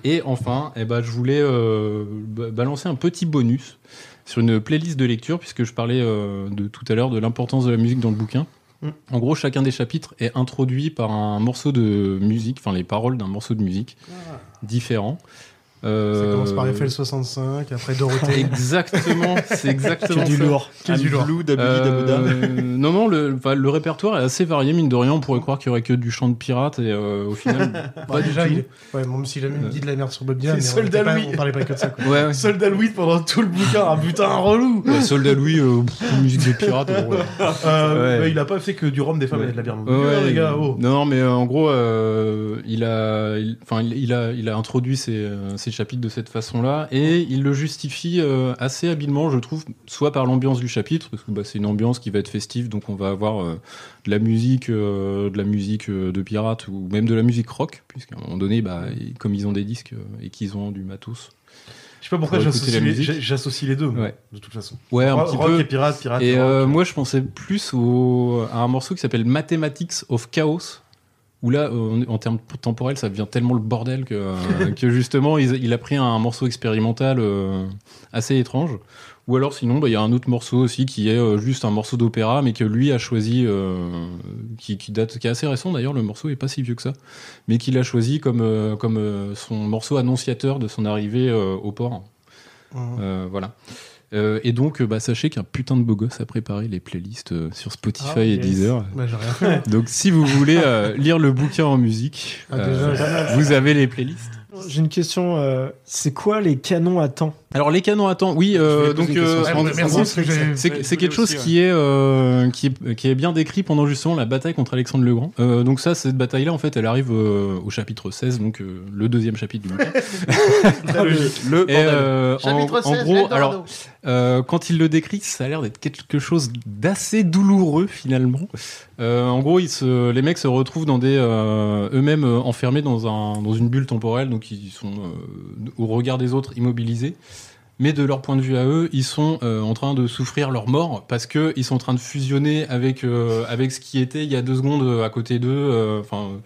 [SPEAKER 11] Et enfin, eh ben, je voulais euh, ba- balancer un petit bonus sur une playlist de lecture, puisque je parlais euh, de tout à l'heure de l'importance de la musique dans le bouquin.
[SPEAKER 10] Mm.
[SPEAKER 11] En gros, chacun des chapitres est introduit par un morceau de musique, enfin les paroles d'un morceau de musique
[SPEAKER 8] Ah.
[SPEAKER 11] différent.
[SPEAKER 8] Ça
[SPEAKER 11] Euh,
[SPEAKER 8] commence par FL65, après Dorothée.
[SPEAKER 11] Exactement, c'est exactement
[SPEAKER 8] Que du
[SPEAKER 11] ça.
[SPEAKER 8] lourd. Que du lourd.
[SPEAKER 11] Euh, non, non, le, enfin, le répertoire est assez varié, mine de rien. On pourrait croire qu'il y aurait que du chant de pirate et euh, au final,
[SPEAKER 8] Bah,
[SPEAKER 11] pas du
[SPEAKER 8] déjà,
[SPEAKER 11] tout.
[SPEAKER 8] il- ouais, même si
[SPEAKER 11] Euh,
[SPEAKER 8] jamais il me dit de la merde sur Bob Dylan,
[SPEAKER 10] C'est
[SPEAKER 8] mais on
[SPEAKER 10] Soldat
[SPEAKER 8] était pas-
[SPEAKER 10] Louis.
[SPEAKER 8] on parlait pas que de ça. quoi.
[SPEAKER 11] Ouais, ouais.
[SPEAKER 10] Soldat Louis pendant tout le bouquin, un putain un relou.
[SPEAKER 11] Ouais, Soldat Louis, euh, pff, musique de pirate. bon, ouais.
[SPEAKER 10] Euh,
[SPEAKER 11] Ouais.
[SPEAKER 10] bah, il a pas fait que du rhum, des femmes et de la bière. non plus,
[SPEAKER 11] Ouais,
[SPEAKER 10] hein, les
[SPEAKER 11] il-
[SPEAKER 10] gars, oh.
[SPEAKER 11] Non, mais euh, en gros, euh, il a, il- enfin, il, il a, il a introduit ces, euh, ces chapitres de cette façon-là, et il le justifie euh, assez habilement, je trouve, soit par l'ambiance du chapitre, parce que bah, c'est une ambiance qui va être festive, donc on va avoir euh, de la musique, euh, de la musique euh, de pirate ou même de la musique rock, puisqu'à un moment donné, bah, ils- comme ils ont des disques euh, et qu'ils ont du matos.
[SPEAKER 10] Je sais pas pourquoi
[SPEAKER 11] pour écouter
[SPEAKER 10] j'associe
[SPEAKER 11] la
[SPEAKER 10] les,
[SPEAKER 11] musique.
[SPEAKER 10] j'a- j'associe les deux, moi,
[SPEAKER 11] Ouais.
[SPEAKER 10] de toute façon.
[SPEAKER 11] Ouais, un
[SPEAKER 10] Rock-
[SPEAKER 11] petit
[SPEAKER 10] rock
[SPEAKER 11] peu.
[SPEAKER 10] et pirate, pirate. hein,
[SPEAKER 11] Et
[SPEAKER 10] et rock.
[SPEAKER 11] euh, moi, je pensais plus au, à un morceau qui s'appelle Mathematics of Chaos. Où là, euh, en termes temporels, ça devient tellement le bordel que, euh, que justement, il, il a pris un morceau expérimental euh, assez étrange. Ou alors, sinon, bah, il y a un autre morceau aussi qui est euh, juste un morceau d'opéra, mais que lui a choisi, euh, qui, qui date, qui est assez récent d'ailleurs. Le morceau est pas si vieux que ça, mais qu'il a choisi comme euh, comme euh, son morceau annonciateur de son arrivée euh, au port.
[SPEAKER 8] Mhm.
[SPEAKER 11] Euh, voilà. Euh, et donc, euh, bah, sachez qu'un putain de beau gosse a préparé les playlists euh, sur Spotify
[SPEAKER 8] Ah,
[SPEAKER 11] et
[SPEAKER 8] yes.
[SPEAKER 11] Deezer.
[SPEAKER 8] Bah, j'ai rien fait.
[SPEAKER 11] donc, si vous voulez euh, lire le bouquin en musique,
[SPEAKER 7] Ah,
[SPEAKER 11] euh,
[SPEAKER 7] déjà, pas mal.
[SPEAKER 11] vous avez les playlists.
[SPEAKER 7] J'ai une question. euh, c'est quoi les canons à temps
[SPEAKER 11] Alors les canons à temps, oui, euh,
[SPEAKER 7] Je vais
[SPEAKER 11] donc
[SPEAKER 7] poser une
[SPEAKER 11] euh,
[SPEAKER 7] question.
[SPEAKER 11] en-
[SPEAKER 7] Ouais,
[SPEAKER 11] en
[SPEAKER 7] merci,
[SPEAKER 11] gros,
[SPEAKER 7] parce que j'ai-
[SPEAKER 11] c'est
[SPEAKER 7] ouais,
[SPEAKER 11] c'est- c'est
[SPEAKER 7] je
[SPEAKER 11] quelque
[SPEAKER 7] voulais
[SPEAKER 11] chose
[SPEAKER 7] aussi,
[SPEAKER 11] qui est euh, qui est qui est bien décrit pendant justement la bataille contre Alexandre le Grand. Euh, donc ça, cette bataille là, en fait, elle arrive euh, au chapitre 16, donc euh, le deuxième chapitre du bouquin.
[SPEAKER 10] Très logique. Le
[SPEAKER 11] Et, euh,
[SPEAKER 10] bordel.
[SPEAKER 11] en,
[SPEAKER 10] Chapitre
[SPEAKER 11] en
[SPEAKER 10] 16,
[SPEAKER 11] gros,
[SPEAKER 10] Eldorado.
[SPEAKER 11] alors euh, quand il le décrit, ça a l'air d'être quelque chose d'assez douloureux finalement. Euh, en gros, ils se- les mecs se retrouvent dans des euh, eux-mêmes euh, enfermés dans un dans une bulle temporelle, donc ils sont euh, au regard des autres immobilisés. Mais de leur point de vue à eux, ils sont euh, en train de souffrir leur mort parce que ils sont en train de fusionner avec euh, avec ce qui était il y a deux secondes euh, à côté d'eux. euh, Enfin. euh,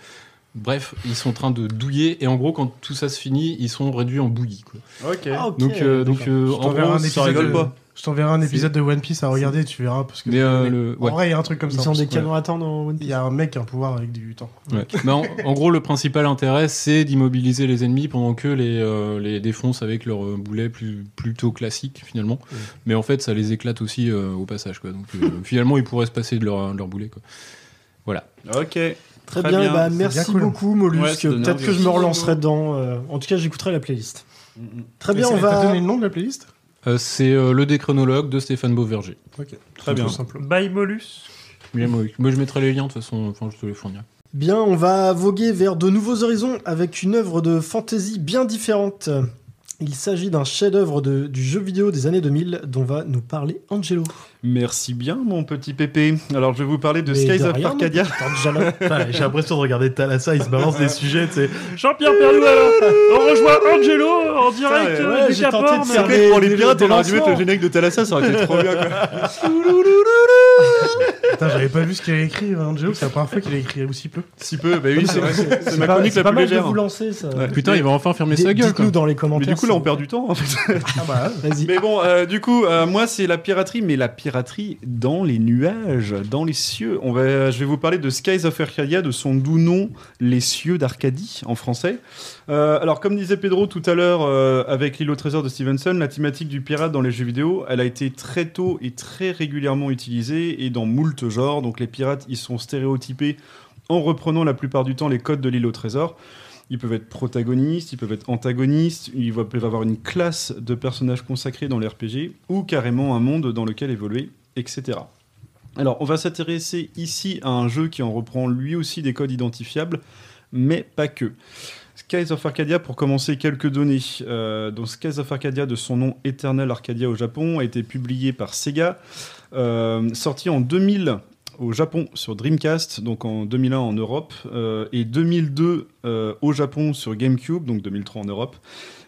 [SPEAKER 11] Bref, ils sont en train de douiller et en gros quand tout ça se finit, ils sont réduits en bouillie. quoi.
[SPEAKER 10] Ok.
[SPEAKER 7] Ah,
[SPEAKER 11] Donc, euh, donc euh,
[SPEAKER 8] Je
[SPEAKER 11] en
[SPEAKER 8] t'enverrai
[SPEAKER 11] gros,
[SPEAKER 8] un
[SPEAKER 11] ça
[SPEAKER 8] épisode
[SPEAKER 11] rigole
[SPEAKER 8] de-
[SPEAKER 11] pas.
[SPEAKER 8] Je t'enverrai un épisode de One Piece à regarder, tu verras. Parce que
[SPEAKER 11] Mais, euh, le-
[SPEAKER 8] En
[SPEAKER 11] ouais.
[SPEAKER 8] vrai, il y a un truc comme
[SPEAKER 11] Ils
[SPEAKER 8] ça.
[SPEAKER 11] ont
[SPEAKER 8] en
[SPEAKER 11] des
[SPEAKER 8] plus,
[SPEAKER 11] canons
[SPEAKER 8] ouais.
[SPEAKER 7] à temps dans One
[SPEAKER 8] Il y a un mec qui a un pouvoir avec du temps.
[SPEAKER 11] Ouais. Bah, en, en gros, le principal intérêt, c'est d'immobiliser les ennemis pendant que les, euh, les défoncent avec leur euh, boulet plus, plutôt classique, finalement. Mais en fait, ça les éclate aussi euh, au passage. Quoi. Donc, euh, finalement, ils pourraient se passer de leur, de leur boulet. Quoi. Voilà.
[SPEAKER 15] Ok. Très,
[SPEAKER 7] Très, bien, bah, merci beaucoup
[SPEAKER 15] Ouais,
[SPEAKER 7] Mollusque.
[SPEAKER 15] ça donnait
[SPEAKER 7] Peut-être que
[SPEAKER 15] envie.
[SPEAKER 7] je me relancerai dedans. euh, en tout cas, j'écouterai la playlist.
[SPEAKER 9] Mm,
[SPEAKER 7] Très bien, on
[SPEAKER 8] T'as
[SPEAKER 7] va.
[SPEAKER 8] donné le nom de la playlist
[SPEAKER 11] Euh, c'est euh, le déchronologue de Stéphane Beauverger.
[SPEAKER 8] Ok.
[SPEAKER 11] Très bien.
[SPEAKER 8] Tout simple.
[SPEAKER 10] Bye Molus.
[SPEAKER 11] Mais moi, moi, je mettrai les liens, de toute façon, enfin, je te les fournirai.
[SPEAKER 7] Bien, on va voguer vers de nouveaux horizons avec une œuvre de fantasy bien différente. Il s'agit d'un chef-d'œuvre de- du jeu vidéo des années 2000 dont va nous parler Angelo.
[SPEAKER 9] Merci bien, mon petit pépé. Alors, je vais vous parler de
[SPEAKER 7] Mais
[SPEAKER 9] Skies
[SPEAKER 7] de
[SPEAKER 9] of
[SPEAKER 7] rien,
[SPEAKER 9] Arcadia.
[SPEAKER 7] mon petit temps de jalon.
[SPEAKER 10] Putain, J'ai l'impression de regarder Thalassa, il se balance des sujets, tu sais. Jean-Pierre Pernou, alors
[SPEAKER 8] Mmh.
[SPEAKER 10] On rejoint Angelo en direct
[SPEAKER 9] Putain,
[SPEAKER 10] euh,
[SPEAKER 9] ouais,
[SPEAKER 10] du
[SPEAKER 9] j'ai
[SPEAKER 10] Cap
[SPEAKER 9] tenté de
[SPEAKER 10] Horn.
[SPEAKER 9] faire des- Pour les des- pirates, des on aurait dû mettre le lancements. générique de Thalassa, ça aurait été trop bien,
[SPEAKER 8] Putain, j'avais pas vu ce qu'il avait écrit, hein, Angelo. C'est la première fois qu'il a écrit aussi peu.
[SPEAKER 9] Si peu, bah oui, c'est vrai. C'est
[SPEAKER 7] C'est
[SPEAKER 9] ma
[SPEAKER 7] pas-
[SPEAKER 9] chronique
[SPEAKER 7] c'est
[SPEAKER 9] la
[SPEAKER 7] pas
[SPEAKER 9] plus
[SPEAKER 7] mal de
[SPEAKER 9] légère.
[SPEAKER 7] vous lancer, ça.
[SPEAKER 11] Putain, il va enfin fermer
[SPEAKER 9] sa gueule.
[SPEAKER 7] Dites-nous dans les commentaires.
[SPEAKER 9] Mais du coup, là, on perd du temps, en fait. Mais bon, euh, du coup, euh, moi, c'est la piraterie, mais la piraterie dans les nuages, dans les cieux. On va, euh, je vais vous parler de Skies of Arcadia, de son doux nom, Les cieux d'Arcadie, en français. Euh, alors, comme disait Pedro tout à l'heure, euh, avec l'île au trésor de Stevenson, la thématique du pirate dans les jeux vidéo, elle a été très tôt et très régulièrement utilisée, et dans moult genres. Donc, les pirates, ils sont stéréotypés en reprenant la plupart du temps les codes de l'île au trésor. Ils peuvent être protagonistes, ils peuvent être antagonistes, ils va- peuvent avoir une classe de personnages consacrés dans les RPG, ou carrément un monde dans lequel évoluer, etc. Alors, on va s'intéresser ici à un jeu qui en reprend lui aussi des codes identifiables, mais pas que. Skies of Arcadia, pour commencer, quelques données. Euh, donc, Skies of Arcadia, de son nom Eternal Arcadia au Japon, a été publié par Sega, euh, sorti en 2000 au Japon sur Dreamcast, donc en 2001 en Europe, euh, et 2002 euh, au Japon sur GameCube, donc 2003 en Europe,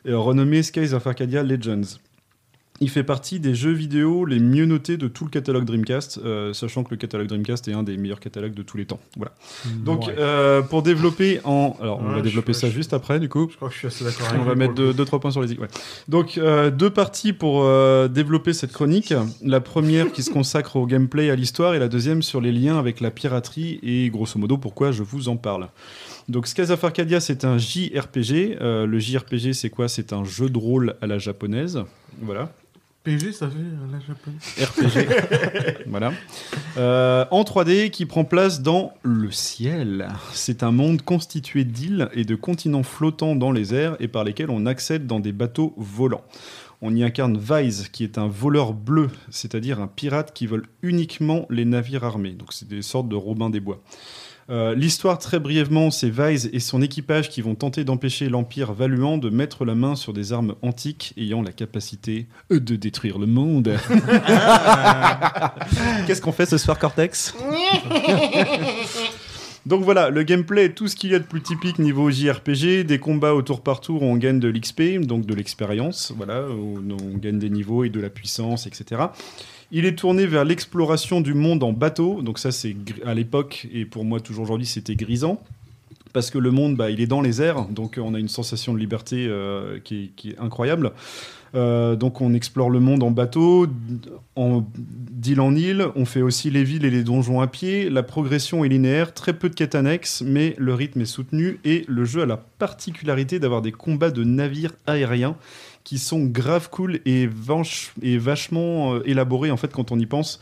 [SPEAKER 9] et renommé Skies of Arcadia Legends. Il fait partie des jeux vidéo les mieux notés de tout le catalogue Dreamcast, euh, sachant que le catalogue Dreamcast est un des meilleurs catalogues de tous les temps. Voilà. Donc,
[SPEAKER 10] Mmh. Ouais.
[SPEAKER 9] euh, pour développer en. Alors, on
[SPEAKER 10] Ouais,
[SPEAKER 9] va
[SPEAKER 10] je-
[SPEAKER 9] développer ça juste après, du coup. Je
[SPEAKER 10] crois que je suis assez d'accord avec
[SPEAKER 9] On
[SPEAKER 10] lui
[SPEAKER 9] va
[SPEAKER 10] pour
[SPEAKER 9] mettre
[SPEAKER 10] le
[SPEAKER 9] deux, deux, trois points sur les i. Ouais. Donc, euh, deux parties pour euh, développer cette chronique. La première qui se consacre au gameplay, à l'histoire, et la deuxième sur les liens avec la piraterie et grosso modo pourquoi je vous en parle. Donc, Skies of Arcadia, c'est un JRPG. Euh, le JRPG, c'est quoi C'est un jeu de rôle à la japonaise. Voilà.
[SPEAKER 10] PG, ça fait euh, la japonaise.
[SPEAKER 9] RPG. voilà. Euh, en 3D qui prend place dans le ciel. C'est un monde constitué d'îles et de continents flottants dans les airs et par lesquels on accède dans des bateaux volants. On y incarne Vise, qui est un voleur bleu, c'est-à-dire un pirate qui vole uniquement les navires armés. Donc c'est des sortes de Robin des Bois. Euh, L'histoire, très brièvement, c'est Vise et son équipage qui vont tenter d'empêcher l'Empire Valuant de mettre la main sur des armes antiques ayant la capacité euh, de détruire le monde. Qu'est-ce qu'on fait ce soir, Cortex Donc voilà, le gameplay est tout ce qu'il y a de plus typique niveau JRPG, des combats au tour par tour où on gagne de l'XP, donc de l'expérience, voilà, où on gagne des niveaux et de la puissance, etc. Il est tourné vers l'exploration du monde en bateau, donc ça c'est gr- à l'époque, et pour moi toujours aujourd'hui c'était grisant parce que le monde, bah, il est dans les airs, donc euh, on a une sensation de liberté euh, qui, est, qui est incroyable. Euh, donc on explore le monde en bateau, d- en- d'île en île, on fait aussi les villes et les donjons à pied, la progression est linéaire, très peu de quêtes annexes, mais le rythme est soutenu et le jeu a la particularité d'avoir des combats de navires aériens qui sont grave cool et, vanche- et vachement euh, élaborés en fait quand on y pense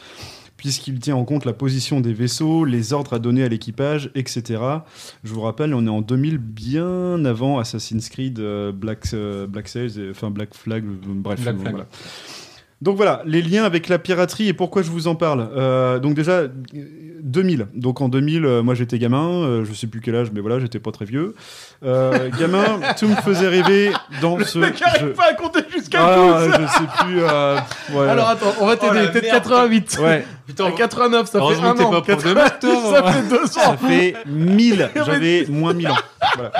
[SPEAKER 9] puisqu'il tient en compte la position des vaisseaux, les ordres à donner à l'équipage, etc. Je vous rappelle, on est en 2000, bien avant Assassin's Creed, euh, Black, euh, Black Sails, et- enfin Black Flag, euh, bref.
[SPEAKER 11] Black
[SPEAKER 9] bon,
[SPEAKER 11] Flag.
[SPEAKER 9] voilà. Donc voilà, les liens avec la piraterie et pourquoi je vous en parle. Euh, donc déjà, euh, 2000. Donc en 2000, euh, moi j'étais gamin, euh, je sais plus quel âge, mais voilà, j'étais pas très vieux. Euh, gamin, tout me faisait rêver dans ce
[SPEAKER 10] mec
[SPEAKER 9] jeu.
[SPEAKER 10] arrive pas à compter jusqu'à
[SPEAKER 9] Ah,
[SPEAKER 10] 12.
[SPEAKER 9] je sais plus. euh, pff, ouais.
[SPEAKER 10] Alors attends, on va t'aider.
[SPEAKER 9] Oh, la
[SPEAKER 10] T'es de
[SPEAKER 9] merde.
[SPEAKER 10] 88.
[SPEAKER 9] Ouais.
[SPEAKER 10] Putain, 89, ça fait
[SPEAKER 9] Heureusement
[SPEAKER 10] un
[SPEAKER 9] que t'es
[SPEAKER 10] an.
[SPEAKER 9] pas prof de
[SPEAKER 10] 90,
[SPEAKER 9] maths, toi,
[SPEAKER 10] Ça fait deux ans.
[SPEAKER 9] Ça fait 1000. J'avais moins 1000 ans. Voilà.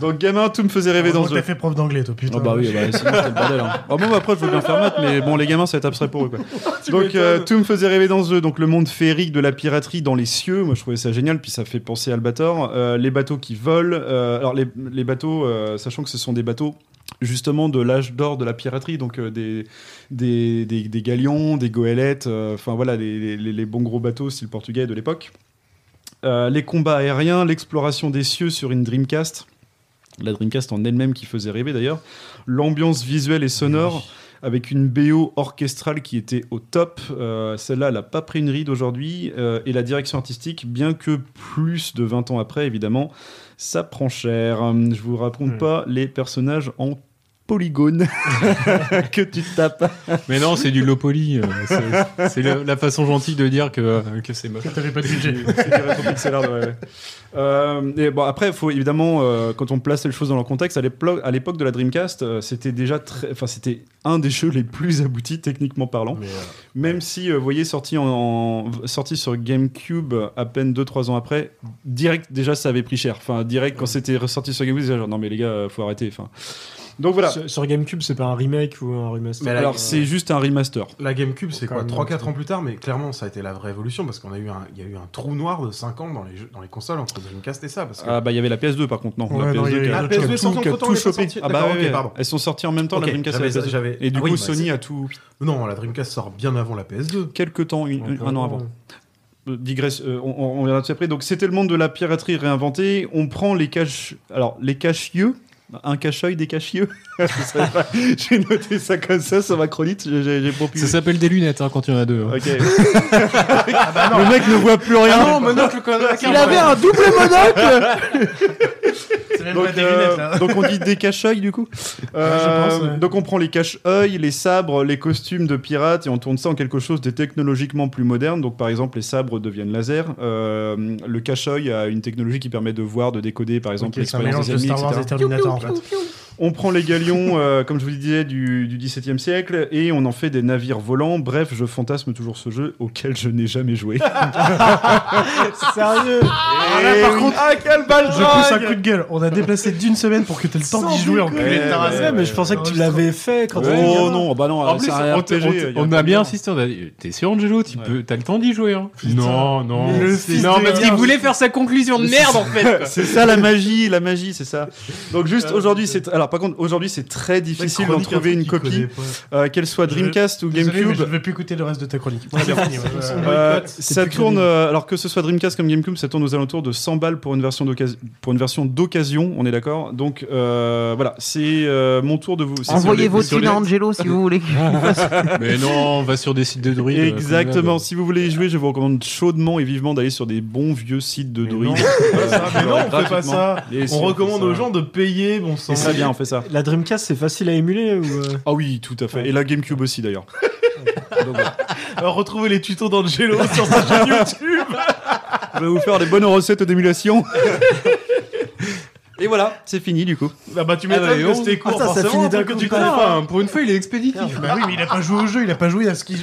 [SPEAKER 9] Donc, gamin, tout me faisait rêver dans ce
[SPEAKER 8] T'as
[SPEAKER 9] jeu.
[SPEAKER 8] fait prof d'anglais, toi, putain.
[SPEAKER 9] Ah bah oui, bah, sinon c'était le bordel. Hein. Ah bon, après, je veux bien faire maths, mais bon, les gamins, ça va être abstrait pour eux. Quoi. Donc, euh, tout me faisait rêver dans ce jeu. Donc, le monde féerique de la piraterie dans les cieux, moi, je trouvais ça génial. Puis, ça fait penser à Albator. Euh, les bateaux qui volent. euh, alors, les, les bateaux, euh, sachant que ce sont des bateaux justement de l'âge d'or de la piraterie, donc euh, des, des, des, des galions, des goélettes, euh, enfin voilà, les, les- les bons gros bateaux, style portugais de l'époque. Euh, les combats aériens, l'exploration des cieux sur une Dreamcast. La Dreamcast en elle-même qui faisait rêver d'ailleurs. L'ambiance visuelle et sonore avec une BO orchestrale qui était au top. Euh, Celle-là, elle n'a pas pris une ride aujourd'hui. Euh, et la direction artistique, bien que plus de 20 ans après, évidemment, ça prend cher. Hum, Je vous raconte pas les personnages en polygone que tu tapes.
[SPEAKER 11] Mais non, c'est du low poly. euh, c'est- c'est la, la façon gentille de dire que, euh, que c'est moche.
[SPEAKER 8] T'avais pas de budget.
[SPEAKER 9] C'est des rétro pixelards, ouais, ouais. Euh, et bon, après, faut évidemment, euh, quand on place les choses dans leur contexte, à l'époque à l'époque de la Dreamcast, euh, c'était déjà très, enfin, c'était un des jeux les plus aboutis techniquement parlant. Même si, euh, vous voyez, sorti, en, en- sorti sur GameCube euh, à peine 2-3 ans après, direct, déjà, ça avait pris cher. Enfin, direct, quand c'était ressorti sur GameCube, déjà, genre, non, mais les gars, euh, faut arrêter. Enfin, donc voilà.
[SPEAKER 16] Sur, sur Gamecube, c'est pas un remake ou un remaster.
[SPEAKER 10] euh,
[SPEAKER 9] alors, c'est juste un remaster.
[SPEAKER 10] La GameCube, c'est
[SPEAKER 16] Quand
[SPEAKER 10] quoi
[SPEAKER 16] même,
[SPEAKER 10] 3-4 ans plus tard, mais clairement, ça a été la vraie évolution parce qu'on a eu un, il y a eu un trou noir de 5 ans dans les, jeux, dans les consoles entre Dreamcast et ça. Parce que... Ah,
[SPEAKER 9] Ah bah il y avait la PS2 par contre non
[SPEAKER 10] Ouais,
[SPEAKER 9] la
[SPEAKER 10] non, il
[SPEAKER 9] PS2
[SPEAKER 10] y avait
[SPEAKER 9] qui a-
[SPEAKER 10] la PS2
[SPEAKER 9] qui a
[SPEAKER 10] sortie
[SPEAKER 9] tout, qui a
[SPEAKER 10] entre-temps,
[SPEAKER 9] tout
[SPEAKER 10] elle est pas
[SPEAKER 9] chopé
[SPEAKER 10] sortie.
[SPEAKER 9] ah bah
[SPEAKER 10] D'accord,
[SPEAKER 9] ouais,
[SPEAKER 10] ok, pardon.
[SPEAKER 9] elles sont sorties en même temps
[SPEAKER 10] Ok,
[SPEAKER 9] la Dreamcast et
[SPEAKER 10] j'avais-
[SPEAKER 9] la PS2
[SPEAKER 10] j'avais-
[SPEAKER 9] et du
[SPEAKER 10] ah oui,
[SPEAKER 9] coup
[SPEAKER 10] bah,
[SPEAKER 9] Sony
[SPEAKER 10] c'est-
[SPEAKER 9] a tout
[SPEAKER 10] Non, la Dreamcast sort bien avant la PS2.
[SPEAKER 9] quelques temps une-
[SPEAKER 10] Donc,
[SPEAKER 9] un an avant Euh, digresse euh, on, on- on reviendra dessus après donc c'était le monde de la piraterie réinventée on prend les caches alors les cache-yeux un cache-œil des cache-yeux Ce serait pas- j'ai noté ça comme ça sur ma chronique j'ai- j'ai j'ai pas pu-
[SPEAKER 11] Ça s'appelle des lunettes hein, quand il y en a deux. hein.
[SPEAKER 9] Ok. le mec ne voit plus rien
[SPEAKER 11] bah Ah non, monocle, connard.
[SPEAKER 9] Il avait un double monocle donc,
[SPEAKER 10] des
[SPEAKER 9] euh,
[SPEAKER 10] lunettes, là.
[SPEAKER 9] donc on dit des cache-œil du coup. Euh,
[SPEAKER 10] pense, ouais.
[SPEAKER 9] Donc on prend les cache-œil, les sabres, les costumes de pirates et on tourne ça en quelque chose de technologiquement plus moderne. Donc par exemple les sabres deviennent laser. Euh, le cache-œil a une technologie qui permet de voir, de décoder par exemple
[SPEAKER 8] Ok, c'est un
[SPEAKER 9] l'expérience
[SPEAKER 8] mélange
[SPEAKER 9] des
[SPEAKER 8] de
[SPEAKER 9] ennemis,
[SPEAKER 8] Star Wars
[SPEAKER 9] etc.
[SPEAKER 8] et Terminator en fait.
[SPEAKER 9] On prend les galions, euh, comme je vous le disais, du, du XVIIe siècle et on en fait des navires volants. Bref, je fantasme toujours ce jeu auquel je n'ai jamais joué.
[SPEAKER 8] Sérieux
[SPEAKER 9] Eh
[SPEAKER 8] par
[SPEAKER 9] oui.
[SPEAKER 8] contre,
[SPEAKER 9] ah, quel bal
[SPEAKER 8] je pousse un
[SPEAKER 9] dingue
[SPEAKER 8] coup de gueule. On a déplacé d'une semaine pour que t'aies le temps d'y jouer en
[SPEAKER 9] déconner.
[SPEAKER 8] plus. Ah,
[SPEAKER 9] Ouais, ouais,
[SPEAKER 7] mais je pensais que tu l'avais fait quand t'étais
[SPEAKER 9] Oh
[SPEAKER 7] gamin.
[SPEAKER 9] non, bah non,
[SPEAKER 11] En
[SPEAKER 9] c'est
[SPEAKER 11] plus,
[SPEAKER 9] un
[SPEAKER 11] on,
[SPEAKER 9] RPG.
[SPEAKER 11] on-
[SPEAKER 9] il y
[SPEAKER 11] on
[SPEAKER 9] pas
[SPEAKER 11] a
[SPEAKER 9] de
[SPEAKER 11] bien
[SPEAKER 9] lien.
[SPEAKER 11] insisté, on a dit, T'es sûr, Angelo, tu peux, t'as le temps d'y jouer. Hein. Non, non.
[SPEAKER 9] Le
[SPEAKER 11] c'est-
[SPEAKER 9] fils
[SPEAKER 11] non,
[SPEAKER 9] de
[SPEAKER 11] parce qu'il
[SPEAKER 9] merde.
[SPEAKER 11] voulait faire sa conclusion de
[SPEAKER 9] Mais
[SPEAKER 11] merde
[SPEAKER 9] c'est-
[SPEAKER 11] en fait. quoi.
[SPEAKER 9] C'est ça la magie, la magie, c'est ça. Donc juste aujourd'hui, c'est alors par contre aujourd'hui c'est très difficile d'en
[SPEAKER 8] chronique, un
[SPEAKER 9] trouver
[SPEAKER 8] truc
[SPEAKER 9] une
[SPEAKER 8] qu'il
[SPEAKER 9] copie,
[SPEAKER 8] connaît pas.
[SPEAKER 9] Euh, qu'elle soit Dreamcast ou
[SPEAKER 8] Désolé, mais
[SPEAKER 9] GameCube.
[SPEAKER 8] Je ne vais plus écouter le reste de ta chronique.
[SPEAKER 9] Très bien. Euh, ça tourne, euh, alors que ce soit Dreamcast comme GameCube, ça tourne aux alentours de 100 balles pour une version d'occasion, pour une version d'occasion, on est d'accord. Donc euh, voilà, c'est euh, mon tour de vous. c'est-
[SPEAKER 17] Envoyez
[SPEAKER 9] c'est-
[SPEAKER 17] vos
[SPEAKER 9] c'est-
[SPEAKER 17] thunes à Angelo si vous voulez. qu'il fasse-
[SPEAKER 11] Mais non, on va sur des sites de druides. euh, comme
[SPEAKER 9] Exactement.
[SPEAKER 11] d'hab.
[SPEAKER 9] Si vous voulez y jouer, je vous recommande chaudement et vivement d'aller sur des bons vieux sites de druides.
[SPEAKER 10] Mais non, on fait pas ça.
[SPEAKER 9] Et si,
[SPEAKER 10] on
[SPEAKER 9] fait
[SPEAKER 10] recommande
[SPEAKER 9] ça.
[SPEAKER 10] aux gens de payer, bon sang.
[SPEAKER 9] Et ça bien, on fait ça.
[SPEAKER 7] La Dreamcast, c'est facile à émuler ou euh,
[SPEAKER 9] Ah oui, tout à fait. Et la GameCube aussi d'ailleurs.
[SPEAKER 10] Alors retrouvez les tutos d'Angelo sur sa chaîne YouTube.
[SPEAKER 9] Je vais vous faire des bonnes recettes d'émulation. Et voilà, c'est fini du coup.
[SPEAKER 10] Ah bah tu
[SPEAKER 9] m'étonnes
[SPEAKER 10] m'étonnes que c'était
[SPEAKER 7] Ah,
[SPEAKER 10] court, forcément, parce que tu connais pas. hein.
[SPEAKER 18] Pour une fois, il est expéditif.
[SPEAKER 8] Bah oui, mais il a pas joué au jeu, il a pas joué à ce qu'il.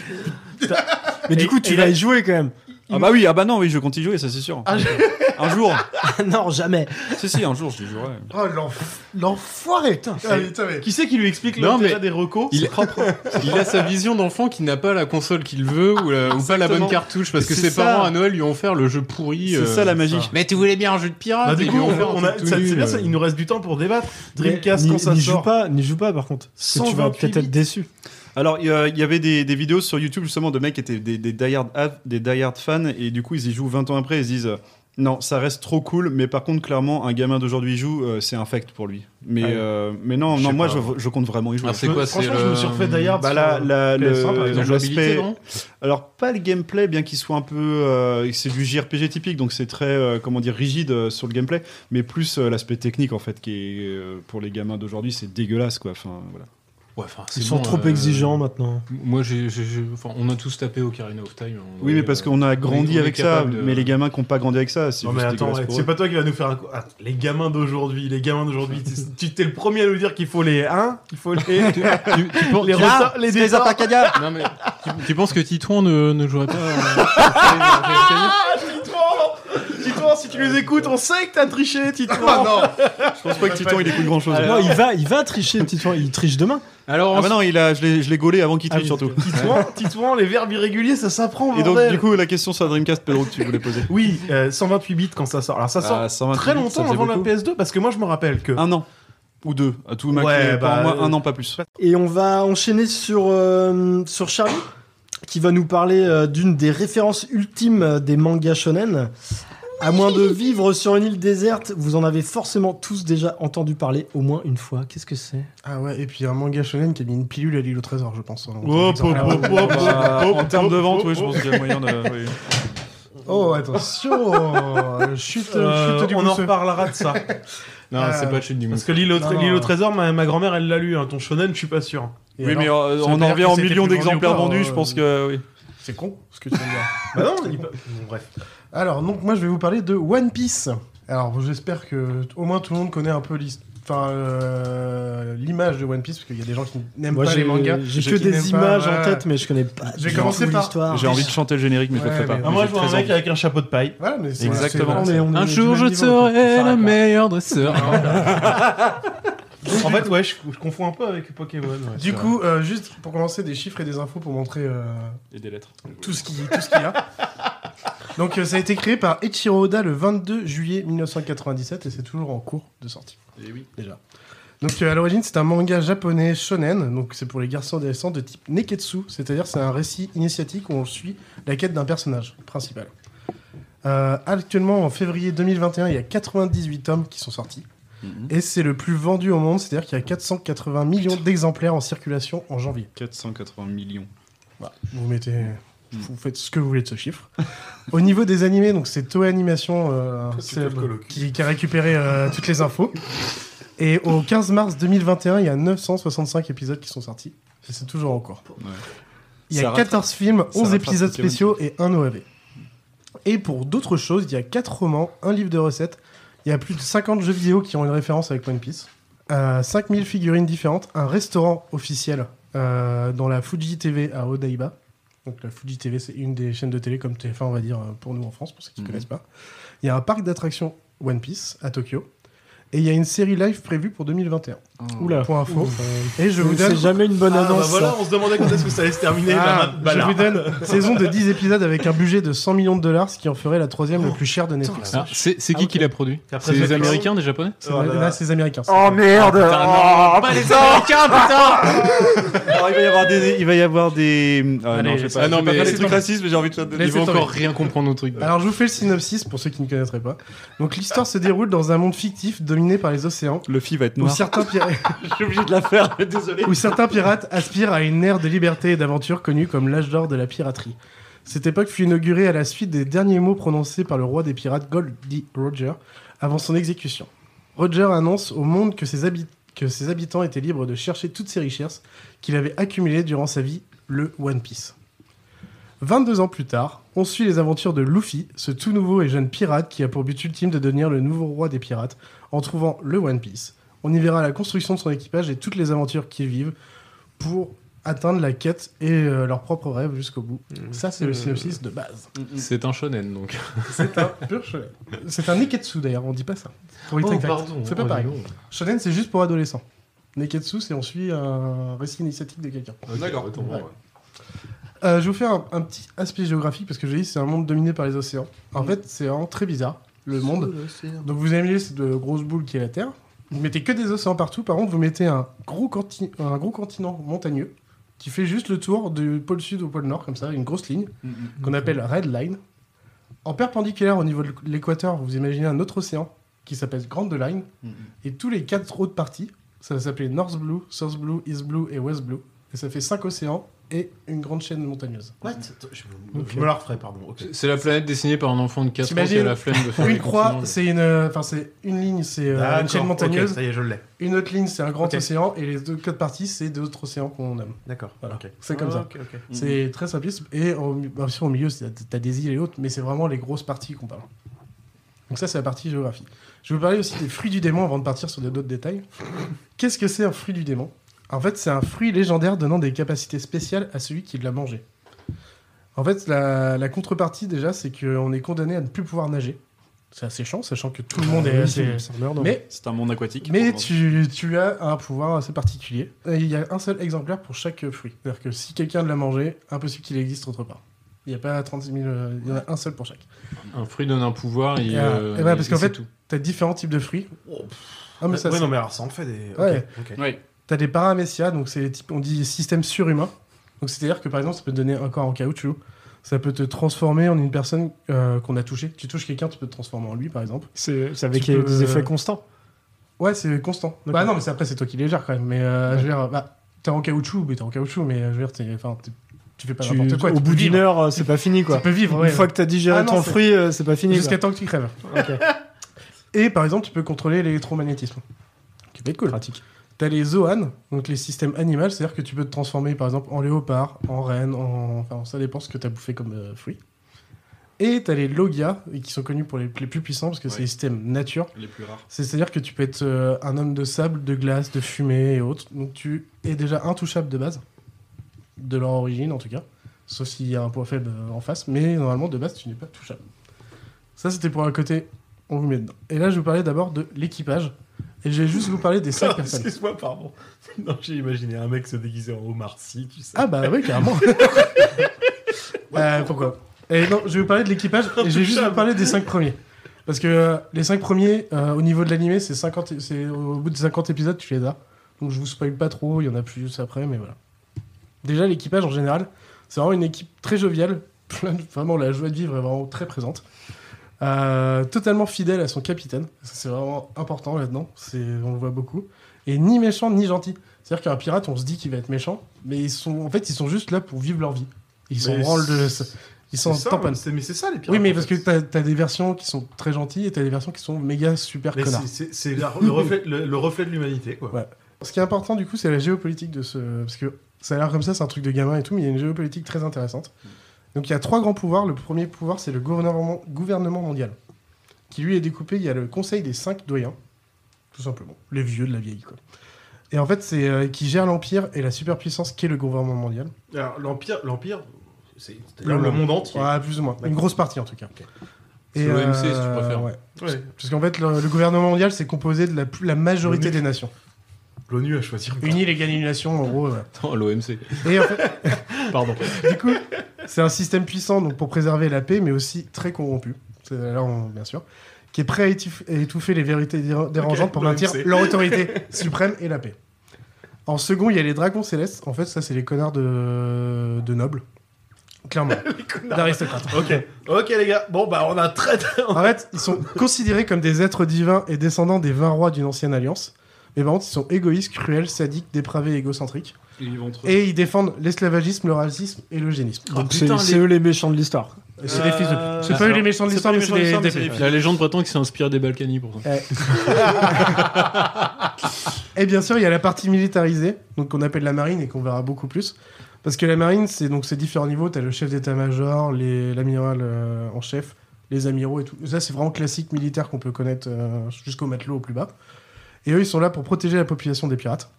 [SPEAKER 7] Mais du coup, tu vas y jouer quand même.
[SPEAKER 9] Ah bah oui, ah bah non, oui, je compte y jouer, ça c'est sûr. un jour.
[SPEAKER 7] non, jamais.
[SPEAKER 9] Si, si, un jour, je y jouerai.
[SPEAKER 8] Oh, l'enf- l'enfoiré, putain. Ah, putain, mais-
[SPEAKER 10] Qui c'est qui lui explique
[SPEAKER 11] Non,
[SPEAKER 10] l'intérêt
[SPEAKER 11] mais
[SPEAKER 10] des recos
[SPEAKER 11] il-
[SPEAKER 10] C'est propre.
[SPEAKER 11] Il a sa vision d'enfant qui n'a pas la console qu'il veut ou, la- ou pas la bonne
[SPEAKER 10] Exactement.
[SPEAKER 11] cartouche parce que
[SPEAKER 10] C'est
[SPEAKER 11] ses
[SPEAKER 10] ça.
[SPEAKER 11] parents à Noël lui ont offert le jeu pourri. euh,
[SPEAKER 10] C'est ça, la magie.
[SPEAKER 11] Mais tu voulais bien un jeu de pirate.
[SPEAKER 10] Bah, du
[SPEAKER 11] ils
[SPEAKER 10] coup,
[SPEAKER 11] lui ont offert un
[SPEAKER 10] on, on a,
[SPEAKER 11] truc tout
[SPEAKER 10] ça, c'est
[SPEAKER 11] nul,
[SPEAKER 10] bien,
[SPEAKER 11] euh.
[SPEAKER 10] ça, il nous reste du temps pour débattre. Dreamcast,
[SPEAKER 7] N'y-
[SPEAKER 10] quand ça
[SPEAKER 7] n'y joue
[SPEAKER 10] sort.
[SPEAKER 7] pas, n'y joue pas par contre. Parce que tu vas
[SPEAKER 10] 128
[SPEAKER 7] peut-être être déçu.
[SPEAKER 9] Alors, il y a- il y avait des, des vidéos sur YouTube justement de mecs qui étaient des, des, die-hard, ad- des die-hard fans et du coup, ils y jouent 20 ans après ils se disent euh, Non, ça reste trop cool, mais par contre, clairement, un gamin d'aujourd'hui y joue, euh, c'est un fact pour lui. Mais,
[SPEAKER 11] Ah ouais.
[SPEAKER 9] euh, mais non,
[SPEAKER 11] Je
[SPEAKER 9] non
[SPEAKER 11] sais
[SPEAKER 9] moi,
[SPEAKER 11] pas.
[SPEAKER 9] je, Ah, je compte vraiment y jouer.
[SPEAKER 11] Alors, c'est quoi,
[SPEAKER 9] Franchement,
[SPEAKER 11] c'est le-
[SPEAKER 9] Bah,
[SPEAKER 11] sur
[SPEAKER 9] la- la- le-
[SPEAKER 11] PS1, par exemple.
[SPEAKER 9] l'aspect-
[SPEAKER 11] non
[SPEAKER 9] Alors, pas le gameplay, bien qu'il soit un peu. euh, c'est du JRPG typique, donc c'est très, euh, comment dire, rigide euh, sur le gameplay, mais plus euh, l'aspect technique en fait, qui est. euh, pour les gamins d'aujourd'hui, c'est dégueulasse quoi. Enfin, voilà.
[SPEAKER 11] Ouais, enfin, c'est
[SPEAKER 7] Ils sont
[SPEAKER 11] bon,
[SPEAKER 7] trop
[SPEAKER 11] euh,
[SPEAKER 7] exigeants maintenant.
[SPEAKER 11] Moi, j'ai, j'ai- j'ai- enfin, on a tous tapé Ocarina of Time. on
[SPEAKER 9] Oui,
[SPEAKER 11] est,
[SPEAKER 9] mais parce
[SPEAKER 11] euh,
[SPEAKER 9] qu'on
[SPEAKER 11] on
[SPEAKER 9] a
[SPEAKER 11] est- on
[SPEAKER 9] grandi
[SPEAKER 11] est
[SPEAKER 9] avec ça,
[SPEAKER 11] capable de-
[SPEAKER 9] mais les gamins qui n'ont pas grandi avec ça, c'est
[SPEAKER 10] Non mais
[SPEAKER 9] juste
[SPEAKER 10] attends,
[SPEAKER 9] dégueulasse
[SPEAKER 10] ouais,
[SPEAKER 9] pour
[SPEAKER 10] c'est
[SPEAKER 9] eux.
[SPEAKER 10] pas toi qui va nous faire un coup. Ah, les gamins d'aujourd'hui, les gamins d'aujourd'hui, tu- tu t'es le premier à nous dire qu'il faut les hein, il faut les
[SPEAKER 11] tu, tu- tu penses-
[SPEAKER 10] les
[SPEAKER 11] Là,
[SPEAKER 10] ressorts, les
[SPEAKER 11] c'est les
[SPEAKER 10] désorts.
[SPEAKER 11] Arcadia. Non, mais tu, tu penses que Titouan ne, ne jouerait pas euh,
[SPEAKER 10] Ah, Titouan Titouan, si tu nous écoutes, on sait que t'as triché, Titouan
[SPEAKER 9] Je pense pas que Titan il écoute grand chose.
[SPEAKER 7] Non, il va, il va tricher, Titouan. Il triche demain.
[SPEAKER 11] Alors,
[SPEAKER 9] Ah bah non, il a, je l'ai- je l'ai gaulé avant qu'il
[SPEAKER 7] Ah
[SPEAKER 9] triche
[SPEAKER 7] oui.
[SPEAKER 9] surtout.
[SPEAKER 10] Titouan, Titouan, les verbes irréguliers, ça s'apprend,
[SPEAKER 9] Et
[SPEAKER 10] bordel
[SPEAKER 9] donc, du coup, la question sur la Dreamcast, Pedro, que tu voulais poser.
[SPEAKER 10] Oui, euh, 128 bits quand ça sort. Alors ça Ah, sort
[SPEAKER 9] Ah, 128
[SPEAKER 10] très
[SPEAKER 9] bits, ça
[SPEAKER 10] longtemps
[SPEAKER 9] faisait
[SPEAKER 10] avant
[SPEAKER 9] beaucoup.
[SPEAKER 10] la PS2, parce que moi je me rappelle que...
[SPEAKER 9] Un an. Ou deux, à tout max.
[SPEAKER 10] Ouais,
[SPEAKER 9] mais
[SPEAKER 10] bah,
[SPEAKER 9] par moi, un
[SPEAKER 10] euh,
[SPEAKER 9] an, pas plus.
[SPEAKER 7] Et on va enchaîner sur, euh, sur Charlie, qui va nous parler euh, d'une des références ultimes euh, des mangas shonen. À moins de vivre sur une île déserte, vous en avez forcément tous déjà entendu parler au moins une fois. Qu'est-ce que c'est
[SPEAKER 8] Ah ouais, et puis un manga shonen qui a mis une pilule à l'île au trésor, je pense. en-
[SPEAKER 9] Oh,
[SPEAKER 8] en-
[SPEAKER 9] pop, pop, pop, pop,
[SPEAKER 8] Ah,
[SPEAKER 9] pop, Bah, En termes de vente, oui, je pense qu'il y a moyen de. oui.
[SPEAKER 8] Oh, attention Chute,
[SPEAKER 10] Euh,
[SPEAKER 8] chute du Euh,
[SPEAKER 10] on en
[SPEAKER 8] gousseux.
[SPEAKER 10] reparlera de ça.
[SPEAKER 11] Non, c'est pas chute du
[SPEAKER 10] Parce
[SPEAKER 11] mousse.
[SPEAKER 10] que l'île au,
[SPEAKER 11] Non, non,
[SPEAKER 10] l'île au
[SPEAKER 11] euh.
[SPEAKER 10] trésor, ma, ma grand-mère, elle l'a lu. hein. Ton shonen, je suis pas sûr. Et
[SPEAKER 9] Oui,
[SPEAKER 10] alors
[SPEAKER 9] mais euh,
[SPEAKER 10] Ça veut
[SPEAKER 9] on en
[SPEAKER 10] dire que
[SPEAKER 9] revient en
[SPEAKER 10] c'était
[SPEAKER 9] millions
[SPEAKER 10] plus vendu ou
[SPEAKER 9] d'exemplaires
[SPEAKER 10] pas,
[SPEAKER 9] vendus,
[SPEAKER 10] euh,
[SPEAKER 9] je pense que oui.
[SPEAKER 8] C'est con ce que tu viens de dire.
[SPEAKER 10] Bah non, il- bon, bref.
[SPEAKER 8] Alors, donc moi je vais vous parler de One Piece. Alors, bon, j'espère que t- au moins tout le monde connaît un peu l'his- enfin, euh, l'image de One Piece, parce qu'il y a des gens qui n'aiment
[SPEAKER 7] Moi,
[SPEAKER 8] pas
[SPEAKER 7] j'ai-
[SPEAKER 8] les mangas.
[SPEAKER 7] J'ai
[SPEAKER 8] qui
[SPEAKER 7] que des
[SPEAKER 8] n'aiment pas,
[SPEAKER 7] images en
[SPEAKER 8] voilà.
[SPEAKER 7] tête, mais je connais pas.
[SPEAKER 8] J'ai
[SPEAKER 7] du
[SPEAKER 8] commencé
[SPEAKER 7] tout
[SPEAKER 8] par-
[SPEAKER 14] Ah,
[SPEAKER 7] l'histoire.
[SPEAKER 9] J'ai envie de chanter le générique, mais je le
[SPEAKER 8] Ouais,
[SPEAKER 9] ferai pas.
[SPEAKER 8] mais-
[SPEAKER 10] Ah, moi,
[SPEAKER 9] J'ai
[SPEAKER 10] je vois un
[SPEAKER 9] très
[SPEAKER 10] mec
[SPEAKER 9] envie.
[SPEAKER 10] avec un chapeau de paille.
[SPEAKER 8] Voilà, mais c'est-
[SPEAKER 9] Exactement.
[SPEAKER 8] c'est- on est- on est
[SPEAKER 11] Un
[SPEAKER 8] du
[SPEAKER 11] jour,
[SPEAKER 8] même
[SPEAKER 11] je
[SPEAKER 8] niveau,
[SPEAKER 11] serai
[SPEAKER 8] quoi.
[SPEAKER 11] le meilleur dresseur.
[SPEAKER 10] En fait, ouais, je, je confonds un peu avec Pokémon. ouais, c'est
[SPEAKER 8] Du
[SPEAKER 10] vrai.
[SPEAKER 8] coup, euh, juste pour commencer, des chiffres et des infos pour montrer euh,
[SPEAKER 9] Et des lettres.
[SPEAKER 8] tout ce qui- tout ce qu'il y a. Donc euh, ça a été créé par Eiichiro Oda le 22 juillet 1997 et c'est toujours en cours de sortie.
[SPEAKER 9] Et oui.
[SPEAKER 8] Déjà. Donc euh, à l'origine c'est un manga japonais shonen, donc c'est pour les garçons adolescents de type neketsu, c'est-à-dire c'est un récit initiatique où on suit la quête d'un personnage principal. Euh, actuellement en février 2021 il y a 98 tomes qui sont sortis et c'est le plus vendu au monde, c'est-à-dire qu'il y a 480 millions d'exemplaires en circulation en janvier.
[SPEAKER 9] 480 millions.
[SPEAKER 8] Vous mettez, vous faites ce que vous voulez de ce chiffre. Au niveau des animés, donc c'est Toei Animation euh, célèbre, qui, qui a récupéré euh, toutes les infos. Et au 15 mars 2021, il y a 965 épisodes qui sont sortis. Et C'est toujours en cours. Il y
[SPEAKER 9] Ça
[SPEAKER 8] a
[SPEAKER 9] rattrape-
[SPEAKER 8] 14 films,
[SPEAKER 9] ça
[SPEAKER 8] 11
[SPEAKER 9] rattrape
[SPEAKER 8] épisodes
[SPEAKER 9] Pokémon.
[SPEAKER 8] spéciaux et un OAV. Et pour d'autres choses, il y a 4 romans, un livre de recettes. Il y a plus de 50 jeux vidéo qui ont une référence avec One Piece. à 5000 figurines différentes, un restaurant officiel euh, dans la Fuji TV à Odaiba. Donc la Fuji TV, c'est une des chaînes de télé comme TF1, on va dire, euh, pour nous en France, pour ceux qui ne
[SPEAKER 9] Mhm.
[SPEAKER 8] connaissent pas. Il y a un parc d'attractions One Piece à Tokyo. Et il y a une série live prévue pour 2021.
[SPEAKER 16] Oula.
[SPEAKER 8] Pour info.
[SPEAKER 16] Ouf.
[SPEAKER 8] Et je vous
[SPEAKER 16] C'est
[SPEAKER 8] donne. Ah,
[SPEAKER 16] jamais une bonne Ah, annonce, bah voilà, ça.
[SPEAKER 10] on se demandait quand est-ce que ça allait se terminer, bah, bah,
[SPEAKER 8] je
[SPEAKER 10] là.
[SPEAKER 8] vous donne saison de 10 épisodes avec un budget de 100 millions de dollars, ce qui en ferait la troisième
[SPEAKER 16] Oh,
[SPEAKER 8] le plus cher de Netflix.
[SPEAKER 11] Ah, c'est c'est qui qui l'a produit
[SPEAKER 10] Après,
[SPEAKER 11] C'est les
[SPEAKER 10] Netflix.
[SPEAKER 11] Américains, des Japonais
[SPEAKER 8] C'est- Là, c'est les Américains.
[SPEAKER 13] Oh merde
[SPEAKER 11] Ah, putain, non, pas les Américains,
[SPEAKER 14] putain Alors, il va y avoir des. Il va y avoir des. Ah, non,
[SPEAKER 11] Allez,
[SPEAKER 14] je sais
[SPEAKER 11] ah,
[SPEAKER 14] pas.
[SPEAKER 11] non,
[SPEAKER 14] je vais pas
[SPEAKER 11] mais-
[SPEAKER 14] faire des trucs racistes, mais j'ai envie de.
[SPEAKER 11] Ils
[SPEAKER 8] Laissez
[SPEAKER 11] vont
[SPEAKER 8] tomber.
[SPEAKER 11] encore rien comprendre au truc.
[SPEAKER 8] Alors je vous fais le synopsis pour ceux qui ne connaîtraient pas. Donc l'histoire se déroule dans un monde fictif dominé par les océans.
[SPEAKER 14] Le fi va être
[SPEAKER 8] Où
[SPEAKER 14] noir.
[SPEAKER 8] certains, pirates,
[SPEAKER 14] Je suis obligé de la faire, désolé.
[SPEAKER 8] où certains pirates aspirent à une ère de liberté et d'aventure connue comme l'âge d'or de la piraterie. Cette époque fut inaugurée à la suite des derniers mots prononcés par le roi des pirates Goldie Roger avant son exécution. Roger annonce au monde que ses, habi- que ses habitants étaient libres de chercher toutes ces richesses qu'il avait accumulées durant sa vie, le One Piece. 22 ans plus tard, on suit les aventures de Luffy, ce tout nouveau et jeune pirate qui a pour but ultime de devenir le nouveau roi des pirates en trouvant le One Piece. On y verra la construction de son équipage et toutes les aventures qu'ils vivent pour atteindre la quête et euh, leurs propres rêves jusqu'au bout. Ça, c'est le synopsis de base.
[SPEAKER 11] C'est un shonen donc.
[SPEAKER 8] C'est un pur shonen. C'est un Neketsu d'ailleurs, on dit pas ça.
[SPEAKER 10] Bah,
[SPEAKER 8] Pour les
[SPEAKER 11] Oh,
[SPEAKER 8] Tic Tac.
[SPEAKER 11] pardon.
[SPEAKER 8] C'est pas
[SPEAKER 11] Oh,
[SPEAKER 8] pareil.
[SPEAKER 11] dis donc.
[SPEAKER 8] Shonen, c'est juste pour adolescents. Neketsu, c'est on suit un récit initiatique de quelqu'un.
[SPEAKER 11] D'accord. autant pour
[SPEAKER 8] Ouais.
[SPEAKER 11] moi.
[SPEAKER 8] Euh, je vous fais un, un petit aspect géographique parce que j'ai dit c'est un monde dominé par les océans.
[SPEAKER 11] Mm.
[SPEAKER 8] En fait, c'est vraiment très bizarre le
[SPEAKER 13] Sous
[SPEAKER 8] monde.
[SPEAKER 13] l'océan.
[SPEAKER 8] Donc vous aimez cette euh, grosse boule qui est la Terre. Vous mettez que des océans partout. Par contre, vous mettez un gros, conti- un gros continent montagneux qui fait juste le tour du pôle sud au pôle nord comme ça, une grosse ligne
[SPEAKER 9] Mhm.
[SPEAKER 8] qu'on appelle Red Line. En perpendiculaire au niveau de l'équateur, vous imaginez un autre océan qui s'appelle Grande Line.
[SPEAKER 9] Mhm.
[SPEAKER 8] Et tous les quatre autres parties, ça va s'appeler North Blue, South Blue, East Blue et West Blue. Et ça fait cinq océans et une grande chaîne montagneuse.
[SPEAKER 10] What je, me la referai, pardon. ok.
[SPEAKER 8] Euh,
[SPEAKER 11] C'est la planète dessinée par un enfant de 4 ans qui a
[SPEAKER 8] T'imagines
[SPEAKER 11] la flemme de faire
[SPEAKER 8] Une
[SPEAKER 11] les
[SPEAKER 8] croix,
[SPEAKER 11] continents.
[SPEAKER 8] c'est une, euh, enfin c'est une ligne, c'est euh,
[SPEAKER 10] Ah, D'accord,
[SPEAKER 8] une chaîne
[SPEAKER 10] ok,
[SPEAKER 8] montagneuse.
[SPEAKER 10] ça y est, je l'ai.
[SPEAKER 8] Une autre ligne, c'est un grand
[SPEAKER 10] Ok.
[SPEAKER 8] océan, et les deux quatre parties, c'est deux autres océans qu'on aime.
[SPEAKER 10] D'accord.
[SPEAKER 8] Voilà. Eh
[SPEAKER 10] ok.
[SPEAKER 8] C'est comme
[SPEAKER 10] Ah,
[SPEAKER 8] ça.
[SPEAKER 10] ok, ok.
[SPEAKER 8] C'est très simpliste. Et au, mi- bien sûr, au milieu, c'est- t'as des îles et autres, mais c'est vraiment les grosses parties qu'on parle. Donc ça, c'est la partie géographie. Je vais vous parler aussi des fruits du démon avant de partir sur des- d'autres détails. Qu'est-ce que c'est un fruit du démon En fait, c'est un fruit légendaire donnant des capacités spéciales à celui qui l'a mangé. En fait, la, la contrepartie, déjà, c'est qu'on est condamné à ne plus pouvoir nager. C'est assez chiant, sachant que tout le
[SPEAKER 10] Ah
[SPEAKER 8] monde est
[SPEAKER 16] Oui,
[SPEAKER 8] assez...
[SPEAKER 16] c'est- c'est emmerdant.
[SPEAKER 8] Mais
[SPEAKER 9] C'est un monde aquatique.
[SPEAKER 8] mais
[SPEAKER 9] Pardon.
[SPEAKER 8] tu, tu as un pouvoir assez particulier. Et Il y a un seul exemplaire pour chaque euh, fruit. C'est-à-dire que si quelqu'un l'a mangé, impossible qu'il existe autre part. Il n'y a pas 36 000, euh, il y en a un seul pour chaque.
[SPEAKER 11] Un fruit donne un pouvoir et.
[SPEAKER 8] Et, euh,
[SPEAKER 11] euh,
[SPEAKER 8] et voilà,
[SPEAKER 11] et-
[SPEAKER 8] parce
[SPEAKER 11] et
[SPEAKER 8] qu'en
[SPEAKER 11] c'est
[SPEAKER 8] fait,
[SPEAKER 11] tout.
[SPEAKER 8] tu as différents types de fruits. Ah,
[SPEAKER 10] Ouais,
[SPEAKER 8] ça,
[SPEAKER 10] ouais,
[SPEAKER 8] c'est-
[SPEAKER 10] non, mais alors ça en fait des- ok,
[SPEAKER 8] Ouais.
[SPEAKER 10] ok.
[SPEAKER 11] Ouais.
[SPEAKER 8] T'as des paramécias, donc c'est les types, on dit système surhumain. Donc c'est-à-dire que par exemple, ça peut te donner un corps en caoutchouc. Ça peut te transformer en une personne euh, qu'on a touchée. Tu touches quelqu'un, tu peux te transformer en lui, par exemple.
[SPEAKER 16] C'est c'est avec
[SPEAKER 8] Tu peux-
[SPEAKER 16] des effets constants.
[SPEAKER 8] Ouais, c'est constant. Bah non, mais c'est- après, c'est toi qui les gères quand même. Mais euh, je veux dire, bah, t'es en caoutchouc, mais t'es en caoutchouc, mais euh, je veux dire, t'es- enfin, t'es- tu fais pas
[SPEAKER 16] Tu-
[SPEAKER 8] n'importe quoi.
[SPEAKER 16] au
[SPEAKER 8] tu
[SPEAKER 16] bout
[SPEAKER 8] peux
[SPEAKER 16] d'une
[SPEAKER 8] vivre.
[SPEAKER 16] heure, euh, c'est pas fini quoi.
[SPEAKER 8] Tu peux vivre, ouais.
[SPEAKER 16] Une fois que t'as digéré
[SPEAKER 8] Ah non,
[SPEAKER 16] ton
[SPEAKER 8] c'est-
[SPEAKER 16] fruit, euh, c'est pas fini.
[SPEAKER 8] Jusqu'à
[SPEAKER 16] quoi.
[SPEAKER 8] temps que tu crèves.
[SPEAKER 16] Ok.
[SPEAKER 8] Et par exemple, tu peux contrôler l'électromagnétisme. Qui peut être cool.
[SPEAKER 16] Pratique.
[SPEAKER 8] T'as les zoans, donc les systèmes animaux, c'est-à-dire que tu peux te transformer par exemple en léopard, en reine, en. Enfin, ça dépend ce que t'as bouffé comme euh, fruit. Et t'as les logia, et qui sont connus pour les, les plus puissants parce que c'est les systèmes nature.
[SPEAKER 9] Les plus rares.
[SPEAKER 8] C'est- C'est-à-dire que tu peux être euh, un homme de sable, de glace, de fumée et autres. Donc tu es déjà intouchable de base, de leur origine en tout cas. Sauf s'il y a un point faible euh, en face, mais normalement de base tu n'es pas touchable. Ça c'était pour un côté, on vous met dedans. Et là je vais vous parlais d'abord de l'équipage. Et je vais juste vous parler des 5
[SPEAKER 10] Ah,
[SPEAKER 8] personnes.
[SPEAKER 10] Excuse-moi, pardon. Non, j'ai imaginé un mec se déguiser en homard si, tu sais.
[SPEAKER 8] Ah bah oui, carrément. Euh, pourquoi Et non, je vais vous parler de l'équipage et je vais juste vous parler des 5 premiers. Parce que euh, les 5 premiers, euh, au niveau de l'animé, c'est 50 c'est au bout de 50 épisodes, tu les as. Donc je vous spoil pas trop, il y en a plus après, mais voilà. Déjà, l'équipage en général, c'est vraiment une équipe très joviale. plein de- vraiment, la joie de vivre est vraiment très présente. Euh, totalement fidèle à son capitaine. Ça, C'est vraiment important là-dedans. C'est- On le voit beaucoup. Et ni méchant ni gentil. C'est-à-dire qu'un pirate, on se dit qu'il va être méchant, mais ils sont, en fait, ils sont juste là pour vivre leur vie. Ils s'en
[SPEAKER 10] Mais
[SPEAKER 8] branlent de.
[SPEAKER 10] c'est-
[SPEAKER 8] Ils s'en
[SPEAKER 10] c'est ça,
[SPEAKER 8] tamponnent.
[SPEAKER 10] mais c'est- mais c'est ça, les pirates,
[SPEAKER 8] Oui, mais
[SPEAKER 10] en
[SPEAKER 8] parce
[SPEAKER 10] fait.
[SPEAKER 8] que t'as t'as des versions qui sont très gentilles et t'as des versions qui sont méga super
[SPEAKER 10] Mais
[SPEAKER 8] connards.
[SPEAKER 10] c'est- c'est c'est la- le, reflet, le, le reflet de l'humanité, quoi.
[SPEAKER 8] Ouais. Ce qui est important du coup, c'est la géopolitique de ce. Parce que ça a l'air comme ça, c'est un truc de gamin et tout, mais il y a une géopolitique très intéressante.
[SPEAKER 10] Mm.
[SPEAKER 8] Donc il y a trois grands pouvoirs. Le premier pouvoir, c'est le gouvernement, gouvernement mondial, qui lui est découpé. Il y a le Conseil des cinq doyens, tout simplement. Les vieux de la vieille, quoi. Et en fait, c'est euh, qui gère l'empire et la superpuissance qu'est le gouvernement mondial.
[SPEAKER 10] Alors, l'Empire, l'Empire c'est c'est-à-dire le, monde entier.
[SPEAKER 8] Ouais, plus ou moins. Une
[SPEAKER 10] D'accord.
[SPEAKER 8] grosse partie, en tout cas. euh,
[SPEAKER 10] C'est l'OMC, si tu préfères.
[SPEAKER 8] ouais.
[SPEAKER 10] Ouais.
[SPEAKER 8] Parce qu'en fait, le, le gouvernement mondial, c'est composé de la, plus- la majorité
[SPEAKER 10] L'ONU.
[SPEAKER 8] des nations.
[SPEAKER 10] L'ONU a choisi.
[SPEAKER 8] Unis les annulation, en gros. ouais.
[SPEAKER 11] Attends, l'OMC.
[SPEAKER 8] Et en fait-
[SPEAKER 11] Pardon.
[SPEAKER 8] Du coup, c'est un système puissant donc pour préserver la paix, mais aussi très corrompu. C'est- Là, on- bien sûr. Qui est prêt à étif- à étouffer les vérités déra- dérangeantes pour
[SPEAKER 10] l'OMC.
[SPEAKER 8] maintenir leur autorité suprême et la paix. En second, il y a les dragons célestes. En fait, ça, c'est les connards de, de nobles. Clairement. D'aristocrates.
[SPEAKER 10] ok, ok les gars. Bon bah on a très.
[SPEAKER 8] En fait, ils sont considérés comme des êtres divins et descendants des 20 rois d'une ancienne alliance. Mais par contre, ils sont égoïstes, cruels, sadiques, dépravés, et égocentriques.
[SPEAKER 9] Et ils vont entre eux.
[SPEAKER 8] Et ils défendent l'esclavagisme, le racisme et l'eugénisme.
[SPEAKER 7] Donc c'est c'est eux les méchants de l'histoire.
[SPEAKER 8] Et c'est des fils de pute. Euh, C'est pas eux les méchants de l'histoire, mais c'est des, des putes.
[SPEAKER 11] La légende prétend qu'ils s'est inspiré des Balkany pour ça.
[SPEAKER 8] Ouais. Et bien sûr, il y a la partie militarisée, donc qu'on appelle la marine et qu'on verra beaucoup plus. Parce que la marine, c'est donc ces différents niveaux. T'as le chef d'état-major, les- l'amiral euh, en chef, les amiraux et tout. Ça, c'est vraiment classique militaire qu'on peut connaître euh, jusqu'au matelot au plus bas. Et eux, ils sont là pour protéger la population des pirates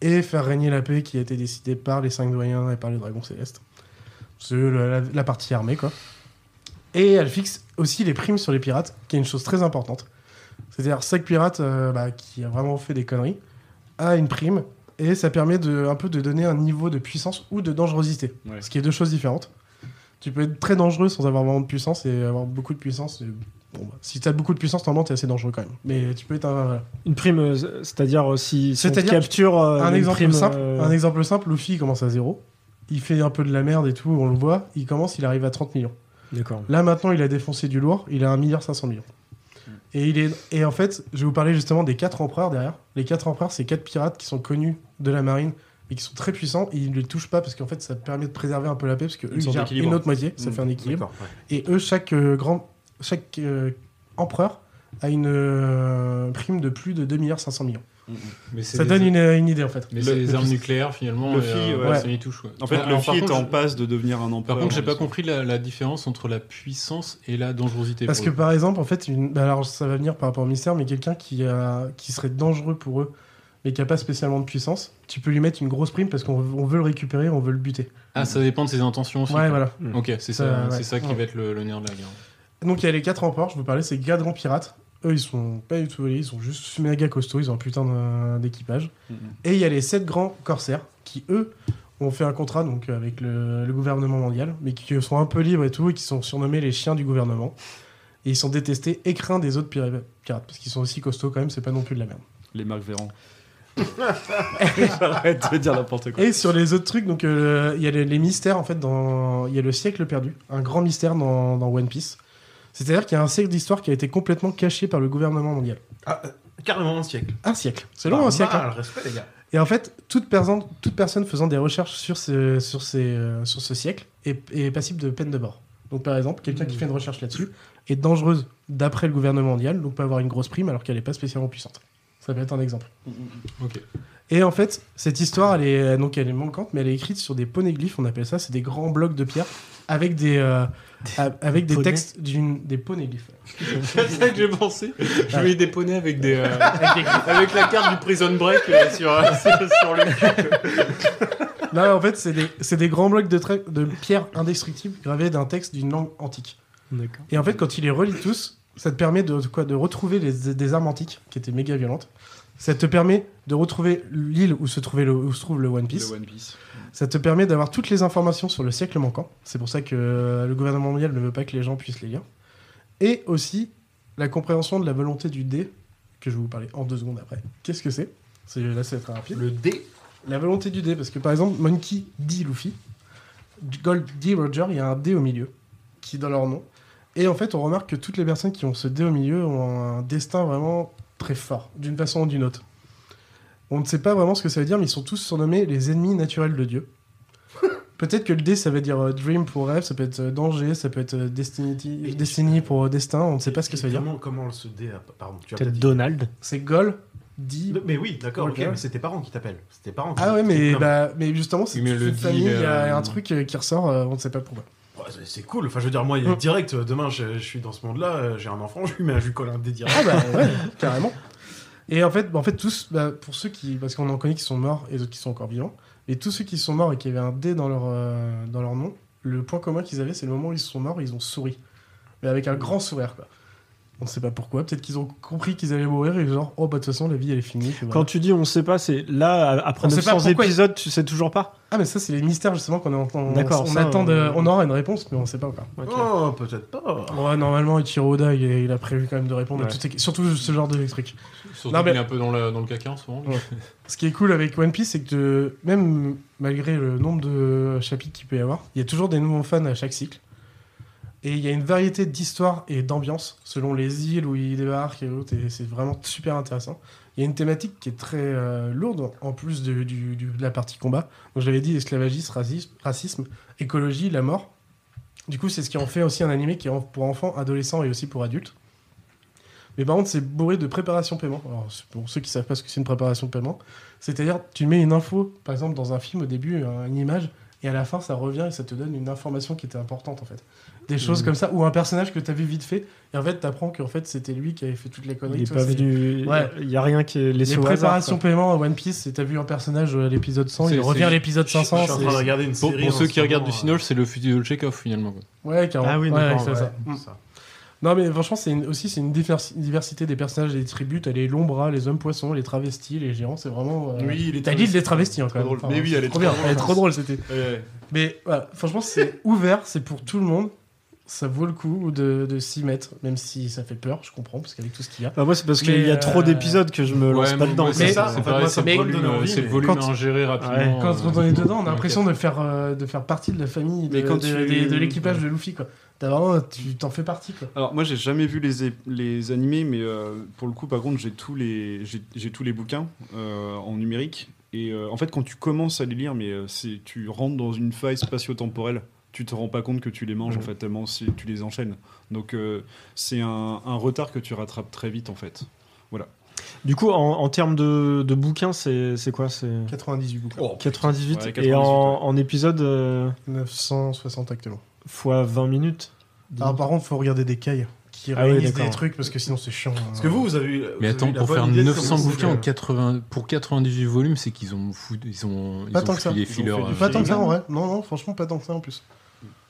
[SPEAKER 8] et faire régner la paix qui a été décidée par les cinq doyens et par les dragons célestes. C'est le- la, la partie armée, quoi. Et elle fixe aussi les primes sur les pirates, qui est une chose très importante. C'est-à-dire, chaque pirate euh, bah, qui a vraiment fait des conneries a une prime, et ça permet de, un peu de donner un niveau de puissance ou de dangerosité,
[SPEAKER 9] Ouais.
[SPEAKER 8] ce qui est deux choses différentes. Tu peux être très dangereux sans avoir vraiment de puissance, et avoir beaucoup de puissance. et- bon, bah, si tu as beaucoup de puissance, normalement, tu es assez dangereux quand même. Mais tu peux être un.
[SPEAKER 7] Une prime, euh, c'est-à-dire euh, si, si on te
[SPEAKER 8] C'est-à-dire
[SPEAKER 7] capture euh,
[SPEAKER 8] un
[SPEAKER 7] une
[SPEAKER 8] exemple
[SPEAKER 7] prime,
[SPEAKER 8] simple,
[SPEAKER 7] euh,
[SPEAKER 8] un exemple simple, Luffy il commence à zéro, il fait un peu de la merde et tout, on le voit, il commence, il arrive à 30 millions.
[SPEAKER 7] D'accord.
[SPEAKER 8] Là maintenant, il a défoncé du lourd, il a 1 milliard 500 millions. Et il est et en fait, je vais vous parler justement des quatre empereurs derrière. Les quatre empereurs, c'est quatre pirates qui sont connus de la marine mais qui sont très puissants et ils ne les touchent pas parce qu'en fait, ça permet de préserver un peu la paix parce que eux,
[SPEAKER 10] Une
[SPEAKER 8] ils
[SPEAKER 10] sorte
[SPEAKER 8] gèrent
[SPEAKER 10] d'équilibre.
[SPEAKER 8] une autre moitié, ça
[SPEAKER 10] Mm,
[SPEAKER 8] fait un équilibre.
[SPEAKER 10] d'accord,
[SPEAKER 8] Et eux, chaque euh, grand chaque euh, empereur a une euh, prime de plus de 2 milliards 500 millions.
[SPEAKER 11] Mais c'est
[SPEAKER 8] Ça
[SPEAKER 11] des-
[SPEAKER 8] donne une, euh, une idée en fait.
[SPEAKER 11] Mais c'est les armes nucléaires finalement.
[SPEAKER 9] Le
[SPEAKER 11] et,
[SPEAKER 9] fi,
[SPEAKER 11] euh,
[SPEAKER 9] ouais.
[SPEAKER 11] ça y touche. ouais.
[SPEAKER 9] En fait,
[SPEAKER 11] Alors,
[SPEAKER 9] le
[SPEAKER 11] par
[SPEAKER 9] fi est
[SPEAKER 11] contre,
[SPEAKER 9] en
[SPEAKER 11] je-
[SPEAKER 9] passe de devenir un empereur,
[SPEAKER 11] Par contre, j'ai
[SPEAKER 9] ouais,
[SPEAKER 11] pas
[SPEAKER 9] ça.
[SPEAKER 11] compris la, la différence entre la puissance et la dangerosité.
[SPEAKER 8] Parce
[SPEAKER 11] pour
[SPEAKER 8] que
[SPEAKER 11] le
[SPEAKER 8] par exemple, en fait, une... bah, alors ça va venir par rapport au mystère, mais quelqu'un qui, a... qui serait dangereux pour eux, mais qui n'a pas spécialement de puissance, tu peux lui mettre une grosse prime parce qu'on on veut le récupérer, on veut le buter.
[SPEAKER 11] coup. Ah, ça dépend de ses intentions aussi.
[SPEAKER 8] Ouais,
[SPEAKER 11] quoi.
[SPEAKER 8] voilà.
[SPEAKER 11] Ok,
[SPEAKER 8] Ça,
[SPEAKER 11] c'est ça,
[SPEAKER 8] Mm. Euh, ouais.
[SPEAKER 11] c'est ça qui
[SPEAKER 8] Ouais.
[SPEAKER 11] va être le, le nerf de la guerre.
[SPEAKER 8] Donc il y a les quatre empereurs, je vous parlais, c'est quatre grands pirates. Eux, ils sont pas du tout volés, ils sont juste méga costauds, ils ont un putain d'un- d'équipage.
[SPEAKER 9] Mhm.
[SPEAKER 8] Et il y a les sept grands corsaires qui, eux, ont fait un contrat donc avec le, le gouvernement mondial, mais qui sont un peu libres et tout, et qui sont surnommés les chiens du gouvernement. Et ils sont détestés et craints des autres pira- pirates, parce qu'ils sont aussi costauds quand même, c'est pas non plus de la merde.
[SPEAKER 9] Les Marc Véran. J'arrête de dire n'importe quoi.
[SPEAKER 8] Et sur les autres trucs, donc euh, il y a les, les mystères en fait dans il y a le siècle perdu, un grand mystère dans, dans One Piece. C'est-à-dire qu'il y a un siècle d'histoire qui a été complètement caché par le gouvernement mondial.
[SPEAKER 10] Ah, euh, carrément un siècle.
[SPEAKER 8] Un siècle. C'est long
[SPEAKER 10] Bah,
[SPEAKER 8] un siècle.
[SPEAKER 10] bah,
[SPEAKER 8] hein.
[SPEAKER 10] respect, les gars.
[SPEAKER 8] Et en fait, toute personne, toute personne faisant des recherches sur ce, sur ces, euh, sur ce siècle est, est passible de peine de mort. Donc par exemple, quelqu'un qui fait une recherche là-dessus est dangereuse d'après le gouvernement mondial, donc peut avoir une grosse prime alors qu'elle n'est pas spécialement puissante. Ça peut être un exemple. hmm,
[SPEAKER 11] Ok.
[SPEAKER 8] Et en fait, cette histoire, elle est, euh, donc elle est manquante, mais elle est écrite sur des poneglyphes, on appelle ça, c'est des grands blocs de pierre avec des, euh, a- avec des
[SPEAKER 11] poneys
[SPEAKER 8] textes d'une des poneglyphes.
[SPEAKER 11] C'est ça que j'ai pensé. Je voulais des poneys avec des. euh,
[SPEAKER 8] Avec des-
[SPEAKER 11] avec la carte du Prison Break euh, sur, euh, sur le
[SPEAKER 8] Non, en fait, c'est des, c'est des grands blocs de, tra- de pierre indestructibles gravés d'un texte d'une langue antique.
[SPEAKER 7] D'accord.
[SPEAKER 8] Et en fait, quand il les relie tous, ça te permet de, quoi, de retrouver les- des armes antiques qui étaient méga violentes. Ça te permet de retrouver l'île où se, trouvait le, où se trouve le One Piece.
[SPEAKER 9] Le One Piece.
[SPEAKER 8] Ça te permet d'avoir toutes les informations sur le siècle manquant. C'est pour ça que euh, le gouvernement mondial ne veut pas que les gens puissent les lire. Et aussi la compréhension de la volonté du dé, que je vais vous parler en deux secondes après. Qu'est-ce que c'est C'est- Là, c'est très rapide. Le dé La volonté du dé, parce que par exemple, Monkey dit Luffy, Gold dit Roger, il y a un dé au milieu, qui est dans leur nom. Et en fait, on remarque que toutes les personnes qui ont ce dé au milieu ont un destin vraiment très fort, d'une façon ou d'une autre. On ne sait pas vraiment ce que ça veut dire, mais ils sont tous surnommés les ennemis naturels de Dieu. Peut-être que le D, ça veut dire euh, dream pour rêve, ça peut être euh, danger, ça peut être euh, destiny, destiny pour euh, destin, on ne sait pas ce que ça veut dire.
[SPEAKER 10] Comment, comment se dé a- Pardon, tu as
[SPEAKER 8] Peut-être
[SPEAKER 10] peut-être dit-
[SPEAKER 8] Donald. C'est Gol, dit.
[SPEAKER 10] Non, Mais oui, d'accord, ok,
[SPEAKER 8] Roger.
[SPEAKER 10] mais c'est tes parents qui t'appellent. C'est tes parents qui
[SPEAKER 8] Ah ouais,
[SPEAKER 10] qui
[SPEAKER 8] mais,
[SPEAKER 10] t'appellent.
[SPEAKER 8] bah, mais justement, c'est
[SPEAKER 10] Mais
[SPEAKER 8] toute
[SPEAKER 10] le
[SPEAKER 8] une
[SPEAKER 10] dit,
[SPEAKER 8] famille, il y a
[SPEAKER 10] euh,
[SPEAKER 8] un truc euh, qui ressort, euh, on ne sait pas pourquoi.
[SPEAKER 10] Ouais, c'est- c'est cool. Enfin, je veux dire, moi, il y a
[SPEAKER 8] Mm.
[SPEAKER 10] direct, euh, demain, je, je suis dans ce monde-là, euh, j'ai un enfant, je lui mets un, je lui colle un dé direct.
[SPEAKER 8] Ah bah ouais, carrément. Et en fait, bah, en fait tous, bah, pour ceux qui, parce qu'on en connaît qui sont morts et d'autres qui sont encore vivants, et tous ceux qui sont morts et qui avaient un dé dans leur, euh, dans leur nom, le point commun qu'ils avaient, c'est le moment où ils sont morts, ils ont souri. Mais avec un grand sourire, quoi. On sait pas pourquoi, peut-être qu'ils ont compris qu'ils allaient mourir et genre, oh bah de toute façon, la vie elle est finie. puis voilà.
[SPEAKER 16] Quand tu dis on sait pas, c'est là, après
[SPEAKER 8] On sait pas
[SPEAKER 16] 900
[SPEAKER 8] pourquoi-
[SPEAKER 16] épisodes, tu sais toujours pas
[SPEAKER 8] Ah, mais ça, c'est les mystères justement qu'on entend.
[SPEAKER 16] D'accord,
[SPEAKER 8] on,
[SPEAKER 16] ça,
[SPEAKER 8] attend de-
[SPEAKER 16] euh,
[SPEAKER 8] on aura une réponse, mais on sait pas encore.
[SPEAKER 10] Oh, peut-être pas.
[SPEAKER 8] Ouais, normalement, Ichiro Oda, il, il a prévu quand même de répondre à
[SPEAKER 10] Ouais.
[SPEAKER 8] toutes ces questions, surtout ce genre de trucs.
[SPEAKER 11] Surtout
[SPEAKER 8] Non, mais-
[SPEAKER 11] qu'il est un peu dans le, dans le caca en ce moment. lui.
[SPEAKER 8] Ouais. Ce qui est cool avec One Piece, c'est que de- même malgré le nombre de chapitres qu'il peut y avoir, il y a toujours des nouveaux fans à chaque cycle. Et il y a une variété d'histoires et d'ambiances selon les îles où ils débarquent et autres, et c'est vraiment super intéressant. Il y a une thématique qui est très euh, lourde en plus de, du- du- de la partie combat. Donc je l'avais dit, esclavagisme, racisme, racisme, écologie, la mort. Du coup, c'est ce qui en fait aussi un animé qui est en- pour enfants, adolescents et aussi pour adultes. Mais par contre, c'est bourré de préparation paiement. Alors, c'est pour ceux qui savent pas ce que c'est une préparation paiement, c'est-à-dire tu mets une info, par exemple dans un film au début, un- une image, et à la fin ça revient et ça te donne une information qui était importante en fait. Des choses
[SPEAKER 16] Mhm.
[SPEAKER 8] comme ça, ou un personnage que tu as vu vite fait, et en fait t'apprends qu'en fait c'était lui qui avait fait toutes les conneries.
[SPEAKER 16] Il est
[SPEAKER 8] tu
[SPEAKER 16] pas
[SPEAKER 8] vois, c'est-
[SPEAKER 16] venu-
[SPEAKER 8] Ouais.
[SPEAKER 16] il y a rien qui est laissé
[SPEAKER 8] Les
[SPEAKER 16] au hasard,
[SPEAKER 8] préparations
[SPEAKER 16] quoi.
[SPEAKER 8] paiement à One Piece, c'est t'as vu un personnage euh, à l'épisode 100,
[SPEAKER 11] C'est-
[SPEAKER 8] il revient à
[SPEAKER 11] c'est-
[SPEAKER 8] l'épisode
[SPEAKER 11] je- je suis
[SPEAKER 8] 500.
[SPEAKER 11] en train de
[SPEAKER 8] c'est-
[SPEAKER 11] regarder une Pour, pour ceux qui regardent du
[SPEAKER 8] euh,
[SPEAKER 11] Cinoche, c'est le futur check-off finalement. quoi.
[SPEAKER 8] Ouais, carrément.
[SPEAKER 11] Ah oui,
[SPEAKER 8] Ouais,
[SPEAKER 11] d'accord,
[SPEAKER 8] c'est
[SPEAKER 11] ouais,
[SPEAKER 8] ça.
[SPEAKER 10] euh,
[SPEAKER 8] Mm. Non, mais franchement, c'est une- aussi c'est une diversi- diversité des personnages et des tribus. T'as les lombras, hein, les hommes poissons, les travestis, les géants. C'est vraiment. euh,
[SPEAKER 9] Oui, les
[SPEAKER 8] T'as l'île
[SPEAKER 9] travestis,
[SPEAKER 8] des travestis, hein, quand
[SPEAKER 9] très
[SPEAKER 8] même.
[SPEAKER 9] drôle. Mais oui,
[SPEAKER 8] c'est
[SPEAKER 9] elle est
[SPEAKER 8] trop
[SPEAKER 9] très
[SPEAKER 8] bien.
[SPEAKER 9] drôle.
[SPEAKER 8] Elle est trop drôle, c'était.
[SPEAKER 9] Ouais, ouais.
[SPEAKER 8] Mais voilà, franchement, c'est ouvert, c'est pour tout le monde. Ça vaut le coup de, de s'y mettre, même si ça fait peur, je comprends, parce qu'avec tout ce qu'il y a. euh,
[SPEAKER 16] Bah, moi, c'est parce qu'il y a trop d'épisodes que je me lance Ouais, pas mais dedans, moi, quoi. c'est ça, c'est pareil, c'est le
[SPEAKER 8] mais-
[SPEAKER 16] volume, euh, c'est le volume
[SPEAKER 8] quand-
[SPEAKER 16] à ingérer rapidement,
[SPEAKER 8] Ouais, Ah Quand,
[SPEAKER 16] euh,
[SPEAKER 8] quand on est dedans, on
[SPEAKER 16] ok.
[SPEAKER 8] a l'impression de faire, euh, de faire partie de la famille, de,
[SPEAKER 9] Mais quand
[SPEAKER 8] de-
[SPEAKER 9] tu-
[SPEAKER 8] des- de l'équipage de Luffy, quoi. T'as vraiment, tu t'en fais partie, quoi.
[SPEAKER 9] Alors moi j'ai jamais vu les, é- les animés mais euh, pour le coup par contre j'ai tous les j'ai j'ai tous les bouquins euh, en numérique et euh, en fait quand tu commences à les lire mais euh, c'est tu rentres dans une faille spatio-temporelle tu te rends pas compte que tu les manges
[SPEAKER 11] Mhm.
[SPEAKER 9] en fait tellement si tu les enchaînes donc euh, c'est un, un retard que tu rattrapes très vite en fait voilà
[SPEAKER 16] Du coup, en, en termes de, de bouquins, c'est c'est quoi c'est
[SPEAKER 8] 98 bouquins.
[SPEAKER 9] Oh,
[SPEAKER 16] 98
[SPEAKER 9] putain. Ouais,
[SPEAKER 16] et en,
[SPEAKER 9] 98,
[SPEAKER 16] en épisode euh,
[SPEAKER 8] 960 actuellement.
[SPEAKER 16] fois 20 minutes.
[SPEAKER 8] Alors, par contre, faut regarder des cailles qui
[SPEAKER 16] Ah oui,
[SPEAKER 8] réalisent
[SPEAKER 16] d'accord.
[SPEAKER 8] des trucs, parce que sinon c'est chiant.
[SPEAKER 10] Parce que vous, vous avez eu. vous avez
[SPEAKER 11] Mais
[SPEAKER 10] eu
[SPEAKER 11] attends,
[SPEAKER 10] la
[SPEAKER 11] pour
[SPEAKER 10] bonne
[SPEAKER 11] faire
[SPEAKER 10] idée de
[SPEAKER 11] 900
[SPEAKER 10] commencer,
[SPEAKER 11] bouquins en
[SPEAKER 10] euh,
[SPEAKER 11] 80, pour 98 volumes, c'est qu'ils ont fou, ils ont, ils
[SPEAKER 8] Pas
[SPEAKER 11] ont
[SPEAKER 8] tant que
[SPEAKER 11] foutu
[SPEAKER 8] ça.
[SPEAKER 11] des
[SPEAKER 8] Ils ont
[SPEAKER 11] fillers.
[SPEAKER 8] fait du
[SPEAKER 11] euh,
[SPEAKER 8] Pas tant que ça en vrai. Non, non, franchement, pas tant que ça en plus.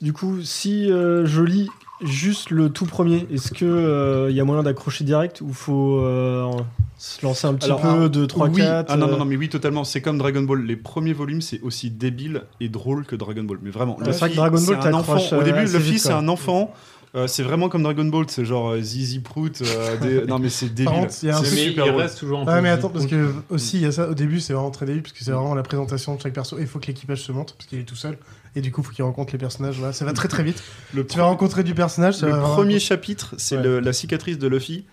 [SPEAKER 16] Du coup, si euh, je lis juste le tout premier, est-ce que euh, y a moyen d'accrocher direct ou faut euh, se lancer un petit
[SPEAKER 9] Alors,
[SPEAKER 16] peu
[SPEAKER 9] ah,
[SPEAKER 16] de 3
[SPEAKER 9] oui.
[SPEAKER 16] 4
[SPEAKER 9] Ah non, non, non, mais oui, totalement. C'est comme Dragon Ball. Les premiers volumes, c'est aussi débile et drôle que Dragon Ball. Mais vraiment.
[SPEAKER 16] Ouais,
[SPEAKER 9] le
[SPEAKER 16] c'est vrai que Dragon Ball,
[SPEAKER 9] c'est un enfant.
[SPEAKER 16] t'accroches, euh,
[SPEAKER 9] Au début,
[SPEAKER 16] assez
[SPEAKER 9] Luffy,
[SPEAKER 16] vite,
[SPEAKER 9] c'est
[SPEAKER 16] quoi.
[SPEAKER 9] un enfant. Euh, c'est vraiment comme Dragon Ball, c'est genre euh, Zizi Prout. euh, des- Non, mais c'est débile.
[SPEAKER 8] Par contre, il y a un
[SPEAKER 9] C'est
[SPEAKER 8] truc-
[SPEAKER 9] super drôle.
[SPEAKER 8] Ouais, mais attends, parce que aussi, il y a ça. Au début, c'est vraiment très début, parce que c'est vraiment la présentation de chaque perso. Et il faut que l'équipage se monte, parce qu'il est tout seul. Et du coup, il faut qu'il rencontre les personnages. Voilà, ça va très très vite. tu vas rencontrer du personnage. ça
[SPEAKER 9] Le
[SPEAKER 8] va-
[SPEAKER 9] premier chapitre, c'est le- la cicatrice de Luffy.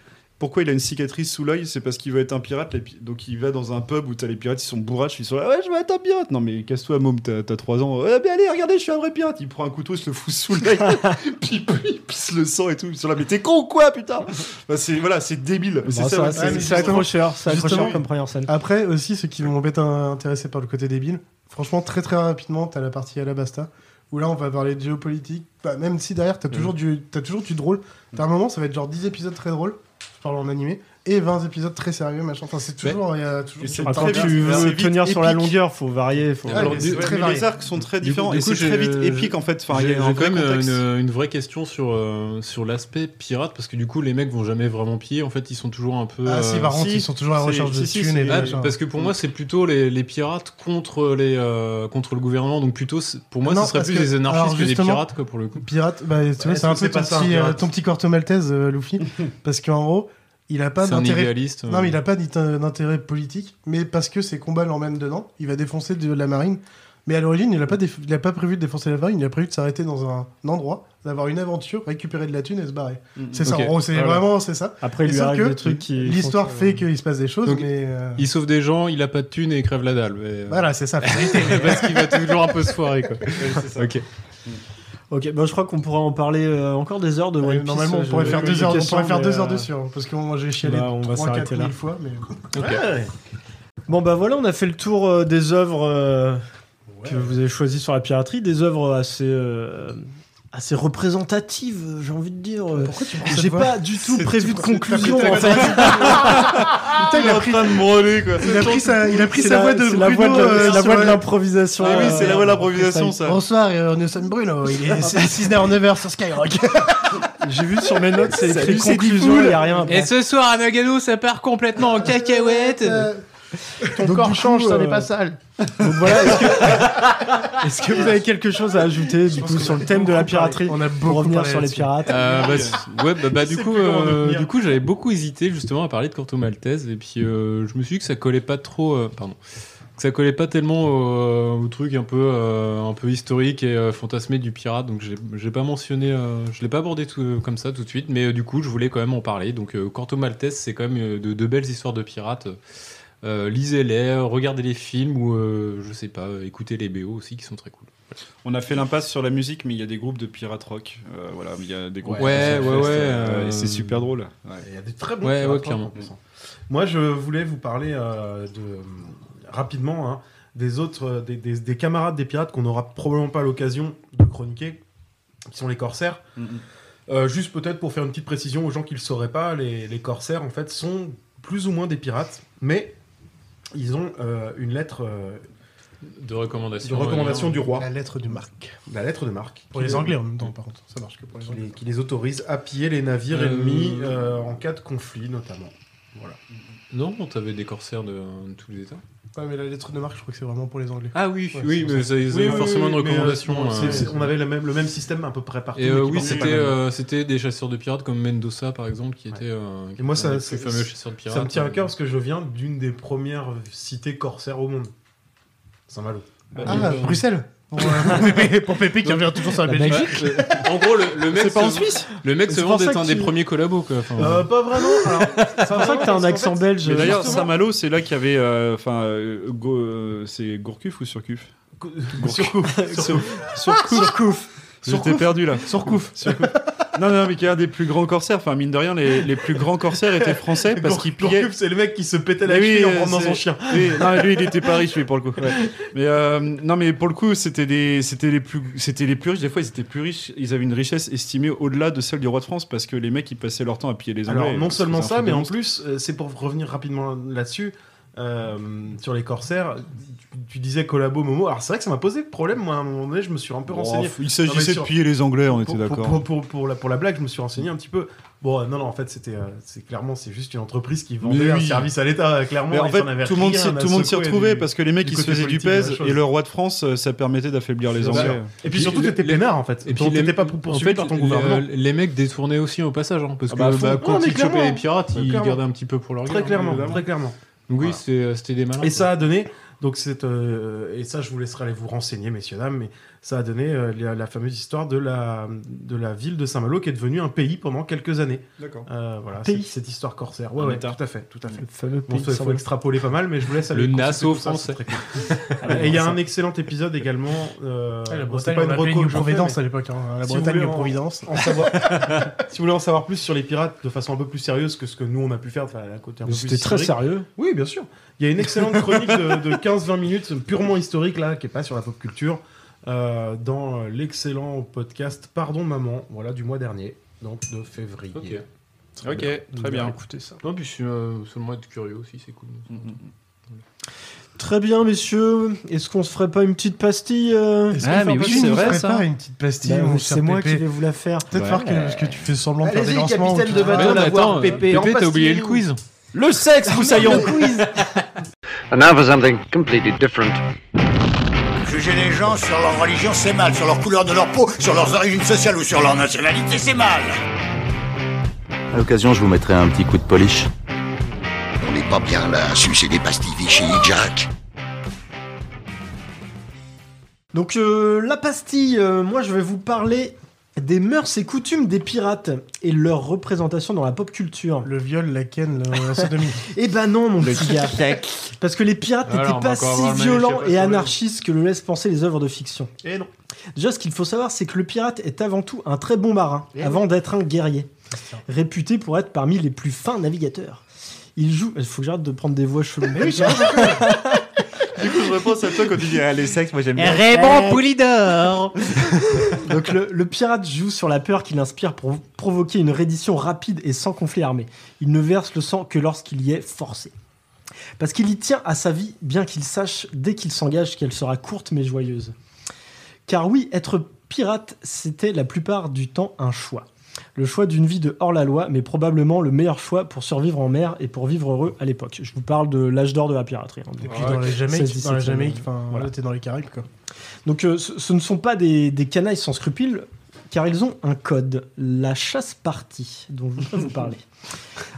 [SPEAKER 9] Pourquoi il a une cicatrice sous l'œil C'est parce qu'il veut être un pirate. les pi- Donc il va dans un pub où t'as les pirates, ils sont bourraches, ils sont là, ouais, je veux être un pirate. Non mais casse-toi, môme, t'as t'as 3 ans. Ouais, mais allez, regardez, je suis un vrai pirate. Il prend un couteau, il se le fout sous l'œil, puis puis, il pisse le sang et tout. Ils sont là, mais t'es con ou quoi, putain Bah, c'est- Voilà, c'est débile.
[SPEAKER 16] Bon,
[SPEAKER 9] c'est
[SPEAKER 16] ça,
[SPEAKER 9] ça,
[SPEAKER 16] c'est- c'est accrocheur, c'est accrocheur
[SPEAKER 8] Justement,
[SPEAKER 16] comme première scène.
[SPEAKER 8] Après, aussi, ceux qui vont m'être intéressés par le côté débile, franchement, très très rapidement, t'as la partie Alabasta, où là, on va parler de géopolitique. Bah, même si derrière,
[SPEAKER 11] Mm.
[SPEAKER 8] t'as toujours, du- t'as toujours du drôle. T'as un moment, ça va être genre 10 épisodes très drôles, je parle en animé, et 20 épisodes très sérieux, machin. Enfin, c'est toujours. il y a toujours
[SPEAKER 16] Ah, quand tu veux tenir sur la longueur, faut varier. Faut...
[SPEAKER 8] Ouais, Alors, mais du- c'est-
[SPEAKER 9] très varié. les arcs sont très
[SPEAKER 11] Du coup-
[SPEAKER 9] différents
[SPEAKER 11] du
[SPEAKER 9] et
[SPEAKER 11] coup,
[SPEAKER 9] c'est très
[SPEAKER 11] j'ai-
[SPEAKER 9] vite épique en fait. Enfin, il y
[SPEAKER 11] j'ai
[SPEAKER 9] a un
[SPEAKER 11] j'ai
[SPEAKER 9] vrai
[SPEAKER 11] quand même euh,
[SPEAKER 9] contexte.
[SPEAKER 11] une, une vraie question sur, euh, sur l'aspect pirate parce que du coup, les mecs vont jamais vraiment piller. En fait, ils sont toujours un peu.
[SPEAKER 8] Ah, si, par contre, ils sont toujours à la
[SPEAKER 11] c'est-
[SPEAKER 8] recherche de thunes
[SPEAKER 11] c'est-
[SPEAKER 8] et de
[SPEAKER 11] ah,
[SPEAKER 8] machin.
[SPEAKER 11] Parce que pour moi, c'est plutôt les, les pirates contre, les, euh, contre le gouvernement. Donc, plutôt, c'est- pour moi,
[SPEAKER 8] Non,
[SPEAKER 11] ce serait
[SPEAKER 8] parce
[SPEAKER 11] plus
[SPEAKER 8] que-
[SPEAKER 11] des
[SPEAKER 8] alors,
[SPEAKER 11] anarchistes que des
[SPEAKER 8] justement,
[SPEAKER 11] pirates, quoi, pour le coup.
[SPEAKER 8] Pirate, bah, tu vois,
[SPEAKER 11] Ouais,
[SPEAKER 8] c'est un
[SPEAKER 11] est-ce que
[SPEAKER 8] peu
[SPEAKER 11] c'est
[SPEAKER 8] ton
[SPEAKER 11] pas ça, un
[SPEAKER 8] petit, euh,
[SPEAKER 11] pirate
[SPEAKER 8] ton petit corto maltese, euh, Luffy, parce qu'en gros, il a pas
[SPEAKER 11] C'est un
[SPEAKER 8] d'intérêt.
[SPEAKER 11] idéaliste, euh.
[SPEAKER 8] Non, mais il a pas d'int- d'intérêt politique, mais parce que ses combats l'emmènent dedans, il va défoncer de la marine. Mais à l'origine, il n'a pas, déf- il a pas prévu de défoncer la marine, il a prévu de s'arrêter dans un endroit, d'avoir une aventure, récupérer de la thune et se barrer.
[SPEAKER 11] Mhm.
[SPEAKER 8] C'est ça,
[SPEAKER 11] Ok,
[SPEAKER 8] en gros,
[SPEAKER 16] Ah
[SPEAKER 8] c'est
[SPEAKER 11] voilà.
[SPEAKER 8] vraiment c'est ça.
[SPEAKER 11] Après, il
[SPEAKER 8] Et
[SPEAKER 11] lui
[SPEAKER 8] sauf
[SPEAKER 11] arrive
[SPEAKER 8] que
[SPEAKER 11] des trucs qui
[SPEAKER 8] L'histoire
[SPEAKER 11] font que-
[SPEAKER 8] fait qu'il se passe des choses,
[SPEAKER 11] Donc,
[SPEAKER 8] mais. euh,
[SPEAKER 11] Il sauve des gens, il a pas de thunes et il crève la dalle. mais, euh,
[SPEAKER 8] Voilà, c'est ça.
[SPEAKER 11] parce qu'il va toujours un peu se foirer, quoi. Ok.
[SPEAKER 16] Ok, bah, je crois qu'on pourra en parler euh, encore des heures de One Piece,
[SPEAKER 8] Normalement, on
[SPEAKER 16] je-
[SPEAKER 8] pourrait faire
[SPEAKER 16] j'ai
[SPEAKER 8] deux heures, on
[SPEAKER 16] questions,
[SPEAKER 8] pourrait faire
[SPEAKER 16] mais,
[SPEAKER 8] deux heures
[SPEAKER 16] euh,
[SPEAKER 8] dessus, hein, parce que moi j'ai chialé
[SPEAKER 16] bah, on va
[SPEAKER 8] 3
[SPEAKER 16] s'arrêter
[SPEAKER 8] 4
[SPEAKER 16] là.
[SPEAKER 8] 000 fois, mais.
[SPEAKER 11] Ok.
[SPEAKER 16] Ouais. Bon bah voilà, on a fait le tour euh, des œuvres euh, que vous avez choisies sur la piraterie, des œuvres assez euh,
[SPEAKER 7] assez représentative, j'ai envie de dire. Euh,
[SPEAKER 8] Pourquoi tu prends cette
[SPEAKER 7] J'ai
[SPEAKER 8] voix
[SPEAKER 7] pas du tout
[SPEAKER 8] C'est-
[SPEAKER 7] prévu
[SPEAKER 8] tu
[SPEAKER 7] de
[SPEAKER 8] prends-
[SPEAKER 7] conclusion
[SPEAKER 8] t'as
[SPEAKER 7] en
[SPEAKER 8] pris ta
[SPEAKER 7] fait.
[SPEAKER 8] voix Putain, il a pris de quoi. Il a pris sa, il a pris
[SPEAKER 7] C'est
[SPEAKER 8] sa
[SPEAKER 7] la-
[SPEAKER 8] voix de
[SPEAKER 7] c'est la voix
[SPEAKER 8] Bruno,
[SPEAKER 7] de la-
[SPEAKER 8] euh,
[SPEAKER 7] c'est la Eh
[SPEAKER 8] sur
[SPEAKER 7] voix de
[SPEAKER 8] le-
[SPEAKER 7] l'improvisation, euh,
[SPEAKER 8] Ah oui, c'est la voix
[SPEAKER 7] freestyle.
[SPEAKER 8] de l'improvisation ça.
[SPEAKER 19] Bonsoir, euh, nous sommes Bruno. Il est 6h09 sur Skyrock.
[SPEAKER 7] J'ai vu sur mes notes, c'est écrit
[SPEAKER 19] Salut, c'est
[SPEAKER 7] conclusion,
[SPEAKER 19] Diffoul.
[SPEAKER 7] il y a rien. après.
[SPEAKER 11] Et ce soir à Nagano, ça part complètement en cacahuète.
[SPEAKER 19] Ton corps change, ça n'est pas sale.
[SPEAKER 7] Donc voilà, est-ce que, est-ce que vous avez quelque chose à ajouter du coup sur le thème de la piraterie On a pour revenir
[SPEAKER 11] parlé
[SPEAKER 7] sur les
[SPEAKER 11] là-dessus.
[SPEAKER 7] pirates.
[SPEAKER 11] Euh, bah, c- ouais, bah, bah, du,
[SPEAKER 7] C'est
[SPEAKER 11] coup,
[SPEAKER 7] plus grand de
[SPEAKER 11] euh,
[SPEAKER 7] venir.
[SPEAKER 11] du coup, j'avais beaucoup hésité justement à parler de Corto Maltese et puis euh, je me suis dit que ça collait pas trop, euh, pardon, que ça collait pas tellement au, au truc un peu, euh, un peu historique et euh, fantasmé du pirate, donc j'ai- j'ai pas mentionné, euh, je l'ai pas abordé tout- comme ça tout de suite, mais euh, du coup, je voulais quand même en parler. Donc, euh, Corto Maltese, c'est quand même euh, de, de belles histoires de pirates. Euh, Lisez-les, euh, regardez les films ou euh, je sais pas, euh, écoutez les BO aussi qui sont très cool.
[SPEAKER 9] On a fait l'impasse sur la musique, mais il y a des groupes de pirate rock. Euh, voilà, il y a des groupes.
[SPEAKER 11] Ouais, ouais,
[SPEAKER 9] qui sont
[SPEAKER 11] ouais.
[SPEAKER 9] fest, euh,
[SPEAKER 11] euh,
[SPEAKER 9] et c'est super drôle.
[SPEAKER 10] Il y a des très bons
[SPEAKER 11] Ouais,
[SPEAKER 10] pirates
[SPEAKER 11] ouais,
[SPEAKER 10] rock,
[SPEAKER 11] clairement.
[SPEAKER 10] en passant. Moi, je voulais vous parler euh, de euh, rapidement hein, des autres, euh, des, des- des camarades des pirates qu'on n'aura probablement pas l'occasion de chroniquer, qui sont les corsaires.
[SPEAKER 9] Mhm.
[SPEAKER 10] Euh, juste peut-être pour faire une petite précision aux gens qui ne le sauraient pas, les, les corsaires en fait sont plus ou moins des pirates, mais ils ont euh, une lettre euh,
[SPEAKER 11] De recommandation.
[SPEAKER 10] de recommandation
[SPEAKER 11] euh,
[SPEAKER 10] du roi.
[SPEAKER 8] La lettre de marque.
[SPEAKER 10] La lettre de marque.
[SPEAKER 8] Pour
[SPEAKER 10] Qui
[SPEAKER 8] les
[SPEAKER 10] les-
[SPEAKER 8] Anglais en même temps, par contre. Ça marche que pour les
[SPEAKER 10] qui
[SPEAKER 8] Anglais.
[SPEAKER 10] les, qui les autorise à piller les navires
[SPEAKER 11] Euh,
[SPEAKER 10] ennemis euh, en cas de conflit notamment. Voilà.
[SPEAKER 11] Non, on t'avait des corsaires de, de tous les États.
[SPEAKER 8] Ouais, mais la lettre de marque, je crois que c'est vraiment pour les Anglais.
[SPEAKER 11] Ah oui,
[SPEAKER 8] Ouais,
[SPEAKER 11] oui,
[SPEAKER 8] c'est
[SPEAKER 11] mais
[SPEAKER 8] pour ça.
[SPEAKER 11] ça- ils
[SPEAKER 10] Oui,
[SPEAKER 11] avaient
[SPEAKER 10] oui,
[SPEAKER 11] forcément
[SPEAKER 10] oui,
[SPEAKER 11] une
[SPEAKER 10] mais,
[SPEAKER 11] recommandation.
[SPEAKER 10] euh, c'est-
[SPEAKER 11] euh,
[SPEAKER 10] c'est- on avait le même, le même système à peu près partout.
[SPEAKER 11] Et
[SPEAKER 10] mais
[SPEAKER 11] euh,
[SPEAKER 10] qui
[SPEAKER 11] oui,
[SPEAKER 10] portait pas
[SPEAKER 11] c'était
[SPEAKER 10] le même nom.
[SPEAKER 11] euh, c'était des chasseurs de pirates comme Mendoza par exemple, qui était euh,
[SPEAKER 10] Et moi, ça,
[SPEAKER 11] le
[SPEAKER 10] c'est-
[SPEAKER 11] plus fameux chasseur de pirates.
[SPEAKER 10] ça me tient à cœur parce que je viens d'une des premières cités corsaires au monde. Saint-Malo.
[SPEAKER 8] Ah, Bruxelles Pour, euh, pour Pépé- pour Pépé qui revient toujours sur la
[SPEAKER 7] Bah,
[SPEAKER 8] Belgique.
[SPEAKER 11] En gros, le, le mec.
[SPEAKER 8] C'est pas
[SPEAKER 11] se-
[SPEAKER 8] en Suisse
[SPEAKER 11] Le mec
[SPEAKER 8] C'est
[SPEAKER 11] se
[SPEAKER 8] pour
[SPEAKER 11] vante
[SPEAKER 8] ça
[SPEAKER 11] d'être un
[SPEAKER 8] que
[SPEAKER 11] des
[SPEAKER 8] tu-
[SPEAKER 11] premiers collabos quoi. Enfin,
[SPEAKER 10] Euh, pas vraiment. alors.
[SPEAKER 7] C'est pour ça que t'as un accent belge.
[SPEAKER 9] Mais d'ailleurs,
[SPEAKER 10] justement-
[SPEAKER 9] Saint-Malo, c'est là qu'il y avait. euh, Enfin, euh, Go- euh, c'est Gourcuff ou Surcuff
[SPEAKER 10] Surcouf.
[SPEAKER 9] Surcouf. J'étais
[SPEAKER 10] Surcouf.
[SPEAKER 9] perdu là.
[SPEAKER 10] Surcouf.
[SPEAKER 9] Surcouf. Non, non, mais qui est un des plus grands corsaires. Enfin, mine de rien, les, les plus grands corsaires étaient français parce
[SPEAKER 10] Gour-
[SPEAKER 9] qu'ils pillaient.
[SPEAKER 10] Gourcuff, c'est le mec qui se pétait la
[SPEAKER 9] Mais oui,
[SPEAKER 10] cheville en
[SPEAKER 9] euh,
[SPEAKER 10] prenant
[SPEAKER 9] c'est-
[SPEAKER 10] son chien.
[SPEAKER 9] Oui, non, mais lui, il était pas riche, lui, pour le coup. Ouais. Mais euh, non, mais pour le coup, c'était des, c'était les plus, c'était les plus riches. Des fois, ils étaient plus riches. Ils avaient une richesse estimée au-delà de celle du roi de France parce que les mecs, ils passaient leur temps à piller les Anglais.
[SPEAKER 10] Alors, non
[SPEAKER 9] Et c'était
[SPEAKER 10] seulement
[SPEAKER 9] un
[SPEAKER 10] ça,
[SPEAKER 9] truc de
[SPEAKER 10] mais en
[SPEAKER 9] monstre.
[SPEAKER 10] plus, euh, c'est pour revenir rapidement là-dessus, euh, sur les corsaires, tu, tu disais collabo Momo. Alors, c'est vrai que ça m'a posé problème, moi, à un moment donné, je me suis un peu
[SPEAKER 9] Oh,
[SPEAKER 10] renseigné.
[SPEAKER 9] il
[SPEAKER 10] Non, mais
[SPEAKER 9] s'agissait de
[SPEAKER 10] sur-
[SPEAKER 9] piller les Anglais, on était
[SPEAKER 10] pour- pour-
[SPEAKER 9] d'accord.
[SPEAKER 10] Pour, pour, pour la, pour la blague, je me suis renseigné un petit peu. Bon, euh, non, non, en fait, c'était euh, c'est clairement, c'est juste une entreprise qui vendait
[SPEAKER 9] Mais
[SPEAKER 10] un
[SPEAKER 9] oui.
[SPEAKER 10] service à l'État, euh, clairement.
[SPEAKER 9] Mais en
[SPEAKER 10] ils
[SPEAKER 9] fait,
[SPEAKER 10] en avaient
[SPEAKER 9] tout le monde
[SPEAKER 10] rien
[SPEAKER 9] s'y
[SPEAKER 10] à
[SPEAKER 9] tout le monde s'y
[SPEAKER 10] secouer
[SPEAKER 9] retrouvait
[SPEAKER 10] du-
[SPEAKER 9] parce que les mecs
[SPEAKER 10] du
[SPEAKER 9] ils se
[SPEAKER 10] côté
[SPEAKER 9] faisaient du
[SPEAKER 10] politique de la
[SPEAKER 9] pèse
[SPEAKER 10] chose.
[SPEAKER 9] et le roi de France euh, ça permettait d'affaiblir les
[SPEAKER 10] C'est
[SPEAKER 9] Anglais.
[SPEAKER 10] sûr. Et puis surtout, t'étais peinard, en fait.
[SPEAKER 11] Et puis
[SPEAKER 10] Donc,
[SPEAKER 11] les-
[SPEAKER 10] t'étais pas pour-
[SPEAKER 11] en
[SPEAKER 10] poursuivi
[SPEAKER 11] fait,
[SPEAKER 10] par ton
[SPEAKER 9] euh,
[SPEAKER 11] les- euh,
[SPEAKER 10] gouvernement.
[SPEAKER 11] Les mecs détournaient aussi au passage, hein, parce
[SPEAKER 10] Ah
[SPEAKER 11] que
[SPEAKER 10] bah, à fond.
[SPEAKER 11] bah,
[SPEAKER 10] Non,
[SPEAKER 11] quand
[SPEAKER 10] mais
[SPEAKER 11] ils
[SPEAKER 10] clairement.
[SPEAKER 11] chopaient les pirates,
[SPEAKER 10] Mais
[SPEAKER 11] ils
[SPEAKER 10] clairement.
[SPEAKER 11] gardaient un petit peu pour leur
[SPEAKER 10] Très
[SPEAKER 11] gueule,
[SPEAKER 10] clairement,
[SPEAKER 11] évidemment.
[SPEAKER 10] très clairement.
[SPEAKER 11] Donc oui,
[SPEAKER 10] Voilà.
[SPEAKER 11] c'est- euh, c'était des malins.
[SPEAKER 9] Ah,
[SPEAKER 10] Et
[SPEAKER 11] quoi.
[SPEAKER 10] ça a donné, donc c'est, euh, et ça je vous laisserai aller vous renseigner, messieurs, dames, mais ça a donné euh, la, la fameuse histoire de la, de la ville de Saint-Malo qui est devenue un pays pendant quelques années.
[SPEAKER 9] D'accord.
[SPEAKER 10] Euh, voilà,
[SPEAKER 9] Un pays.
[SPEAKER 10] c'est- cette histoire corsaire. Ouais,
[SPEAKER 9] Un
[SPEAKER 10] ouais,
[SPEAKER 9] état.
[SPEAKER 10] tout à fait, tout à fait.
[SPEAKER 9] Le fameux
[SPEAKER 10] Bon,
[SPEAKER 9] pays
[SPEAKER 10] ça,
[SPEAKER 9] de
[SPEAKER 10] il faut
[SPEAKER 9] Saint-Malo.
[SPEAKER 10] extrapoler pas mal, mais je vous laisse aller
[SPEAKER 11] Le
[SPEAKER 10] consulter
[SPEAKER 11] Nassau
[SPEAKER 10] tout ça,
[SPEAKER 11] français.
[SPEAKER 10] c'est très
[SPEAKER 9] Ah,
[SPEAKER 10] cool. et il y a un excellent épisode également. Euh,
[SPEAKER 8] Ah, la
[SPEAKER 10] bon,
[SPEAKER 8] Bretagne,
[SPEAKER 10] c'est
[SPEAKER 8] on l'appelait
[SPEAKER 10] reco
[SPEAKER 8] New
[SPEAKER 10] que je fais,
[SPEAKER 8] Providence
[SPEAKER 10] mais-
[SPEAKER 8] à l'époque, hein, la
[SPEAKER 10] si
[SPEAKER 8] Bretagne,
[SPEAKER 10] vous voulez
[SPEAKER 8] New
[SPEAKER 10] en-
[SPEAKER 8] Providence.
[SPEAKER 10] en savoir- si vous voulez en savoir plus sur les pirates de façon un peu plus sérieuse que ce que nous on a pu faire, enfin, à côté un peu
[SPEAKER 7] Mais
[SPEAKER 10] plus
[SPEAKER 7] c'était très
[SPEAKER 10] historique.
[SPEAKER 7] sérieux.
[SPEAKER 10] Oui, bien sûr. Il y a une excellente chronique de, de 15-20 minutes purement historique là, qui est pas sur la pop culture, euh, dans euh, l'excellent podcast Pardon Maman, voilà du mois dernier, donc de février.
[SPEAKER 11] Ok.
[SPEAKER 10] Très bien.
[SPEAKER 11] très bien.
[SPEAKER 10] Écoutez ça.
[SPEAKER 11] Non, puis je suis euh, seulement être curieux aussi, c'est cool.
[SPEAKER 7] Très bien, messieurs. Est-ce qu'on se ferait pas une petite pastille euh
[SPEAKER 8] Est-ce qu'on Ah, fait mais un oui, pastille c'est vrai, ça. prépare une petite pastille,
[SPEAKER 7] Bah,
[SPEAKER 8] mon
[SPEAKER 7] C'est
[SPEAKER 8] cher
[SPEAKER 7] moi
[SPEAKER 8] Pépé
[SPEAKER 7] qui vais vous la faire.
[SPEAKER 8] Peut-être voir que, parce que tu fais semblant de faire des
[SPEAKER 7] Allez-y,
[SPEAKER 8] lancements. ou
[SPEAKER 7] capitaine
[SPEAKER 8] tu-
[SPEAKER 7] de bateau,
[SPEAKER 8] Ouais,
[SPEAKER 7] la
[SPEAKER 8] mais
[SPEAKER 7] voir,
[SPEAKER 8] attends,
[SPEAKER 7] Pépé,
[SPEAKER 8] euh,
[SPEAKER 7] en pastille.
[SPEAKER 8] Le sexe, vous saillons
[SPEAKER 20] And now for something completely different.
[SPEAKER 3] Juger les gens sur leur religion, c'est mal. Sur leur couleur de leur peau, sur leurs origines sociales ou sur leur nationalité, c'est mal.
[SPEAKER 21] À l'occasion, je vous mettrai un petit coup de polish.
[SPEAKER 4] On n'est pas bien là à sucer des pastilles Vichy, Jack.
[SPEAKER 7] Donc euh, la pastille, euh, moi je vais vous parler des mœurs et coutumes des pirates et leur représentation dans la pop culture. Le viol, la ken, la sodomie. Eh ben non mon
[SPEAKER 8] Le
[SPEAKER 7] petit gars.
[SPEAKER 8] tic-tac.
[SPEAKER 7] Parce que les pirates
[SPEAKER 8] Alors,
[SPEAKER 7] n'étaient
[SPEAKER 8] on va
[SPEAKER 7] pas
[SPEAKER 8] encore avoir
[SPEAKER 7] si
[SPEAKER 8] Manu, je sais
[SPEAKER 7] violents
[SPEAKER 8] pas
[SPEAKER 7] et
[SPEAKER 8] sur le-
[SPEAKER 7] anarchistes que le laissent penser les œuvres de fiction.
[SPEAKER 10] Et non.
[SPEAKER 7] Déjà ce qu'il faut savoir c'est que le pirate est avant tout un très bon marin, avant d'être un guerrier, réputé pour être parmi les plus fins navigateurs. Il joue... Il faut que j'arrête de prendre des voix cheloues.
[SPEAKER 8] Mais oui, c'est vrai,
[SPEAKER 14] je repense à toi quand tu dis ah, les sexes, moi j'aime bien.
[SPEAKER 12] Eh.
[SPEAKER 7] Raymond
[SPEAKER 22] Poulidor
[SPEAKER 7] Donc le, le pirate joue sur la peur qu'il inspire pour provoquer une reddition rapide et sans conflit armé. Il ne verse le sang que lorsqu'il y est forcé. Parce qu'il y tient à sa vie, bien qu'il sache dès qu'il s'engage qu'elle sera courte mais joyeuse. Car oui, être pirate, c'était la plupart du temps un choix. Le choix d'une vie de hors-la-loi, mais probablement le meilleur choix pour survivre en mer et pour vivre heureux à l'époque. Je vous parle de l'âge d'or de la piraterie. hein,
[SPEAKER 8] Et puis
[SPEAKER 7] depuis
[SPEAKER 8] dans les Jamaïques,
[SPEAKER 7] 16,
[SPEAKER 8] dans les
[SPEAKER 7] 17e,
[SPEAKER 8] Jamaïques, enfin,
[SPEAKER 7] voilà.
[SPEAKER 8] là, t'es dans les Caraïbes, quoi.
[SPEAKER 7] Donc euh, ce, ce ne sont pas des, des canailles sans scrupules, car ils ont un code, la chasse partie, dont je voudrais vous parler.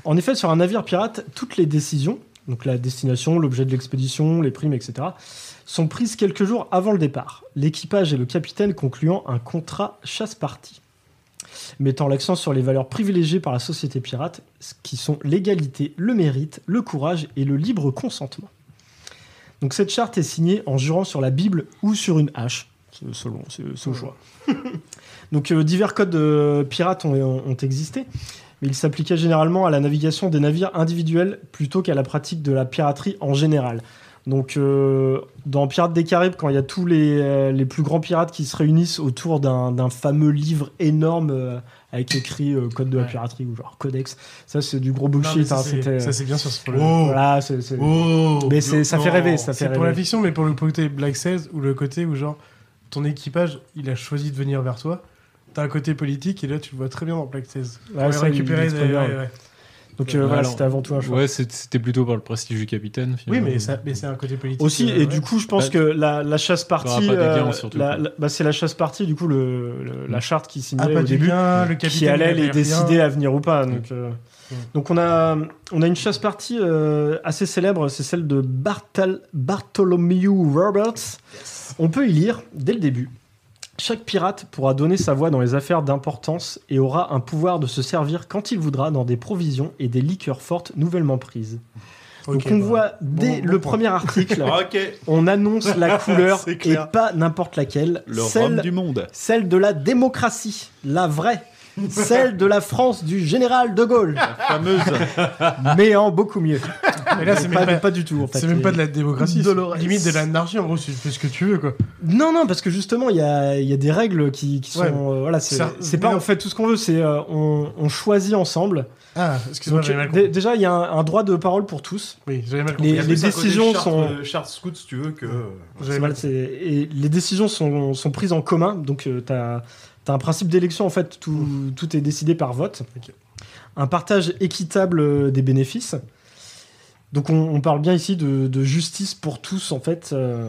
[SPEAKER 7] En effet, sur un navire pirate, toutes les décisions, donc la destination, l'objet de l'expédition, les primes, etc., sont prises quelques jours avant le départ, l'équipage et le capitaine concluant un contrat chasse partie mettant l'accent sur les valeurs privilégiées par la société pirate, ce qui sont l'égalité, le mérite, le courage et le libre consentement. Donc cette charte est signée en jurant sur la Bible ou sur une hache, c'est selon c'est- c'est au choix. Donc euh, divers codes euh, pirates ont, ont existé, mais ils s'appliquaient généralement à la navigation des navires individuels plutôt qu'à la pratique de la piraterie en général. Donc euh, dans Pirates des Caraïbes, quand il y a tous les, euh, les plus grands pirates qui se réunissent autour d'un d'un fameux livre énorme euh, avec écrit euh, Code de la piraterie ou genre Codex, ça c'est du gros
[SPEAKER 8] mais
[SPEAKER 7] bullshit.
[SPEAKER 8] ça,
[SPEAKER 7] hein,
[SPEAKER 8] c'est-
[SPEAKER 7] c'était-
[SPEAKER 8] ça, c'est bien sur ce projet.
[SPEAKER 7] Voilà, c'est- c'est- mais c'est- ça fait rêver, ça fait
[SPEAKER 8] C'est pour la
[SPEAKER 7] rêver.
[SPEAKER 8] fiction, mais pour le côté Black 16, ou le côté où, genre, ton équipage, il a choisi de venir vers toi. T'as un côté politique, et là, tu le vois très bien dans Black 16.
[SPEAKER 7] Ah, Ouais,
[SPEAKER 8] Pour les
[SPEAKER 7] ça, il-
[SPEAKER 8] récupérer
[SPEAKER 7] il est
[SPEAKER 8] des-
[SPEAKER 7] très bien,
[SPEAKER 8] ouais,
[SPEAKER 7] ouais.
[SPEAKER 8] ouais.
[SPEAKER 7] Donc, euh, voilà, c'était avant tout un choix.
[SPEAKER 11] Ouais, c'est- c'était plutôt par le prestige du capitaine.
[SPEAKER 8] Oui,
[SPEAKER 11] finalement.
[SPEAKER 8] mais, ça- mais c'est un côté politique.
[SPEAKER 7] Aussi,
[SPEAKER 8] euh,
[SPEAKER 7] et
[SPEAKER 8] ouais.
[SPEAKER 7] du coup, je pense
[SPEAKER 11] Bah,
[SPEAKER 7] que la, la chasse
[SPEAKER 11] t'auras
[SPEAKER 7] partie,
[SPEAKER 11] pas des gains,
[SPEAKER 7] euh,
[SPEAKER 11] surtout,
[SPEAKER 7] la-
[SPEAKER 11] quoi.
[SPEAKER 7] la- bah, c'est la chasse partie, du coup, le, le- la charte qui signait
[SPEAKER 8] Ah, pas
[SPEAKER 7] au
[SPEAKER 8] du
[SPEAKER 7] début,
[SPEAKER 8] gain, le
[SPEAKER 7] qui
[SPEAKER 8] capitaine, il
[SPEAKER 7] allait les
[SPEAKER 8] avait rien.
[SPEAKER 7] décider à venir ou pas. Donc, euh, donc on a, on a une chasse partie euh, assez célèbre, c'est celle de Bartal- Bartholomew Roberts. On peut y lire dès le début. Chaque pirate pourra donner sa voix dans les affaires d'importance et aura un pouvoir de se servir quand il voudra dans des provisions et des liqueurs fortes nouvellement prises. Donc
[SPEAKER 8] Ok,
[SPEAKER 7] on
[SPEAKER 8] bah,
[SPEAKER 7] voit dès
[SPEAKER 8] bon- bon
[SPEAKER 7] le
[SPEAKER 8] point.
[SPEAKER 7] premier article,
[SPEAKER 14] Ah,
[SPEAKER 8] Ok.
[SPEAKER 7] on annonce la couleur
[SPEAKER 8] C'est
[SPEAKER 7] et
[SPEAKER 8] clair.
[SPEAKER 7] pas n'importe laquelle.
[SPEAKER 14] Le
[SPEAKER 7] celle,
[SPEAKER 14] rhum du monde.
[SPEAKER 7] Celle de la démocratie, la vraie. celle de la France du général de Gaulle.
[SPEAKER 14] fameuse.
[SPEAKER 7] Mais en beaucoup mieux.
[SPEAKER 8] Mais là, c'est
[SPEAKER 7] pas,
[SPEAKER 8] même pas,
[SPEAKER 7] pas du tout. en fait.
[SPEAKER 8] C'est même pas de la
[SPEAKER 7] Et-
[SPEAKER 8] démocratie, c'est
[SPEAKER 7] Dolores.
[SPEAKER 8] limite de l'anarchie en gros, tu fais ce que tu veux quoi.
[SPEAKER 7] Non, non, parce que justement, il y a, il y a des règles qui, qui sont.
[SPEAKER 8] Ouais.
[SPEAKER 7] euh, voilà, c'est
[SPEAKER 8] Ça-
[SPEAKER 7] c'est pas
[SPEAKER 8] mais-
[SPEAKER 7] on fait tout ce qu'on veut, c'est euh, on, on choisit ensemble.
[SPEAKER 8] Ah, excuse-moi,
[SPEAKER 7] Donc,
[SPEAKER 8] j'avais mal
[SPEAKER 7] dé- Déjà, il y a un, un droit de parole pour tous.
[SPEAKER 8] Oui, j'avais mal
[SPEAKER 10] Eh,
[SPEAKER 7] Les, les décisions sont.
[SPEAKER 10] Charles Scoot, si tu veux, que.
[SPEAKER 7] C'est mal, c'est- et les décisions sont, sont prises en commun, donc tu as, un principe d'élection, en fait, tout, tout est décidé par vote. Un partage équitable euh, des bénéfices. Donc on, on parle bien ici de, de justice pour tous, en fait. euh,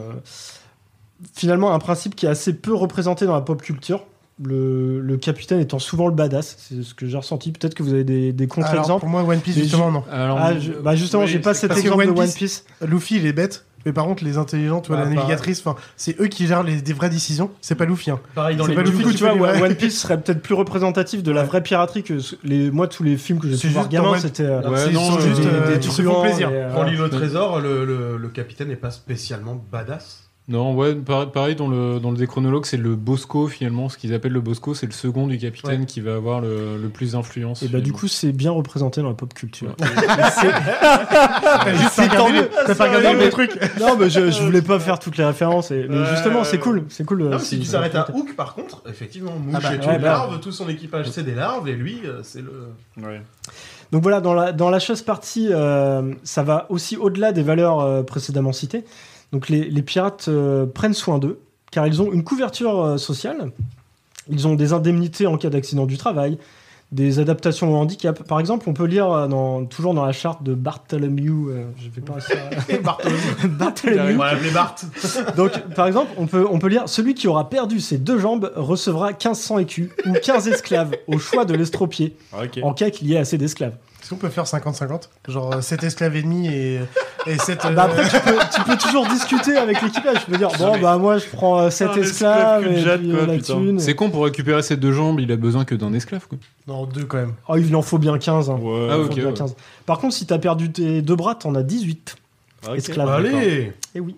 [SPEAKER 7] finalement, un principe qui est assez peu représenté dans la pop culture. Le, le capitaine étant souvent le badass, c'est ce que j'ai ressenti. Peut-être que vous avez des, des contre-exemples.
[SPEAKER 8] pour moi, One Piece,
[SPEAKER 7] Mais
[SPEAKER 8] justement,
[SPEAKER 7] ju-
[SPEAKER 8] non.
[SPEAKER 7] Ah, je- bah justement, j'ai pas cet
[SPEAKER 8] Parce que
[SPEAKER 7] exemple de One Piece.
[SPEAKER 8] Luffy, il est bête. Mais par contre, les intelligents, tu vois,
[SPEAKER 7] Bah,
[SPEAKER 8] la
[SPEAKER 7] pareil.
[SPEAKER 8] navigatrice, enfin, c'est eux qui gèrent les, des vraies décisions. C'est pas Luffy. Hein.
[SPEAKER 7] Pareil, dans
[SPEAKER 8] C'est
[SPEAKER 7] les
[SPEAKER 8] pas
[SPEAKER 7] du
[SPEAKER 8] Luffy
[SPEAKER 7] coup,
[SPEAKER 8] qui
[SPEAKER 7] tu
[SPEAKER 8] fait
[SPEAKER 7] vois,
[SPEAKER 8] les
[SPEAKER 7] One
[SPEAKER 8] vraies-
[SPEAKER 7] One Piece serait peut-être plus représentatif de la vraie piraterie que ce- les, moi tous les films que j'ai
[SPEAKER 8] C'est
[SPEAKER 7] pu voir
[SPEAKER 8] juste dans
[SPEAKER 7] gamin,
[SPEAKER 8] One-
[SPEAKER 7] c'était euh,
[SPEAKER 8] Ouais,
[SPEAKER 7] c'était
[SPEAKER 8] non,
[SPEAKER 7] des-
[SPEAKER 8] juste,
[SPEAKER 7] des-
[SPEAKER 8] euh,
[SPEAKER 7] des
[SPEAKER 8] ils se font
[SPEAKER 7] truants
[SPEAKER 8] plaisir.
[SPEAKER 7] et, euh,
[SPEAKER 10] Quand l'île au trésor, le, le- le capitaine n'est pas spécialement badass.
[SPEAKER 11] Non, ouais, pareil, pareil, dans le, dans le déchronologue, c'est le Bosco finalement. Ce qu'ils appellent le Bosco, c'est le second du capitaine qui va avoir le, le plus d'influence.
[SPEAKER 7] Et bah du coup, c'est bien représenté dans la pop culture.
[SPEAKER 8] T'as juste pas regardé les- t'as pas regardé les trucs.
[SPEAKER 7] Non, mais je, je voulais pas faire toutes les références. et- mais
[SPEAKER 10] Ouais,
[SPEAKER 7] justement, c'est
[SPEAKER 10] ouais.
[SPEAKER 7] cool, c'est cool.
[SPEAKER 10] Non,
[SPEAKER 7] euh,
[SPEAKER 10] mais Ah, si
[SPEAKER 7] c'est-
[SPEAKER 10] tu t'arrêtes à Hook, par contre, effectivement, Mouche
[SPEAKER 7] Ah bah,
[SPEAKER 10] et tout,
[SPEAKER 7] ouais, bah.
[SPEAKER 10] larve, tout son équipage, c'est des larves, et lui, euh, c'est le.
[SPEAKER 7] Donc voilà, dans la, dans la chasse partie, euh, ça va aussi au-delà des valeurs euh, précédemment citées. Donc les, les pirates euh, prennent soin d'eux, car ils ont une couverture euh, sociale, ils ont des indemnités en cas d'accident du travail, des adaptations au handicap. Par exemple, on peut lire euh, dans, toujours dans la charte de Bartholomew, euh, je vais pas réussir à- Bartholomew.
[SPEAKER 10] On va l'appeler Bart.
[SPEAKER 7] Donc, par exemple, on peut, on peut lire Celui qui aura perdu ses deux jambes recevra 1500 écus ou 15 esclaves au choix de l'estropié, en cas qu'il y ait assez d'esclaves.
[SPEAKER 8] Est-ce qu'on peut faire 50-50 Genre euh, 7 esclaves et demi et, euh, et 7.
[SPEAKER 7] Bah après, tu peux, tu peux toujours discuter avec l'équipage. Tu peux dire, bon, bah moi, je prends euh, sept
[SPEAKER 11] Putain,
[SPEAKER 7] esclaves
[SPEAKER 11] l'esclave
[SPEAKER 7] et
[SPEAKER 11] cul de Jade,
[SPEAKER 7] puis, euh,
[SPEAKER 11] quoi,
[SPEAKER 7] la
[SPEAKER 11] putain.
[SPEAKER 7] thune.
[SPEAKER 11] C'est con pour récupérer ses deux jambes, il a besoin que d'un esclave quoi.
[SPEAKER 8] Non, deux quand même.
[SPEAKER 7] Oh, il en faut bien 15. hein. Il en
[SPEAKER 11] Ah,
[SPEAKER 7] faut
[SPEAKER 11] ok,
[SPEAKER 7] bien
[SPEAKER 11] ouais.
[SPEAKER 7] 15. Par contre, si t'as perdu tes deux bras, t'en as 18
[SPEAKER 9] Ah,
[SPEAKER 11] Ok.
[SPEAKER 7] esclaves.
[SPEAKER 10] Bah, Allez
[SPEAKER 7] Et oui.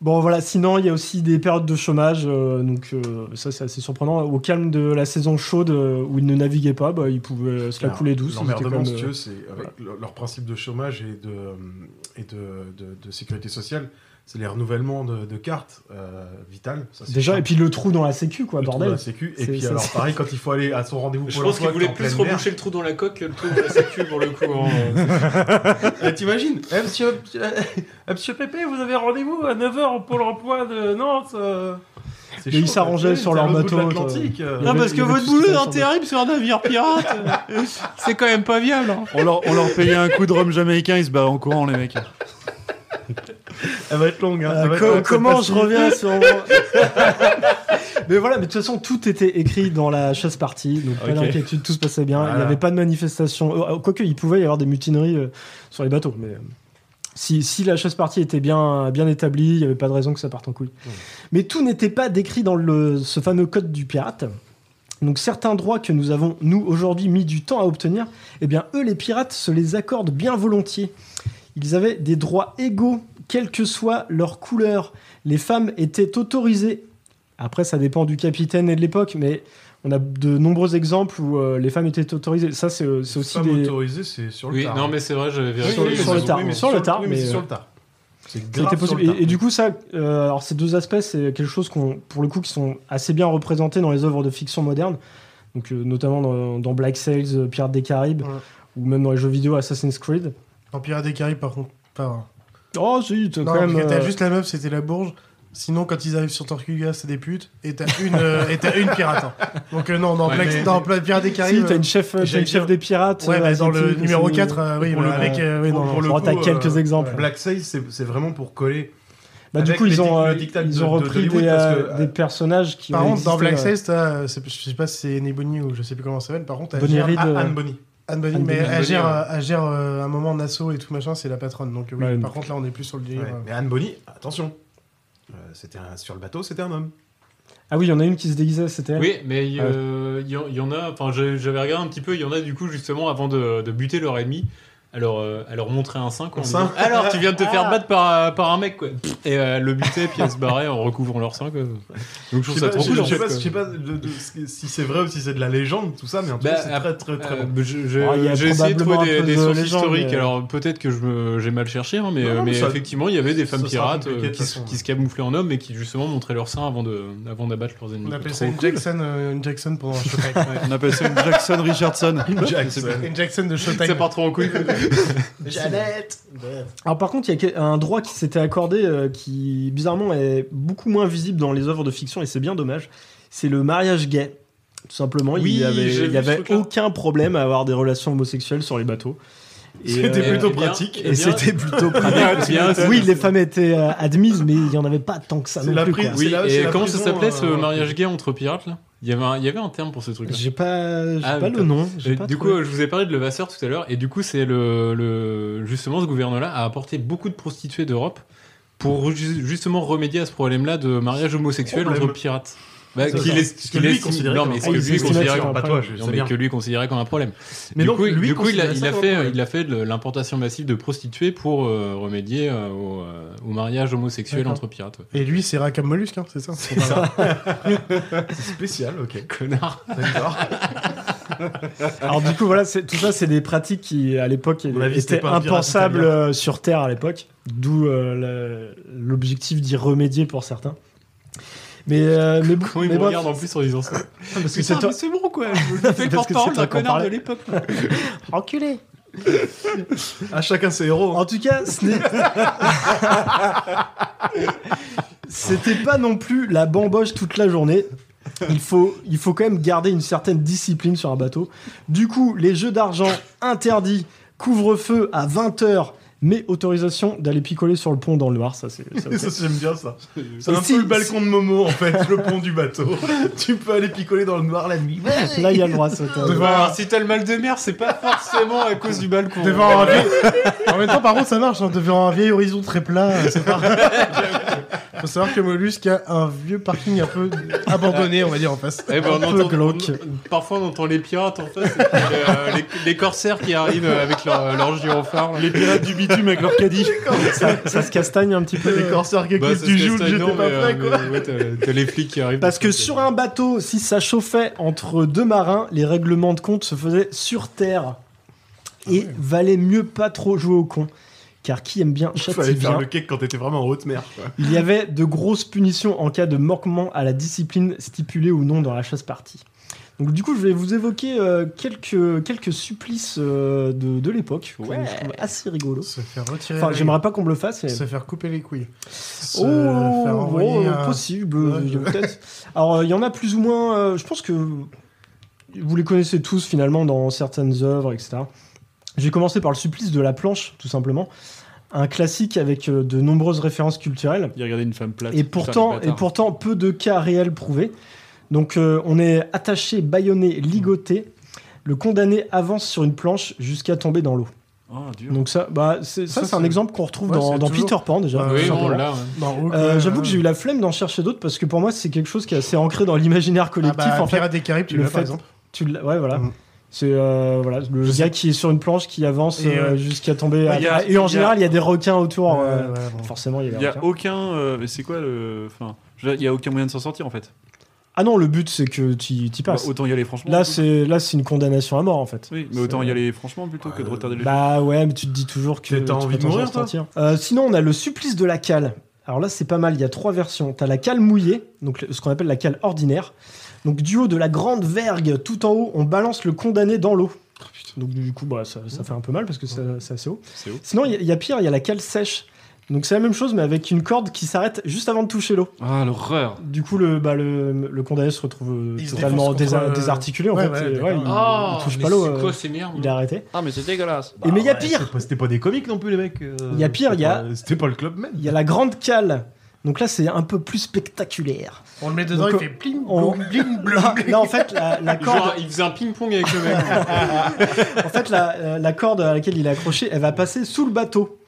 [SPEAKER 7] Bon, voilà, sinon, il y a aussi des périodes de chômage. euh, donc, euh, ça, c'est assez surprenant. Au calme de la saison chaude euh, où ils ne naviguaient pas, bah, ils pouvaient euh, se la
[SPEAKER 11] Ah,
[SPEAKER 7] couler douce. ils étaient
[SPEAKER 10] L'emmerdement,
[SPEAKER 7] comme,
[SPEAKER 10] si tu
[SPEAKER 7] euh,
[SPEAKER 10] euh, veux, c'est avec le- leur principe de chômage et de, et de, de- de sécurité sociale, c'est les renouvellements de, de cartes euh, vitales. Ça, c'est
[SPEAKER 7] Déjà,
[SPEAKER 10] chiant.
[SPEAKER 7] et puis le trou dans la sécu, quoi,
[SPEAKER 10] Le trou
[SPEAKER 7] bordel.
[SPEAKER 10] dans la sécu. Et
[SPEAKER 7] C'est-
[SPEAKER 10] puis
[SPEAKER 7] ça,
[SPEAKER 10] alors,
[SPEAKER 7] c'est-
[SPEAKER 10] pareil, quand il faut aller à son rendez-vous
[SPEAKER 11] Je
[SPEAKER 10] pour
[SPEAKER 11] pense qu'il
[SPEAKER 10] l'emploi,
[SPEAKER 11] voulait
[SPEAKER 10] t'es en
[SPEAKER 11] plus
[SPEAKER 10] pleine mer.
[SPEAKER 11] reboucher le trou dans la coque que le trou dans la sécu pour le coup. hein.
[SPEAKER 10] Eh, T'imagines Eh, monsieur, euh,
[SPEAKER 23] Monsieur Pépé, vous avez rendez-vous à 9h au Pôle emploi de Nantes. euh.
[SPEAKER 7] Mais ils s'arrangeaient sur leur bateau. ça.
[SPEAKER 10] euh.
[SPEAKER 7] Il y
[SPEAKER 11] Non,
[SPEAKER 7] avait-
[SPEAKER 11] parce
[SPEAKER 7] il y
[SPEAKER 11] que
[SPEAKER 7] avait
[SPEAKER 11] votre
[SPEAKER 7] tout ce qu'il y
[SPEAKER 11] boulot est
[SPEAKER 7] avait sur-
[SPEAKER 11] terrible sur un navire pirate, euh, c'est quand même pas viable. hein.
[SPEAKER 14] On leur, on leur payait un coup de rhum jamaïcain, ils se barrent en courant, les mecs.
[SPEAKER 10] Elle va être longue. Hein.
[SPEAKER 7] Ah,
[SPEAKER 10] elle va être
[SPEAKER 7] co-
[SPEAKER 10] longue, cette
[SPEAKER 7] comment je
[SPEAKER 10] pastille.
[SPEAKER 7] reviens sur moi Mais voilà, mais de toute façon, tout était écrit dans la chasse partie, donc pas
[SPEAKER 10] Ok.
[SPEAKER 7] d'inquiétude, tout se passait bien. Il n'y
[SPEAKER 10] Voilà.
[SPEAKER 7] avait pas de manifestation. Euh, Quoique, il pouvait y avoir des mutineries euh, sur les bateaux, mais euh, si, si la chasse partie était bien, bien établie, il n'y avait pas de raison que ça parte en couille. Mais tout n'était pas décrit dans le, ce fameux code du pirate. Donc certains droits que nous avons, nous, aujourd'hui, mis du temps à obtenir, eh bien, eux, les pirates, se les accordent bien volontiers. Ils avaient des droits égaux, quelle que soit leur couleur. Les femmes étaient autorisées. Après, ça dépend du capitaine et de l'époque, mais on a de nombreux exemples où euh, les femmes étaient autorisées. Ça, c'est euh, c'est aussi
[SPEAKER 10] Femme
[SPEAKER 7] des...
[SPEAKER 10] autorisée, c'est sur le
[SPEAKER 11] Oui,
[SPEAKER 10] tard. hein.
[SPEAKER 11] non, mais c'est vrai, j'avais
[SPEAKER 10] Oui,
[SPEAKER 11] vérifié.
[SPEAKER 7] Sur,
[SPEAKER 10] oui,
[SPEAKER 7] sur
[SPEAKER 10] mais-
[SPEAKER 7] le tard,
[SPEAKER 10] oui, mais
[SPEAKER 7] sur
[SPEAKER 10] c'est
[SPEAKER 7] le tard,
[SPEAKER 10] oui,
[SPEAKER 7] mais
[SPEAKER 10] mais c'est sur
[SPEAKER 7] euh,
[SPEAKER 10] le tard. C'est
[SPEAKER 7] c'était
[SPEAKER 10] grave
[SPEAKER 7] possible.
[SPEAKER 10] sur le
[SPEAKER 7] Et, et du coup, ça, euh, alors ces deux aspects, c'est quelque chose qu'on, pour le coup, qui sont assez bien représentés dans les œuvres de fiction moderne, donc euh, notamment dans, dans Black Sails, euh, Pirates des Caraïbes, ou même dans les jeux vidéo Assassin's Creed.
[SPEAKER 8] En Pirates des Caraïbes, par contre. Pas...
[SPEAKER 7] Oh, si,
[SPEAKER 8] Non,
[SPEAKER 7] t'as quand même.
[SPEAKER 8] parce que t'as
[SPEAKER 7] euh,
[SPEAKER 8] juste la meuf, c'était la bourge. Sinon, quand ils arrivent sur Tortuga, c'est des putes. Et t'as une, euh, et t'as une pirate. hein. Donc, euh, non, dans,
[SPEAKER 7] Ouais,
[SPEAKER 8] Black-
[SPEAKER 7] mais-
[SPEAKER 8] dans Pla- Pirates des Caraïbes.
[SPEAKER 7] Si, t'as une chef, euh, t'as
[SPEAKER 8] j'allais
[SPEAKER 7] une chef
[SPEAKER 8] dire-
[SPEAKER 7] des pirates.
[SPEAKER 8] Ouais,
[SPEAKER 7] euh,
[SPEAKER 8] bah, dans le
[SPEAKER 7] asiatique,
[SPEAKER 8] numéro
[SPEAKER 7] c'est-
[SPEAKER 8] 4, euh, oui,
[SPEAKER 7] Pour le
[SPEAKER 8] voilà,
[SPEAKER 7] coup,
[SPEAKER 8] avec. euh, oui,
[SPEAKER 7] pour-
[SPEAKER 8] non,
[SPEAKER 7] pour
[SPEAKER 8] non.
[SPEAKER 7] le Oh, coup, t'as quelques exemples.
[SPEAKER 10] Black Sails, c'est c'est vraiment pour coller.
[SPEAKER 7] Bah, du
[SPEAKER 10] avec
[SPEAKER 7] coup,
[SPEAKER 10] les
[SPEAKER 7] ils ont,
[SPEAKER 10] dic-
[SPEAKER 7] euh,
[SPEAKER 10] le dictat de-
[SPEAKER 7] ils ont
[SPEAKER 10] de-
[SPEAKER 7] repris
[SPEAKER 10] d'Hollywood,
[SPEAKER 7] des,
[SPEAKER 10] parce que,
[SPEAKER 7] euh, des personnages qui
[SPEAKER 8] Par
[SPEAKER 7] ont
[SPEAKER 8] contre,
[SPEAKER 7] existé,
[SPEAKER 8] dans Black
[SPEAKER 7] euh,
[SPEAKER 8] Sails, t'as, euh, c'est- je sais pas si c'est Nebony ou je sais plus comment ça s'appelle. Par contre, elle
[SPEAKER 7] Bonnie
[SPEAKER 8] gère-
[SPEAKER 7] Reed,
[SPEAKER 8] Ah,
[SPEAKER 7] euh,
[SPEAKER 8] Anne Bonny. Anne Bonny,
[SPEAKER 7] Anne
[SPEAKER 8] mais
[SPEAKER 7] Bonny.
[SPEAKER 8] elle
[SPEAKER 7] Anne
[SPEAKER 8] gère,
[SPEAKER 10] Bonny,
[SPEAKER 8] euh, elle gère euh, un moment Nassau et tout machin, c'est la patronne. Donc oui,
[SPEAKER 10] Ouais,
[SPEAKER 8] par
[SPEAKER 10] donc-
[SPEAKER 8] contre, là, on est plus sur le délire.
[SPEAKER 10] Ouais,
[SPEAKER 8] euh,
[SPEAKER 10] Mais Anne Bonny, attention. Euh, c'était un- sur le bateau, c'était un homme.
[SPEAKER 7] Ah oui, il y en a une qui se déguisait, c'était. elle.
[SPEAKER 11] Oui, mais il
[SPEAKER 7] Ah,
[SPEAKER 11] euh, il y, en- il y en a, enfin j'ai- j'avais regardé un petit peu, il y en a du coup justement avant de, de buter leur ennemi, alors euh, alors montrer un sein quoi. en
[SPEAKER 10] Un sein.
[SPEAKER 11] disant, alors tu viens de te faire
[SPEAKER 10] Ah.
[SPEAKER 11] battre par, euh, par un mec quoi. Et euh, le buter puis elle se barrait en recouvrant leur sein quoi. Donc je trouve
[SPEAKER 10] sais
[SPEAKER 11] ça
[SPEAKER 10] pas-
[SPEAKER 11] trop cool.
[SPEAKER 10] je
[SPEAKER 11] en
[SPEAKER 10] sais
[SPEAKER 11] fait,
[SPEAKER 10] pas-
[SPEAKER 11] quoi.
[SPEAKER 10] Je sais pas de- de- ce- si c'est vrai ou si c'est de la légende, tout ça, mais en tout
[SPEAKER 11] Bah,
[SPEAKER 10] cas, c'est très, très, très
[SPEAKER 11] euh,
[SPEAKER 10] bon.
[SPEAKER 11] je- je-
[SPEAKER 10] Ah, il y a
[SPEAKER 11] J'ai essayé de
[SPEAKER 10] probablement
[SPEAKER 11] trouver des,
[SPEAKER 10] un peu
[SPEAKER 11] des
[SPEAKER 10] de
[SPEAKER 11] sources
[SPEAKER 10] légende,
[SPEAKER 11] historiques,
[SPEAKER 10] mais-
[SPEAKER 11] alors peut-être que je me- j'ai mal cherché, hein, mais,
[SPEAKER 10] Non, non,
[SPEAKER 11] mais
[SPEAKER 10] mais ça-
[SPEAKER 11] effectivement il y avait des femmes
[SPEAKER 10] ça sera
[SPEAKER 11] pirates
[SPEAKER 10] compliqué,
[SPEAKER 11] euh,
[SPEAKER 10] de
[SPEAKER 11] qui,
[SPEAKER 10] toute
[SPEAKER 11] se-
[SPEAKER 10] façon.
[SPEAKER 11] qui se camouflaient en hommes et qui justement montraient leur sein avant de- avant d'abattre leurs ennemis.
[SPEAKER 8] On appelle
[SPEAKER 11] Trop
[SPEAKER 8] ça une
[SPEAKER 11] cool.
[SPEAKER 8] Jackson, euh, une Jackson pendant un showtime.
[SPEAKER 14] On appelle ça une Jackson Richardson.
[SPEAKER 8] Une Jackson. Une Jackson de showtime.
[SPEAKER 11] Ça part trop en couille.
[SPEAKER 8] Jeannette
[SPEAKER 7] Alors par contre, il y a que- un droit qui s'était accordé euh, qui bizarrement est beaucoup moins visible dans les œuvres de fiction et c'est bien dommage. C'est le mariage gay. Tout simplement, il
[SPEAKER 11] Oui,
[SPEAKER 7] n'y avait, il
[SPEAKER 11] j'ai
[SPEAKER 7] y
[SPEAKER 11] vu ce
[SPEAKER 7] avait
[SPEAKER 11] truc-là.
[SPEAKER 7] aucun problème à avoir des relations homosexuelles sur les bateaux. Et,
[SPEAKER 11] Eh
[SPEAKER 10] C'était
[SPEAKER 7] euh,
[SPEAKER 10] plutôt
[SPEAKER 7] et bien-
[SPEAKER 10] pratique.
[SPEAKER 7] Et c'était plutôt
[SPEAKER 11] Bien, Eh bien,
[SPEAKER 7] pratique.
[SPEAKER 11] bien.
[SPEAKER 7] Oui, les femmes étaient euh, admises, mais il n'y en avait pas tant que ça
[SPEAKER 10] C'est
[SPEAKER 7] non
[SPEAKER 10] la
[SPEAKER 7] plus.
[SPEAKER 10] prise-
[SPEAKER 7] quoi.
[SPEAKER 11] Oui,
[SPEAKER 10] C'est la- c'est
[SPEAKER 11] et
[SPEAKER 10] la
[SPEAKER 11] comment ça
[SPEAKER 10] prison,
[SPEAKER 11] s'appelait ce
[SPEAKER 10] euh,
[SPEAKER 11] mariage gay entre pirates là il y, avait un, il y avait un terme pour ce truc là.
[SPEAKER 7] J'ai pas, j'ai
[SPEAKER 11] Ah,
[SPEAKER 7] pas
[SPEAKER 11] mais
[SPEAKER 7] le nom. j'ai
[SPEAKER 11] Et
[SPEAKER 7] pas
[SPEAKER 11] du coup,
[SPEAKER 7] trouvé.
[SPEAKER 11] euh, je vous ai parlé de Levasseur tout à l'heure, et du coup, c'est le, le- justement ce gouvernement-là a apporté beaucoup de prostituées d'Europe pour ju- justement remédier à ce problème-là de mariage homosexuel
[SPEAKER 10] Mmh. Problème.
[SPEAKER 11] entre pirates. Bah,
[SPEAKER 10] Ça,
[SPEAKER 11] qu'il
[SPEAKER 10] ça.
[SPEAKER 11] est-
[SPEAKER 10] Ce que
[SPEAKER 11] qu'il
[SPEAKER 10] lui
[SPEAKER 11] estime-
[SPEAKER 10] considérait
[SPEAKER 11] non,
[SPEAKER 10] comme
[SPEAKER 11] mais ce
[SPEAKER 10] un
[SPEAKER 11] que
[SPEAKER 10] problème.
[SPEAKER 11] lui considérait
[SPEAKER 10] Estimation,
[SPEAKER 11] comme un
[SPEAKER 10] pas toi,
[SPEAKER 11] problème.
[SPEAKER 10] je
[SPEAKER 11] Non,
[SPEAKER 10] sais
[SPEAKER 11] mais
[SPEAKER 10] bien.
[SPEAKER 11] que lui considérait comme un problème.
[SPEAKER 10] Mais
[SPEAKER 11] du
[SPEAKER 10] non,
[SPEAKER 11] coup,
[SPEAKER 10] lui
[SPEAKER 11] du coup, il, a,
[SPEAKER 10] considérait
[SPEAKER 11] il
[SPEAKER 10] ça
[SPEAKER 11] a
[SPEAKER 10] comme un
[SPEAKER 11] fait,
[SPEAKER 10] problème.
[SPEAKER 11] il a fait le- l'importation massive de prostituées pour euh, remédier euh, au, euh, au mariage homosexuel
[SPEAKER 8] D'accord.
[SPEAKER 11] entre pirates. ouais.
[SPEAKER 8] Et lui, c'est Rakam Mollusque, hein, c'est ça
[SPEAKER 11] C'est ça.
[SPEAKER 10] C'est spécial, ok.
[SPEAKER 11] Connard.
[SPEAKER 10] D'accord.
[SPEAKER 7] Alors du coup voilà, c'est- tout ça c'est des pratiques qui à l'époque
[SPEAKER 10] mon avis, c'était
[SPEAKER 7] étaient
[SPEAKER 10] pas un pirate
[SPEAKER 7] impensables
[SPEAKER 10] italien.
[SPEAKER 7] euh, sur Terre à l'époque, d'où euh, le- l'objectif d'y remédier pour certains. Mais euh, mais, bon-
[SPEAKER 11] Comment il
[SPEAKER 7] mais
[SPEAKER 11] me
[SPEAKER 7] bref, Ah,
[SPEAKER 11] regarde en plus en disant ça
[SPEAKER 7] parce que
[SPEAKER 11] Putain,
[SPEAKER 7] c'est toi-
[SPEAKER 11] mais c'est bon quoi Je fais le
[SPEAKER 7] Parce que c'est
[SPEAKER 11] porte-parole
[SPEAKER 7] toi
[SPEAKER 11] d'un
[SPEAKER 7] qu'on
[SPEAKER 11] connard de
[SPEAKER 7] parlait.
[SPEAKER 11] l'époque.
[SPEAKER 7] enculé.
[SPEAKER 10] À chacun ses héros. hein.
[SPEAKER 7] En tout cas, ce n'est- c'était pas non plus la bamboche toute la journée. Il faut, il faut quand même garder une certaine discipline sur un bateau. Du coup, les jeux d'argent interdits, couvre-feu à 20h, mais autorisation d'aller picoler sur le pont dans le noir. Ça, c'est. ça,
[SPEAKER 10] Ça,
[SPEAKER 7] ok.
[SPEAKER 10] J'aime bien ça. C'est
[SPEAKER 7] Et
[SPEAKER 10] un
[SPEAKER 7] si-
[SPEAKER 10] peu le balcon de Momo en fait, le pont du bateau. tu peux aller picoler dans le noir la nuit.
[SPEAKER 7] Là, il y a le droit à sauter.
[SPEAKER 10] Devant un-
[SPEAKER 11] si t'as le mal de mer, c'est pas forcément à cause du balcon.
[SPEAKER 8] Devant un vieil... En même temps, par contre, ça marche. hein, devant un vieil horizon très plat, euh, c'est pas... Faut savoir que Mollusque a un vieux parking un peu abandonné, on va dire, en face.
[SPEAKER 11] Eh ben, on
[SPEAKER 8] un peu
[SPEAKER 11] entend-
[SPEAKER 8] glauque.
[SPEAKER 11] on- parfois on entend les pirates en face, et puis, euh, les, les corsaires qui arrivent euh, avec leur, leur gyrophare. Les pirates du bitume avec leur caddie.
[SPEAKER 7] ça, ça se castagne un petit peu.
[SPEAKER 8] Les corsaires
[SPEAKER 11] Bah,
[SPEAKER 8] qui écoutent du joug, j'étais pas prêt, quoi.
[SPEAKER 11] euh, T'as les flics qui arrivent. euh,
[SPEAKER 7] Parce que sur un bateau, si ça chauffait entre deux marins, les
[SPEAKER 10] Ah
[SPEAKER 7] règlements de compte se faisaient sur terre. Et valait mieux pas trop jouer au con. car qui aime bien
[SPEAKER 10] Il
[SPEAKER 7] châtie
[SPEAKER 10] fallait faire
[SPEAKER 7] bien.
[SPEAKER 10] le cake quand t'étais vraiment en haute mer. quoi.
[SPEAKER 7] Il y avait de grosses punitions en cas de manquement à la discipline stipulée ou non dans la chasse partie. Donc du coup, je vais vous évoquer euh, quelques, quelques supplices euh, de, de l'époque, que je trouve assez rigolo.
[SPEAKER 24] Se faire retirer.
[SPEAKER 7] Enfin,
[SPEAKER 24] les-
[SPEAKER 7] j'aimerais pas qu'on me le fasse. mais-
[SPEAKER 24] Se faire couper les couilles. Se
[SPEAKER 7] Oh,
[SPEAKER 24] euh, faire envoyer
[SPEAKER 7] oh,
[SPEAKER 24] un-
[SPEAKER 7] possible,
[SPEAKER 24] Ouais,
[SPEAKER 7] euh,
[SPEAKER 24] je-
[SPEAKER 7] peut-être. Alors, il y en a plus ou moins, euh, je pense que vous les connaissez tous finalement dans certaines œuvres, etc. J'ai commencé par le supplice de la planche, tout simplement. Un classique avec euh, de nombreuses références culturelles.
[SPEAKER 9] Il regardait une femme plate.
[SPEAKER 7] Et pourtant, et pourtant, peu de cas réels prouvés. Donc, euh, on est attaché, bâillonné, ligoté. Le condamné avance sur une planche jusqu'à tomber dans l'eau.
[SPEAKER 10] Oh,
[SPEAKER 7] Donc ça, bah, c'est- ça,
[SPEAKER 24] Ça,
[SPEAKER 7] c'est un
[SPEAKER 24] c'est-
[SPEAKER 7] exemple qu'on retrouve
[SPEAKER 24] Ouais,
[SPEAKER 7] dans,
[SPEAKER 24] c'est
[SPEAKER 7] dans
[SPEAKER 24] toujours-
[SPEAKER 7] Peter Pan déjà.
[SPEAKER 24] Ah
[SPEAKER 7] tout
[SPEAKER 24] oui,
[SPEAKER 7] simplement.
[SPEAKER 24] bon, là,
[SPEAKER 11] hein.
[SPEAKER 24] ouais. Dans Hook,
[SPEAKER 7] Euh,
[SPEAKER 24] ouais,
[SPEAKER 7] J'avoue
[SPEAKER 24] ouais.
[SPEAKER 7] que j'ai eu la flemme d'en chercher d'autres parce que pour moi c'est quelque chose qui est assez ancré dans l'imaginaire collectif.
[SPEAKER 24] Ah bah,
[SPEAKER 7] en fait.
[SPEAKER 24] Pirates des Caraïbes, tu
[SPEAKER 7] Le
[SPEAKER 24] l'as, par
[SPEAKER 7] fait-
[SPEAKER 24] exemple.
[SPEAKER 7] tu l'as- ouais
[SPEAKER 9] Mm.
[SPEAKER 7] voilà. C'est euh, voilà le gars qui est sur une planche qui avance
[SPEAKER 9] Et,
[SPEAKER 7] euh,
[SPEAKER 9] euh,
[SPEAKER 7] jusqu'à tomber. à-
[SPEAKER 9] il y a-
[SPEAKER 7] et en
[SPEAKER 9] il y a-
[SPEAKER 7] général il y a des requins autour. euh,
[SPEAKER 9] ouais, bon.
[SPEAKER 7] Forcément il y a.
[SPEAKER 9] Il
[SPEAKER 7] des
[SPEAKER 9] n'y a
[SPEAKER 7] requins.
[SPEAKER 9] aucun. euh, mais c'est quoi le. Enfin, je- il n'y a aucun moyen de s'en sortir en fait.
[SPEAKER 7] Ah non le but c'est que tu y passes.
[SPEAKER 9] Bah, autant y aller franchement.
[SPEAKER 7] Là c'est là c'est une condamnation à mort en fait.
[SPEAKER 9] Oui, mais autant y aller franchement plutôt que de retarder les
[SPEAKER 7] Bah ouais, mais tu te dis toujours que.
[SPEAKER 9] T'as
[SPEAKER 7] tu
[SPEAKER 9] envie
[SPEAKER 7] vas
[SPEAKER 9] de
[SPEAKER 7] t'en
[SPEAKER 9] mourir,
[SPEAKER 7] sortir. Euh, Sinon, on a le supplice de la cale. Alors là, c'est pas mal. Il y a trois versions. T'as la cale mouillée, donc le- ce qu'on appelle la cale ordinaire. Donc du haut de la grande vergue, tout en haut, on balance le condamné dans l'eau.
[SPEAKER 9] Oh,
[SPEAKER 7] Donc du coup, bah, ça, ça fait un peu mal parce que ça- c'est assez haut.
[SPEAKER 9] C'est haut.
[SPEAKER 7] Sinon, il y a- il y, a pire, il y a la cale sèche. Donc c'est la même chose, mais avec une corde qui s'arrête juste avant de toucher l'eau.
[SPEAKER 9] Ah, l'horreur.
[SPEAKER 7] Du coup, le, bah, le, le condamné se retrouve euh,
[SPEAKER 9] Il se
[SPEAKER 7] totalement
[SPEAKER 9] défonce contre
[SPEAKER 7] désa-
[SPEAKER 9] le-
[SPEAKER 7] désarticulé. En
[SPEAKER 9] Ouais,
[SPEAKER 7] fait,
[SPEAKER 9] ouais,
[SPEAKER 7] Et,
[SPEAKER 9] d'accord.
[SPEAKER 7] ouais, il,
[SPEAKER 9] Ah,
[SPEAKER 7] il touche
[SPEAKER 9] mais
[SPEAKER 7] pas l'eau.
[SPEAKER 9] c'est quoi
[SPEAKER 7] euh,
[SPEAKER 9] ces merdes
[SPEAKER 7] Il est arrêté.
[SPEAKER 9] Ah, mais c'est dégueulasse.
[SPEAKER 25] Bah
[SPEAKER 7] Et mais il y a pire.
[SPEAKER 10] C'était pas- C'était pas des comiques non plus, les mecs. euh,
[SPEAKER 7] Il y a pire,
[SPEAKER 10] c'était
[SPEAKER 7] il y a-
[SPEAKER 10] pas- C'était pas le club même.
[SPEAKER 7] Il y a la grande cale. Donc là, c'est un peu plus spectaculaire.
[SPEAKER 10] On le met
[SPEAKER 7] dedans, Donc, il euh, fait
[SPEAKER 10] plim,
[SPEAKER 7] on- Là, là, en fait, la, la corde,
[SPEAKER 11] Genre, il faisait un ping-pong avec le mec.
[SPEAKER 7] en fait la, euh, la corde à laquelle il est accroché, elle va passer sous le bateau.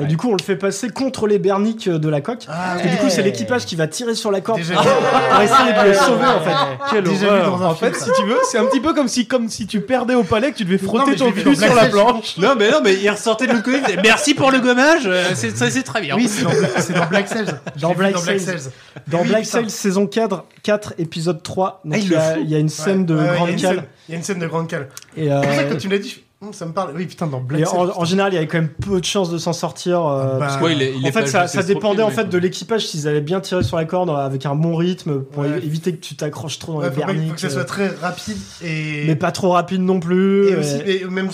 [SPEAKER 7] Et du coup, on le fait passer contre les berniques euh, de la coque. parce que du coup, c'est l'équipage qui va tirer sur la corde pour pour essayer de le sauver, en fait.
[SPEAKER 25] en fait, si tu veux, c'est un petit peu comme si, comme si tu perdais au palais que tu devais
[SPEAKER 10] Non,
[SPEAKER 25] frotter
[SPEAKER 10] mais je
[SPEAKER 25] ton
[SPEAKER 10] l'ai vu dans
[SPEAKER 25] cul sur la
[SPEAKER 10] Black Sash.
[SPEAKER 25] planche.
[SPEAKER 11] Non, mais non, mais il ressortait de l'autre côté. il disait, Merci pour le gommage. euh, C'est ça, c'est très bien.
[SPEAKER 8] Oui, c'est dans- c'est dans Black Sails. Je
[SPEAKER 7] Dans
[SPEAKER 8] l'ai vu
[SPEAKER 7] Black
[SPEAKER 8] dans Black
[SPEAKER 7] Sails.
[SPEAKER 8] Sails.
[SPEAKER 7] Dans
[SPEAKER 8] Eh Oui,
[SPEAKER 7] Black
[SPEAKER 8] putain.
[SPEAKER 7] Sails, saison 4, 4, épisode 3. Donc,
[SPEAKER 8] Ah,
[SPEAKER 7] il,
[SPEAKER 8] il
[SPEAKER 7] y a,
[SPEAKER 8] le fout.
[SPEAKER 7] il y a une scène de
[SPEAKER 8] Ouais, ouais, il y a
[SPEAKER 7] grande
[SPEAKER 8] une
[SPEAKER 7] cale.
[SPEAKER 8] scène- Il y a une scène de grande cale.
[SPEAKER 7] Et,
[SPEAKER 8] C'est pour ça que
[SPEAKER 7] euh,
[SPEAKER 8] quand tu me l'as dit, je- Hum, ça me parle. Oui, putain, dans Black
[SPEAKER 7] Et en,
[SPEAKER 8] Sails.
[SPEAKER 7] en général, il y avait quand même peu de chances de s'en sortir. euh,
[SPEAKER 8] bah,
[SPEAKER 7] parce que-
[SPEAKER 8] Ouais, il est- il
[SPEAKER 7] en
[SPEAKER 8] est
[SPEAKER 7] fait,
[SPEAKER 8] pas
[SPEAKER 7] ça,
[SPEAKER 8] juste
[SPEAKER 7] ça dépendé
[SPEAKER 8] estropié,
[SPEAKER 7] en
[SPEAKER 8] le
[SPEAKER 7] fait
[SPEAKER 8] mec.
[SPEAKER 7] de l'équipage s'ils avaient bien tiré sur la corde euh, avec un bon rythme pour é- éviter que tu t'accroches trop dans
[SPEAKER 8] Ouais,
[SPEAKER 7] les
[SPEAKER 8] faut, pas- faut
[SPEAKER 7] verniques.
[SPEAKER 8] que ça
[SPEAKER 7] euh,
[SPEAKER 8] soit très rapide et.
[SPEAKER 7] Mais pas trop rapide non plus.
[SPEAKER 8] et
[SPEAKER 7] euh,
[SPEAKER 8] aussi, mais euh, au même,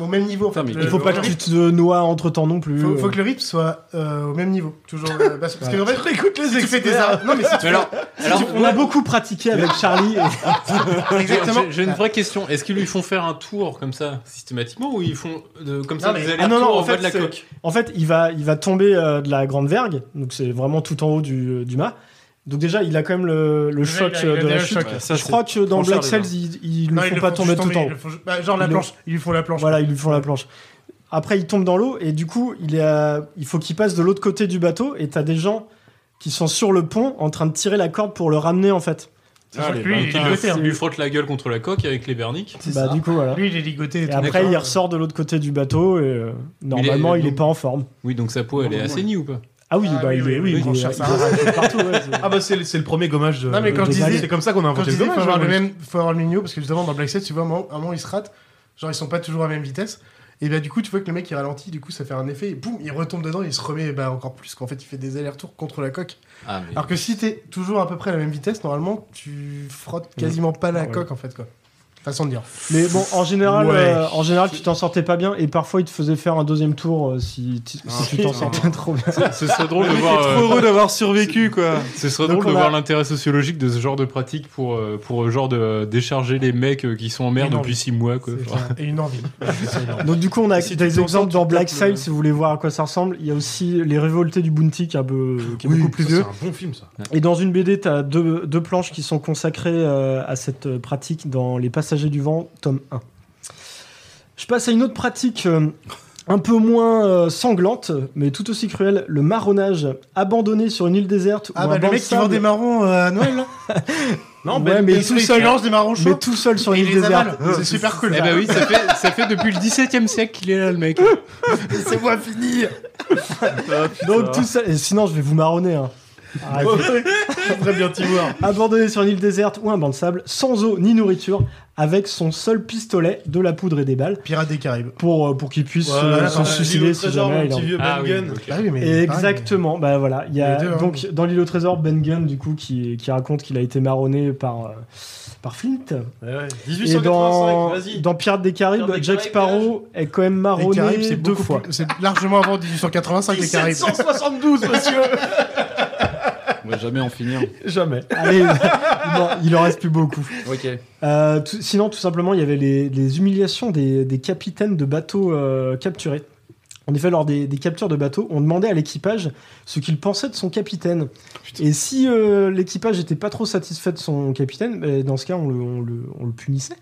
[SPEAKER 8] au, au même niveau. en fait.
[SPEAKER 7] il faut
[SPEAKER 8] Le-
[SPEAKER 7] pas
[SPEAKER 8] le
[SPEAKER 7] que tu
[SPEAKER 8] rythme-
[SPEAKER 7] te noies entre temps non plus.
[SPEAKER 8] Faut, faut
[SPEAKER 7] euh.
[SPEAKER 8] que le rythme soit euh, au même niveau, toujours. euh, parce parce que
[SPEAKER 7] Ouais.
[SPEAKER 8] en fait, écoute les si tu fais des ar- Non mais si tu fais- si
[SPEAKER 7] Alors,
[SPEAKER 8] tu-
[SPEAKER 7] on a beaucoup pratiqué avec Charlie. et-
[SPEAKER 8] Exactement.
[SPEAKER 11] J'ai j'ai une vraie question. Est-ce qu'ils lui font faire un tour comme ça, systématiquement, ou ils font euh, comme ça
[SPEAKER 7] Ah,
[SPEAKER 11] des
[SPEAKER 7] mais-
[SPEAKER 11] allers-retours
[SPEAKER 7] Ah, non, non,
[SPEAKER 11] en,
[SPEAKER 7] en
[SPEAKER 11] bas
[SPEAKER 7] fait,
[SPEAKER 11] de la
[SPEAKER 7] c'est-
[SPEAKER 11] coque
[SPEAKER 7] En fait, il va, il va tomber euh, de la grande vergue, donc c'est vraiment tout en haut du, euh, du mât. Donc déjà, il a quand même le, le
[SPEAKER 8] Ouais,
[SPEAKER 7] choc
[SPEAKER 8] il a- il a
[SPEAKER 7] euh, de
[SPEAKER 8] déjà
[SPEAKER 7] la
[SPEAKER 8] le
[SPEAKER 7] chute.
[SPEAKER 8] choc. Ouais, ça,
[SPEAKER 7] je
[SPEAKER 8] c'est
[SPEAKER 7] crois que dans
[SPEAKER 8] trop
[SPEAKER 7] Black Cells,
[SPEAKER 8] cher, déjà.
[SPEAKER 7] ils, ils
[SPEAKER 8] Non,
[SPEAKER 7] le
[SPEAKER 8] ils
[SPEAKER 7] font
[SPEAKER 8] le
[SPEAKER 7] pas
[SPEAKER 8] font
[SPEAKER 7] tomber
[SPEAKER 8] juste
[SPEAKER 7] tout en
[SPEAKER 8] tomber,
[SPEAKER 7] haut.
[SPEAKER 8] ils le font ju- bah, genre la
[SPEAKER 7] Ils le-
[SPEAKER 8] planche, ils lui font la planche.
[SPEAKER 7] Voilà, ils lui font la planche. Après, il tombe dans l'eau et du coup, il, est à- il faut qu'il passe de l'autre côté du bateau et t'as des gens qui sont sur le pont en train de tirer la corde pour le ramener en fait.
[SPEAKER 11] Ah, les
[SPEAKER 8] lui, il est
[SPEAKER 11] bâtards.
[SPEAKER 8] ligoté, hein.
[SPEAKER 11] Il lui frotte la gueule contre la coque avec les berniques.
[SPEAKER 7] Bah, du coup, voilà.
[SPEAKER 8] Lui, il est ligoté.
[SPEAKER 7] Et après, il ressort de l'autre côté du bateau et euh,
[SPEAKER 11] il est-
[SPEAKER 7] normalement, il est,
[SPEAKER 11] donc-
[SPEAKER 7] pas en forme.
[SPEAKER 11] Oui, donc sa peau, elle est
[SPEAKER 7] Normalement,
[SPEAKER 11] assainie ou pas
[SPEAKER 7] Ah oui, bah, il est, oui, il est- il est-
[SPEAKER 10] Ah bah c'est le c'est le premier gommage de.
[SPEAKER 8] Non mais quand je
[SPEAKER 10] de-
[SPEAKER 8] disais,
[SPEAKER 10] c'est comme ça qu'on a
[SPEAKER 8] quand je
[SPEAKER 10] inventé le
[SPEAKER 8] disais,
[SPEAKER 10] gommage.
[SPEAKER 8] faut avoir
[SPEAKER 10] ouais,
[SPEAKER 8] le
[SPEAKER 10] moi,
[SPEAKER 8] même, faut avoir le même niveau parce que justement dans Black Set, tu vois, à un moment, à un moment, ils se ratent, genre ils sont pas toujours à la même vitesse. Et bah du coup, tu vois que le mec il ralentit, du coup ça fait un effet, et boum, il retombe dedans, il se remet bah, encore plus, qu'en fait il fait des allers-retours contre la coque.
[SPEAKER 11] Ah, mais-
[SPEAKER 8] Alors que si t'es toujours à peu près à la même vitesse, normalement tu frottes quasiment pas la coque en fait quoi. Façon de dire.
[SPEAKER 7] Mais bon, en général,
[SPEAKER 8] Ouais.
[SPEAKER 7] euh, en général, tu t'en sortais pas bien et parfois, il te faisait faire un deuxième tour euh, si, si tu t'en sortais trop bien.
[SPEAKER 11] Ah, Ce serait drôle de
[SPEAKER 9] Il est
[SPEAKER 11] voir.
[SPEAKER 9] trop
[SPEAKER 11] euh,
[SPEAKER 9] heureux d'avoir survécu quoi.
[SPEAKER 11] Ce serait
[SPEAKER 7] Donc
[SPEAKER 11] drôle de
[SPEAKER 7] on a-
[SPEAKER 11] voir l'intérêt sociologique de ce genre de pratique pour, euh, pour euh, genre de euh, décharger les mecs euh, qui sont en mer
[SPEAKER 8] Une
[SPEAKER 11] depuis
[SPEAKER 8] envie.
[SPEAKER 11] 6 mois. Quoi, genre.
[SPEAKER 8] Et une envie.
[SPEAKER 7] Donc du coup, on a
[SPEAKER 9] Si tu t'en
[SPEAKER 7] des
[SPEAKER 9] sors,
[SPEAKER 7] exemples
[SPEAKER 9] tu
[SPEAKER 7] dans
[SPEAKER 9] tapes
[SPEAKER 7] Black
[SPEAKER 9] le-
[SPEAKER 7] Sail si vous voulez voir à quoi ça ressemble. Il y a aussi Les Révoltés du Bounty qui est, un peu, qui est
[SPEAKER 10] Oui,
[SPEAKER 7] beaucoup plus
[SPEAKER 10] ça,
[SPEAKER 7] vieux.
[SPEAKER 10] C'est un bon film ça.
[SPEAKER 7] Et dans une BD, tu as deux, deux planches qui sont consacrées euh, à cette euh, pratique dans Les Passagers du Vent, tome 1. Je passe à une autre pratique euh, un peu moins euh, sanglante, mais tout aussi cruelle, le marronnage. Abandonné sur une île déserte
[SPEAKER 8] Ah
[SPEAKER 7] ou
[SPEAKER 8] bah
[SPEAKER 7] un
[SPEAKER 8] le
[SPEAKER 7] banc de
[SPEAKER 8] mec qui vend
[SPEAKER 7] sable-
[SPEAKER 8] des marrons euh, à Noël là.
[SPEAKER 7] Ouais, mais
[SPEAKER 8] Ben- Ben
[SPEAKER 7] tout
[SPEAKER 8] Smith,
[SPEAKER 7] seul,
[SPEAKER 8] il lance des marrons chauds.
[SPEAKER 7] mais tout seul sur
[SPEAKER 8] Et
[SPEAKER 7] une
[SPEAKER 8] il
[SPEAKER 7] île
[SPEAKER 8] les avale.
[SPEAKER 7] déserte.
[SPEAKER 8] C'est super cool.
[SPEAKER 11] Eh ben oui, ça fait, ça fait depuis le 17 e siècle qu'il est là, le mec.
[SPEAKER 8] C'est moi fini.
[SPEAKER 7] Donc tout ça. et sinon, je vais vous marronner. hein.
[SPEAKER 10] Très bien, Timor.
[SPEAKER 7] Abandonné sur une île déserte ou un banc de sable, sans eau ni nourriture, avec son seul pistolet, de la poudre et des balles.
[SPEAKER 8] Pirate des Caraïbes.
[SPEAKER 7] Pour, euh, pour qu'il puisse
[SPEAKER 10] Voilà,
[SPEAKER 7] euh,
[SPEAKER 10] voilà,
[SPEAKER 7] se
[SPEAKER 10] l'île au
[SPEAKER 7] suicider si
[SPEAKER 10] trésor,
[SPEAKER 7] jamais
[SPEAKER 10] mon
[SPEAKER 7] il en-
[SPEAKER 10] petit vieux Ah Ben oui, Gunn. ok.
[SPEAKER 8] Bah oui, mais pareil,
[SPEAKER 7] Exactement, bah voilà. Il y a,
[SPEAKER 8] Les deux, hein.
[SPEAKER 7] donc, dans l'île au trésor, Ben Gunn, du coup, qui, qui raconte qu'il a été marronné par, euh, par Flint.
[SPEAKER 10] ouais.
[SPEAKER 7] Et
[SPEAKER 10] 1885,
[SPEAKER 7] dans,
[SPEAKER 10] vas-y.
[SPEAKER 7] dans Pirates des Caraïbes,
[SPEAKER 10] Pirates des
[SPEAKER 7] Jack Sparrow est quand même
[SPEAKER 8] Les Caraïbes,
[SPEAKER 7] marronné
[SPEAKER 8] c'est
[SPEAKER 7] deux
[SPEAKER 8] beaucoup
[SPEAKER 7] fois.
[SPEAKER 8] plus- C'est largement avant 1885, les Caraïbes.
[SPEAKER 10] 1772, monsieur
[SPEAKER 26] On va jamais en finir.
[SPEAKER 10] Jamais.
[SPEAKER 7] Allez, il en- il en reste plus beaucoup.
[SPEAKER 10] Ok.
[SPEAKER 7] Euh, tout- sinon, tout simplement, il y avait les, les humiliations des, des capitaines de bateaux euh, capturés. En effet, lors des, des captures de bateaux, on demandait à l'équipage ce qu'il pensait de son capitaine. Et si euh, l'équipage n'était pas trop satisfait de son capitaine, eh, dans ce cas, on le, on le- on le punissait.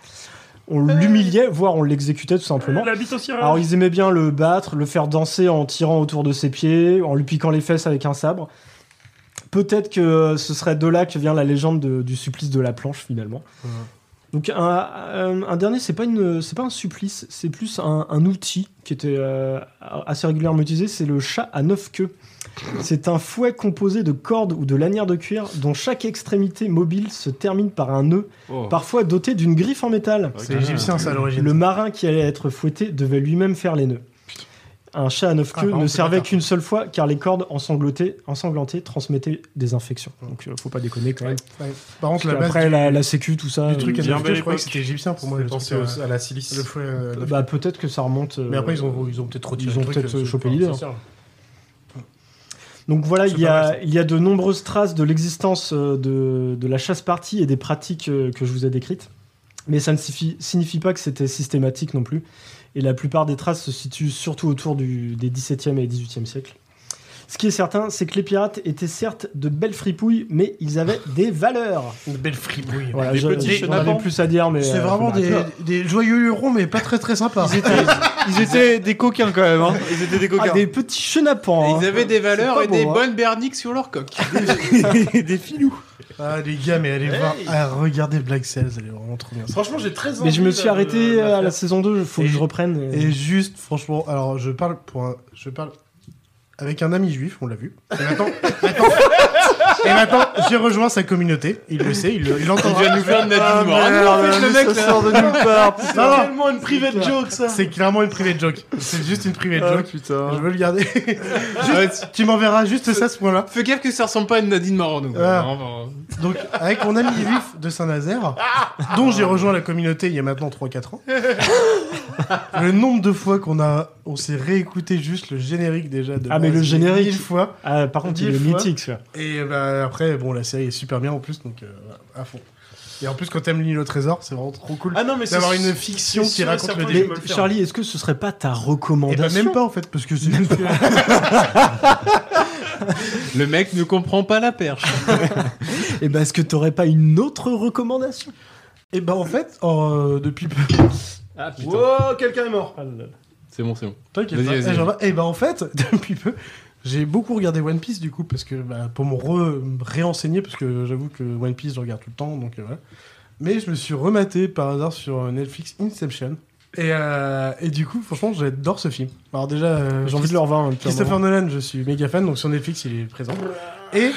[SPEAKER 7] On l'humiliait, voire on l'exécutait tout simplement.
[SPEAKER 27] La bite au cirage.
[SPEAKER 7] Alors, ils aimaient bien le battre, le faire danser en tirant autour de ses pieds, en lui piquant les fesses avec un sabre. Peut-être que ce serait de là que vient la légende de- du supplice de la planche, finalement. Donc un, un- un dernier, c'est pas une, c'est pas un supplice, c'est plus un, un outil qui était euh, assez régulièrement utilisé. C'est le chat à neuf queues. C'est un fouet composé de cordes ou de lanières de cuir dont chaque extrémité mobile se termine par un nœud,
[SPEAKER 8] Oh.
[SPEAKER 7] parfois doté d'une griffe en métal.
[SPEAKER 9] Ah,
[SPEAKER 8] C'est égyptien, ça, à l'origine.
[SPEAKER 7] Le marin qui allait être fouetté devait lui-même faire les nœuds. Un chat à neuf
[SPEAKER 8] Ah,
[SPEAKER 7] queues
[SPEAKER 8] pardon,
[SPEAKER 7] ne
[SPEAKER 8] c'est
[SPEAKER 7] servait
[SPEAKER 8] bâtard.
[SPEAKER 7] qu'une seule fois car les cordes ensanglotées, ensanglantées transmettaient des infections. Donc euh, faut pas déconner quand même.
[SPEAKER 8] Ouais. Par contre, la
[SPEAKER 7] Parce
[SPEAKER 8] base
[SPEAKER 7] qu'après,
[SPEAKER 8] du-
[SPEAKER 7] la, la sécu, tout ça.
[SPEAKER 8] du truc à
[SPEAKER 7] euh,
[SPEAKER 8] neuf queues, je croyais que c'était égyptien pour moi.
[SPEAKER 10] Je
[SPEAKER 8] le truc
[SPEAKER 10] pensais au- à la silice.
[SPEAKER 8] Le fouet, euh, neuf
[SPEAKER 7] bah
[SPEAKER 8] queues.
[SPEAKER 7] peut-être que ça remonte. euh,
[SPEAKER 8] Mais après, ils ont, ils ont peut-être retiré
[SPEAKER 7] Ils ont
[SPEAKER 8] le truc,
[SPEAKER 7] peut-être
[SPEAKER 8] euh,
[SPEAKER 7] euh,
[SPEAKER 8] c'est-
[SPEAKER 7] chopé
[SPEAKER 8] enfin,
[SPEAKER 7] l'idée.
[SPEAKER 8] ça
[SPEAKER 7] hein.
[SPEAKER 8] sert.
[SPEAKER 7] Donc voilà, il y,
[SPEAKER 8] pas
[SPEAKER 7] a, il y a de nombreuses traces de l'existence euh, de, de la chasse-partie et des pratiques euh, que je vous ai décrites. Mais ça ne signifie, signifie pas que c'était systématique non plus. Et la plupart des traces se situent surtout autour du, des 17e et 18e siècles. Ce qui est certain, c'est que les pirates étaient certes de belles fripouilles, mais ils avaient des valeurs.
[SPEAKER 8] Une belle fripouille.
[SPEAKER 7] Voilà, je- j'en avais plus à dire, mais,
[SPEAKER 8] C'est
[SPEAKER 7] euh,
[SPEAKER 8] vraiment
[SPEAKER 7] faut
[SPEAKER 8] des,
[SPEAKER 7] m'arrêter
[SPEAKER 8] des joyeux lurons, mais pas très très sympas. Ils étaient,
[SPEAKER 11] des coquins quand même. hein. Ils étaient des coquins.
[SPEAKER 7] Ah, des petits chenapans.
[SPEAKER 11] Ils
[SPEAKER 7] hein.
[SPEAKER 11] avaient des valeurs
[SPEAKER 7] C'est
[SPEAKER 11] et
[SPEAKER 7] pas
[SPEAKER 11] des
[SPEAKER 7] beau, hein.
[SPEAKER 11] bonnes berniques sur leur coque.
[SPEAKER 8] des filous. Ah, les gars, mais allez voir. Ah, regardez Black Sails, elle est vraiment trop bien.
[SPEAKER 10] Franchement, j'ai très envie.
[SPEAKER 7] Mais je me suis
[SPEAKER 10] là,
[SPEAKER 7] arrêté
[SPEAKER 10] de-
[SPEAKER 7] à la saison 2, il faut que je reprenne. euh.
[SPEAKER 8] Et juste, franchement, alors je parle pour un- je parle avec un ami juif, on l'a vu. Et maintenant, maintenant- et maintenant, j'ai rejoint sa communauté. Il le sait, il le- il l'entend.
[SPEAKER 11] Il vient nous faire de la
[SPEAKER 8] Ah,
[SPEAKER 11] vie de mort.
[SPEAKER 8] merde,
[SPEAKER 11] Ah non, en fait, le
[SPEAKER 8] mais
[SPEAKER 11] mec,
[SPEAKER 8] ça
[SPEAKER 11] là.
[SPEAKER 8] sort de nulle part. putain.
[SPEAKER 11] C'est
[SPEAKER 8] Non, non,
[SPEAKER 10] tellement une private
[SPEAKER 8] c'est clair.
[SPEAKER 10] joke, ça.
[SPEAKER 8] C'est clairement une private joke. C'est juste une private
[SPEAKER 11] Ah,
[SPEAKER 8] joke. Je veux le garder. Juste, tu m'enverras juste ça, ce point-là.
[SPEAKER 11] Fais gaffe que ça ressemble pas à une Nadine Morano.
[SPEAKER 8] Ah.
[SPEAKER 11] Non, enfin,
[SPEAKER 8] Donc, avec mon ami juif de Saint-Nazaire, dont j'ai rejoint la communauté il y a maintenant 3-4 ans, le nombre de fois qu'on a, on s'est réécouté juste le générique déjà de
[SPEAKER 7] Ah, mais
[SPEAKER 8] base,
[SPEAKER 7] le générique.
[SPEAKER 8] mille fois.
[SPEAKER 7] Ah, par contre, il
[SPEAKER 8] Mille
[SPEAKER 7] est
[SPEAKER 8] fois.
[SPEAKER 7] mythique, ça.
[SPEAKER 8] Et bah, après, bon, la série est super bien en plus, donc euh, à fond. Et en plus, quand t'aimes l'île au trésor, c'est vraiment trop cool
[SPEAKER 10] Ah non, mais c'est
[SPEAKER 8] d'avoir
[SPEAKER 10] sûr-
[SPEAKER 8] une fiction
[SPEAKER 10] c'est
[SPEAKER 8] qui
[SPEAKER 10] sûr et
[SPEAKER 8] raconte
[SPEAKER 10] certain
[SPEAKER 8] le
[SPEAKER 10] que
[SPEAKER 8] début.
[SPEAKER 10] je me le
[SPEAKER 7] Charlie, est-ce que ce serait pas ta
[SPEAKER 8] Et bah,
[SPEAKER 7] recommandation
[SPEAKER 8] même pas en fait, parce que c'est juste que-
[SPEAKER 11] Le mec ne comprend pas la perche.
[SPEAKER 7] Et ben, est-ce que t'aurais pas une autre recommandation
[SPEAKER 8] Et bah, en fait, euh, depuis peu.
[SPEAKER 11] Ah putain.
[SPEAKER 10] Wow, quelqu'un est mort.
[SPEAKER 11] C'est bon, c'est bon.
[SPEAKER 8] T'inquiète pas.
[SPEAKER 11] Vas-y, vas-y.
[SPEAKER 8] Et bah en fait, depuis peu, j'ai beaucoup regardé One Piece du coup, parce que bah, pour me re- me réenseigner, parce que j'avoue que One Piece je regarde tout le temps, donc euh, voilà. Mais je me suis rematé par hasard sur euh, Netflix Inception. Et, euh, et du coup, franchement, j'adore ce film. Alors déjà, euh,
[SPEAKER 7] J'ai envie de le revoir. hein, depuis un
[SPEAKER 8] Christopher
[SPEAKER 7] moment.
[SPEAKER 8] Nolan, je suis méga fan, donc sur Netflix, il est présent. Et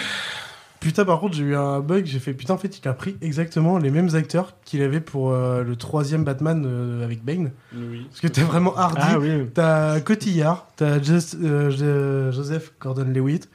[SPEAKER 8] putain, par contre, j'ai eu un bug, j'ai fait putain, en fait, il a pris exactement les mêmes acteurs qu'il avait pour euh, le troisième Batman euh, avec Bane.
[SPEAKER 10] Oui.
[SPEAKER 8] Parce que t'as vraiment Hardy,
[SPEAKER 7] Ah oui.
[SPEAKER 8] t'as Cotillard, t'as Just- euh, Je- Joseph Gordon-Lewitt,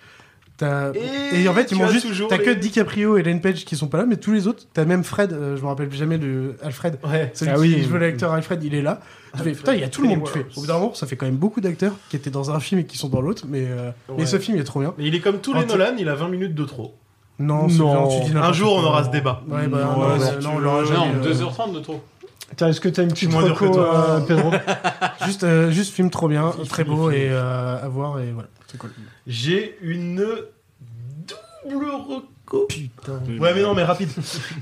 [SPEAKER 8] t'as
[SPEAKER 10] Et
[SPEAKER 8] et, en fait
[SPEAKER 10] tu
[SPEAKER 8] ils m'ont
[SPEAKER 10] as
[SPEAKER 8] juste
[SPEAKER 10] toujours
[SPEAKER 8] t'as
[SPEAKER 10] les-
[SPEAKER 8] que DiCaprio et Ellen Page qui sont pas là, mais tous les autres t'as même Fred, euh, je me rappelle jamais de Alfred,
[SPEAKER 10] Ouais.
[SPEAKER 8] celui
[SPEAKER 7] Ah
[SPEAKER 8] qui
[SPEAKER 7] oui.
[SPEAKER 8] joue l'acteur Alfred, il est là. Tu fais, putain, il y a tout le monde. Tu fais, au bout d'un moment, ça fait quand même beaucoup d'acteurs qui étaient dans un film et qui sont dans l'autre, mais euh, mais
[SPEAKER 10] Ouais.
[SPEAKER 8] ce film il est trop bien.
[SPEAKER 10] Mais il est comme tous les
[SPEAKER 8] En tout-
[SPEAKER 10] Nolan, il a 20 minutes de trop.
[SPEAKER 8] Non, c'est
[SPEAKER 7] Non.
[SPEAKER 8] bien, tu dis n'importe
[SPEAKER 10] Un jour, on
[SPEAKER 8] quoi.
[SPEAKER 10] aura ce débat.
[SPEAKER 8] Ouais, bah,
[SPEAKER 10] Non,
[SPEAKER 8] non,
[SPEAKER 10] ouais,
[SPEAKER 8] ouais,
[SPEAKER 10] si
[SPEAKER 8] non,
[SPEAKER 10] tu
[SPEAKER 8] on l'aura
[SPEAKER 10] veux.
[SPEAKER 8] jamais, euh,
[SPEAKER 10] Non,
[SPEAKER 11] 2h30 de trop.
[SPEAKER 7] Tiens, est-ce que t'as une
[SPEAKER 10] Je
[SPEAKER 7] petite
[SPEAKER 10] suis moins dur que
[SPEAKER 7] reco,
[SPEAKER 10] toi.
[SPEAKER 7] euh, Pedro
[SPEAKER 8] juste euh, juste film trop bien,
[SPEAKER 10] Il- il-
[SPEAKER 8] très
[SPEAKER 10] il-
[SPEAKER 8] beau
[SPEAKER 10] il-
[SPEAKER 8] et euh, à voir et voilà, c'est cool.
[SPEAKER 10] J'ai une double reco.
[SPEAKER 8] Putain.
[SPEAKER 10] Ouais, mais non, mais rapide.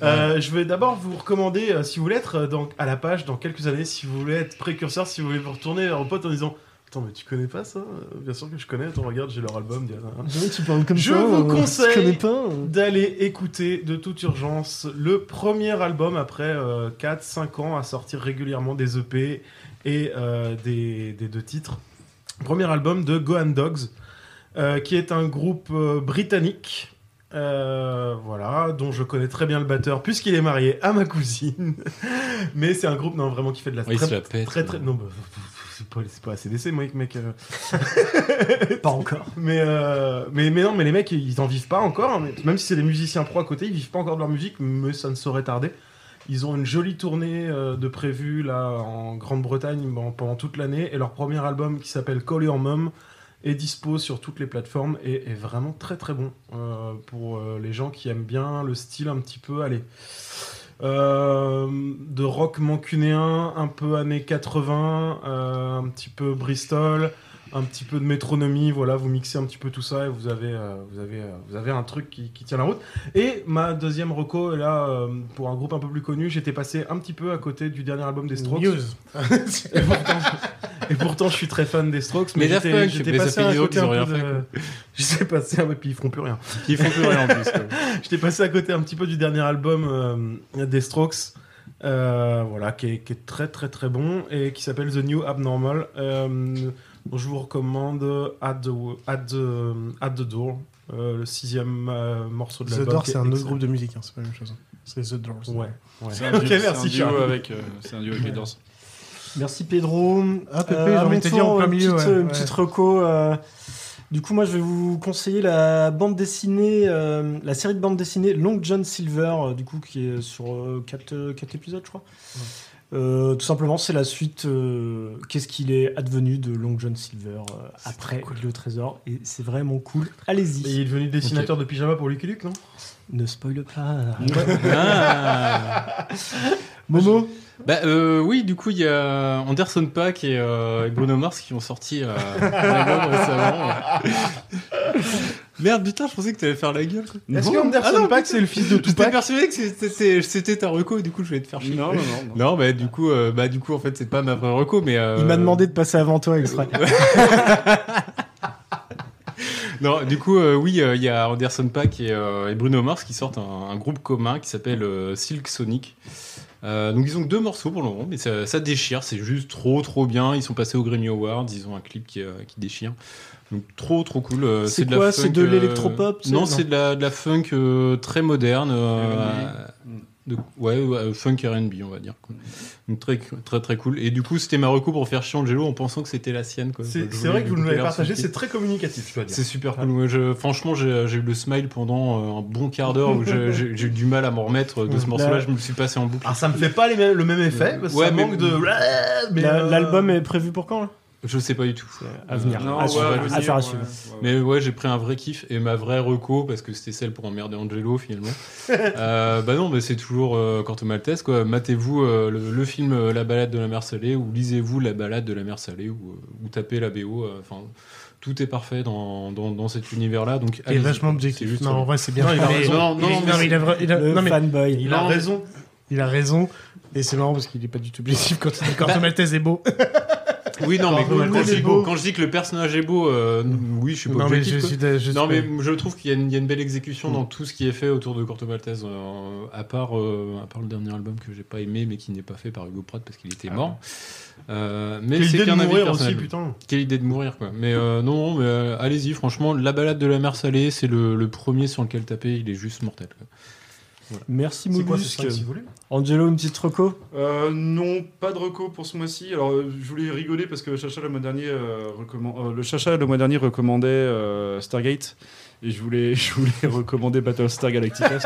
[SPEAKER 10] Euh, je vais d'abord vous recommander, euh, si vous voulez être euh, dans- à la page dans quelques années, si vous voulez être précurseur, si vous voulez vous retourner vers vos potes en disant Attends, mais tu connais pas ça Euh, Bien sûr que je connais. Attends, regarde, j'ai leur album. d'il y a un an.
[SPEAKER 7] Jean, Tu parles comme
[SPEAKER 10] Je
[SPEAKER 7] ça, euh,
[SPEAKER 10] vous conseille
[SPEAKER 7] Tu connais pas euh.
[SPEAKER 10] d'aller écouter de toute urgence le premier album après 4-5 ans à sortir régulièrement des EP et euh, des, des deux titres. Premier album de Gohan Dogs, euh, qui est un groupe euh, britannique Euh, voilà, dont je connais très bien le batteur puisqu'il est marié à ma cousine. Mais c'est un groupe non vraiment qui fait de la
[SPEAKER 11] Ouais, il
[SPEAKER 10] très,
[SPEAKER 11] se la pète,
[SPEAKER 10] très très
[SPEAKER 11] ouais.
[SPEAKER 10] non bah, c'est pas c'est pas ACDC mec mec. euh.
[SPEAKER 7] pas encore.
[SPEAKER 10] Mais, euh, mais mais non mais les mecs ils en vivent pas encore. hein. Même si c'est des musiciens pro à côté ils vivent pas encore de leur musique mais ça ne saurait tarder. Ils ont une jolie tournée euh, de prévue là en Grande-Bretagne bon, pendant toute l'année et leur premier album qui s'appelle Collé en Mum est dispo sur toutes les plateformes et est vraiment très très bon euh, pour euh, les gens qui aiment bien le style un petit peu allez euh, de rock mancunéen un peu années 80 euh, un petit peu Bristol un petit peu de métronomie voilà vous mixez un petit peu tout ça et vous avez euh, vous avez euh, vous avez un truc qui, qui tient la route et ma deuxième reco est là euh, pour un groupe un peu plus connu j'étais passé un petit peu à côté du dernier album des Strokes et, pourtant, et pourtant, je suis très fan des Strokes
[SPEAKER 11] Mais
[SPEAKER 10] mais
[SPEAKER 11] Daft
[SPEAKER 10] j'étais
[SPEAKER 11] Punk,
[SPEAKER 10] j'étais
[SPEAKER 11] mais ça
[SPEAKER 10] passé
[SPEAKER 11] fait
[SPEAKER 10] à un
[SPEAKER 11] dix ans
[SPEAKER 10] côté
[SPEAKER 11] qu'ils
[SPEAKER 10] un
[SPEAKER 11] ont rien
[SPEAKER 10] peu
[SPEAKER 11] fait,
[SPEAKER 10] de- J'étais passé à... Et puis ils feront plus rien.
[SPEAKER 11] Ils font plus rien, en plus, ouais.
[SPEAKER 10] J'étais passé à côté un petit peu du dernier album euh, des Strokes. euh, voilà, qui est, qui est très très très bon et qui s'appelle The New Abnormal. euh, dont je vous recommande At the, At the, At the Door, euh, le sixième euh, morceau de
[SPEAKER 8] The
[SPEAKER 10] l'album.
[SPEAKER 8] Doors,
[SPEAKER 10] qui est
[SPEAKER 8] c'est un autre
[SPEAKER 10] excellent.
[SPEAKER 8] groupe de musique, hein, c'est pas la même chose. C'est The Doors.
[SPEAKER 10] Ouais. ouais.
[SPEAKER 9] C'est un duo-
[SPEAKER 10] Ok,
[SPEAKER 9] c'est un
[SPEAKER 10] merci,
[SPEAKER 9] duo
[SPEAKER 10] Charles.
[SPEAKER 9] avec, euh, c'est un duo avec les Doors.
[SPEAKER 7] Merci Pedro.
[SPEAKER 8] Ah, Pépé,
[SPEAKER 7] Euh,
[SPEAKER 8] j'ai
[SPEAKER 7] à
[SPEAKER 8] envie
[SPEAKER 7] mon
[SPEAKER 8] de te dire en
[SPEAKER 7] tour,
[SPEAKER 8] plein
[SPEAKER 7] une
[SPEAKER 8] milieu,
[SPEAKER 7] petite,
[SPEAKER 8] ouais,
[SPEAKER 7] une
[SPEAKER 8] ouais.
[SPEAKER 7] petite reco. euh, du coup, moi, je vais vous conseiller la bande dessinée, euh, la série de bande dessinée Long John Silver, euh, du coup, qui est sur euh, 4, épisodes, je crois. Euh, tout simplement, c'est la suite. euh, Qu'est-ce qu'il est advenu de Long John Silver euh, après le trésor Et c'est vraiment cool. Allez-y.
[SPEAKER 10] Et il est devenu dessinateur de pyjama pour Lucky Luke, non
[SPEAKER 7] Ne spoil pas.
[SPEAKER 11] Ah.
[SPEAKER 7] Momo
[SPEAKER 11] bah euh, oui, du coup il y a Anderson Paak et, euh, et Bruno Mars qui ont sorti euh, un album récemment. Merde, putain, je pensais que t'allais faire la gueule. quoi.
[SPEAKER 10] Est-ce
[SPEAKER 11] Non.
[SPEAKER 10] que Anderson
[SPEAKER 11] Ah non,
[SPEAKER 10] Paak, c'est le fils de Tupac
[SPEAKER 11] J'étais persuadé que c'était- c'était ta reco et du coup je vais te faire chier.
[SPEAKER 9] Non, non, non,
[SPEAKER 11] Non, bah du coup, euh, bah, du coup en fait c'est pas ma vraie reco, mais. euh,
[SPEAKER 7] Il m'a demandé de passer avant toi, exprès.
[SPEAKER 11] Non, du coup, euh, oui, euh, il y a Anderson Pack et, euh, et Bruno Mars qui sortent un, un groupe commun qui s'appelle euh, Silk Sonic. Euh, donc ils ont que deux morceaux pour le moment, mais ça, ça déchire, c'est juste trop trop bien. Ils sont passés au Grammy Awards, ils ont un clip qui, euh, qui déchire. Donc trop trop cool. euh,
[SPEAKER 7] C'est
[SPEAKER 11] de la
[SPEAKER 7] quoi, c'est
[SPEAKER 11] funk,
[SPEAKER 7] de
[SPEAKER 11] euh,
[SPEAKER 7] l'électropop, c'est-
[SPEAKER 11] Non,
[SPEAKER 7] non.
[SPEAKER 11] c'est de la, de la funk euh, très moderne. euh, de- ouais, ouais, euh, funk R&B on va dire. quoi. Donc très très très cool. Et du coup c'était ma recours pour faire chier Angelo en pensant que c'était la sienne. quoi.
[SPEAKER 10] C'est
[SPEAKER 11] Je
[SPEAKER 10] c'est
[SPEAKER 11] voulais
[SPEAKER 10] vrai que vous
[SPEAKER 11] lui
[SPEAKER 10] nous l'avez
[SPEAKER 11] couper l'herbe sous le
[SPEAKER 10] partagé,
[SPEAKER 11] pied.
[SPEAKER 10] c'est très communicatif, je dois dire.
[SPEAKER 11] C'est super cool. Moi, je- franchement, j'ai j'ai eu le smile pendant euh, un bon quart d'heure où j'ai j'ai- j'ai eu du mal à m'en remettre euh, de ce morceau-là. Je me le suis passé en boucle.
[SPEAKER 10] Alors ça me fait pas les mêmes- le même effet, parce que
[SPEAKER 11] Ouais,
[SPEAKER 10] ça
[SPEAKER 11] mais-
[SPEAKER 10] manque de. mais,
[SPEAKER 7] La-
[SPEAKER 10] euh,
[SPEAKER 7] L'album est prévu pour quand là
[SPEAKER 11] Je sais pas du tout.
[SPEAKER 7] à venir.
[SPEAKER 11] non,
[SPEAKER 7] À suivre,
[SPEAKER 11] ouais,
[SPEAKER 7] à
[SPEAKER 11] venir,
[SPEAKER 7] faire à
[SPEAKER 11] ouais.
[SPEAKER 7] suivre.
[SPEAKER 11] Mais ouais, j'ai pris un vrai kiff et ma vraie reco parce que c'était celle pour emmerder Angelo finalement. Euh, bah non, mais c'est toujours euh, Corto Maltese quoi. Matez-vous euh, le, le film euh, La balade de la mer salée ou lisez-vous La balade de la mer salée ou, euh, ou tapez la BO. euh, Enfin, tout est parfait dans, dans, dans cet univers-là.
[SPEAKER 8] Il
[SPEAKER 11] Donc,
[SPEAKER 8] est
[SPEAKER 11] allez-y.
[SPEAKER 8] vachement
[SPEAKER 11] C'est
[SPEAKER 8] objectif.
[SPEAKER 11] juste
[SPEAKER 8] Non,
[SPEAKER 11] trop
[SPEAKER 8] en
[SPEAKER 11] bien.
[SPEAKER 8] vrai, c'est bien.
[SPEAKER 11] Non, il a raison.
[SPEAKER 8] Non,
[SPEAKER 11] Non, mais
[SPEAKER 8] mais il a vra- il a-
[SPEAKER 7] Le
[SPEAKER 8] non, mais-
[SPEAKER 7] fanboy.
[SPEAKER 8] il
[SPEAKER 10] Il a
[SPEAKER 8] a-
[SPEAKER 10] raison.
[SPEAKER 8] Il a raison. Et c'est marrant parce qu'il est pas du tout objectif quand il dit quand
[SPEAKER 11] Bah-
[SPEAKER 8] Maltese est beau.
[SPEAKER 11] Oui, non, mais
[SPEAKER 8] Quand
[SPEAKER 11] quand,
[SPEAKER 8] le
[SPEAKER 11] quand
[SPEAKER 8] monde
[SPEAKER 11] je dis,
[SPEAKER 8] est beau.
[SPEAKER 11] quand je dis que le personnage est beau, euh, oui, je suis pas
[SPEAKER 8] Non, mais
[SPEAKER 11] objectif,
[SPEAKER 8] je
[SPEAKER 11] quoi.
[SPEAKER 8] suis d'a- je suis
[SPEAKER 11] non, mais
[SPEAKER 8] pas-
[SPEAKER 11] je trouve qu'il y, a une- il y a une belle
[SPEAKER 10] Mm.
[SPEAKER 11] exécution dans tout ce qui est fait autour de Corto Maltese, euh, à, part, euh, à part le dernier album que j'ai pas aimé, mais qui n'est pas fait par Hugo Pratt parce qu'il était mort. Euh, mais
[SPEAKER 10] Ah. Quelle
[SPEAKER 11] c'est
[SPEAKER 10] idée de
[SPEAKER 11] qu'un avis
[SPEAKER 10] mourir aussi,
[SPEAKER 11] personnel.
[SPEAKER 10] putain.
[SPEAKER 11] Quelle idée de mourir, quoi. Mais euh, non, non, mais euh, allez-y, franchement, La balade de la mer salée, c'est le, le premier sur lequel taper, il est juste mortel. quoi. Voilà.
[SPEAKER 7] Merci
[SPEAKER 11] C'est quoi, ce
[SPEAKER 7] Moulus.
[SPEAKER 11] serait, si vous voulez
[SPEAKER 7] Angelo, une petite reco
[SPEAKER 9] Euh, non, pas de reco pour ce mois-ci. Alors, euh, je voulais rigoler parce que Chacha le mois dernier, euh, recomman- euh, le Chacha le mois dernier recommandait euh, Stargate et je voulais, je voulais recommander Battlestar Galactica.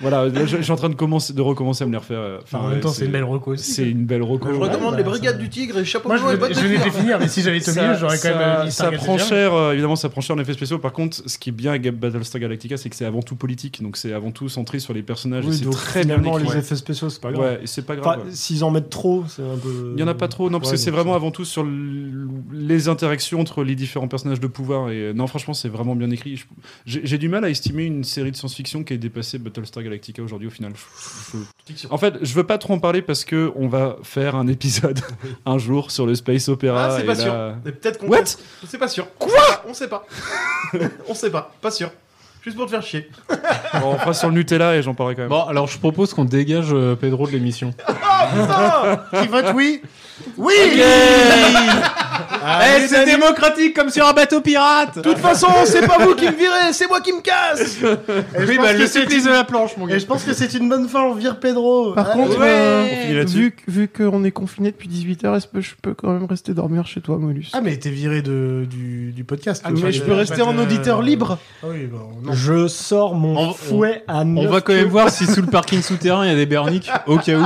[SPEAKER 9] voilà, là, je, je suis en train de commencer, de recommencer à me les refaire. euh, enfin,
[SPEAKER 8] En même
[SPEAKER 9] ouais,
[SPEAKER 8] temps, c'est une belle reco aussi.
[SPEAKER 9] C'est une belle reco.
[SPEAKER 8] Je
[SPEAKER 10] bah,
[SPEAKER 8] recommande les Brigades
[SPEAKER 10] du Tigre et Chapeau
[SPEAKER 8] Moi, je venais- je venais de les finir, mais si j'avais été au
[SPEAKER 9] Ça-
[SPEAKER 8] milieu, j'aurais quand
[SPEAKER 9] ça-
[SPEAKER 8] même. euh, mis
[SPEAKER 9] Ça
[SPEAKER 8] Stargate
[SPEAKER 9] prend
[SPEAKER 8] Legends.
[SPEAKER 9] cher, euh, évidemment, ça prend cher en effets spéciaux. Par contre, ce qui est bien avec Battlestar Galactica, c'est que c'est avant tout politique, donc c'est avant tout centré sur les personnages. et
[SPEAKER 7] Oui,
[SPEAKER 9] c'est
[SPEAKER 7] donc
[SPEAKER 9] très bien
[SPEAKER 7] finalement,
[SPEAKER 9] écrit.
[SPEAKER 7] les effets spéciaux, c'est pas grave.
[SPEAKER 9] Ouais, et c'est pas grave.
[SPEAKER 7] Enfin,
[SPEAKER 9] ouais.
[SPEAKER 7] S'ils en mettent trop, c'est un peu.
[SPEAKER 9] Il y en a pas trop, non, parce
[SPEAKER 7] Ouais,
[SPEAKER 9] que c'est
[SPEAKER 7] donc
[SPEAKER 9] vraiment avant tout sur l- les interactions entre les différents personnages de pouvoir. Et euh, non, franchement, c'est vraiment bien écrit. Je- J'ai j'ai du mal à estimer une série de science-fiction qui a dépassé Battlestar Galactica aujourd'hui au final. Je- je- En fait, je veux pas trop en parler parce que on va faire un épisode un jour sur le space opéra.
[SPEAKER 10] Ah, c'est
[SPEAKER 9] et
[SPEAKER 10] pas
[SPEAKER 9] là-
[SPEAKER 10] sûr. Mais peut-être qu'on.
[SPEAKER 9] What
[SPEAKER 10] C'est pas sûr. Quoi On sait pas. On sait pas. Pas sûr. Juste pour te faire chier.
[SPEAKER 9] Bon, On fera sur le Nutella et j'en parlerai quand même.
[SPEAKER 11] Bon, alors je propose qu'on dégage euh, Pedro de
[SPEAKER 19] Oh,
[SPEAKER 11] l'émission.
[SPEAKER 10] Ah, putain
[SPEAKER 8] Qui vote oui
[SPEAKER 10] Oui
[SPEAKER 11] Ok.
[SPEAKER 19] Eh,
[SPEAKER 10] Allez,
[SPEAKER 11] mais c'est démocratique comme sur un bateau pirate.
[SPEAKER 19] De toute façon, c'est pas vous qui me virez, c'est moi qui me casse.
[SPEAKER 11] Oui, bah, le supplice de la planche, mon gars.
[SPEAKER 19] Et je pense que c'est une bonne fin, on vire Pedro.
[SPEAKER 13] Par
[SPEAKER 19] Ah,
[SPEAKER 13] contre,
[SPEAKER 19] ouais.
[SPEAKER 13] euh,
[SPEAKER 19] On finit là-dessus.
[SPEAKER 13] vu, que- vu qu'on est confiné depuis 18h, est-ce que je peux quand même rester dormir chez toi, Molus
[SPEAKER 19] Ah, mais t'es viré de, du, du podcast.
[SPEAKER 13] Ah,
[SPEAKER 19] toi.
[SPEAKER 13] mais je peux rester en auditeur libre.
[SPEAKER 19] Ah oui, bah, on-
[SPEAKER 7] Je sors mon
[SPEAKER 11] On-
[SPEAKER 7] fouet à
[SPEAKER 11] On
[SPEAKER 7] neuf
[SPEAKER 11] va quand même
[SPEAKER 7] queues.
[SPEAKER 11] voir si sous le parking souterrain il y a des berniques, au cas où.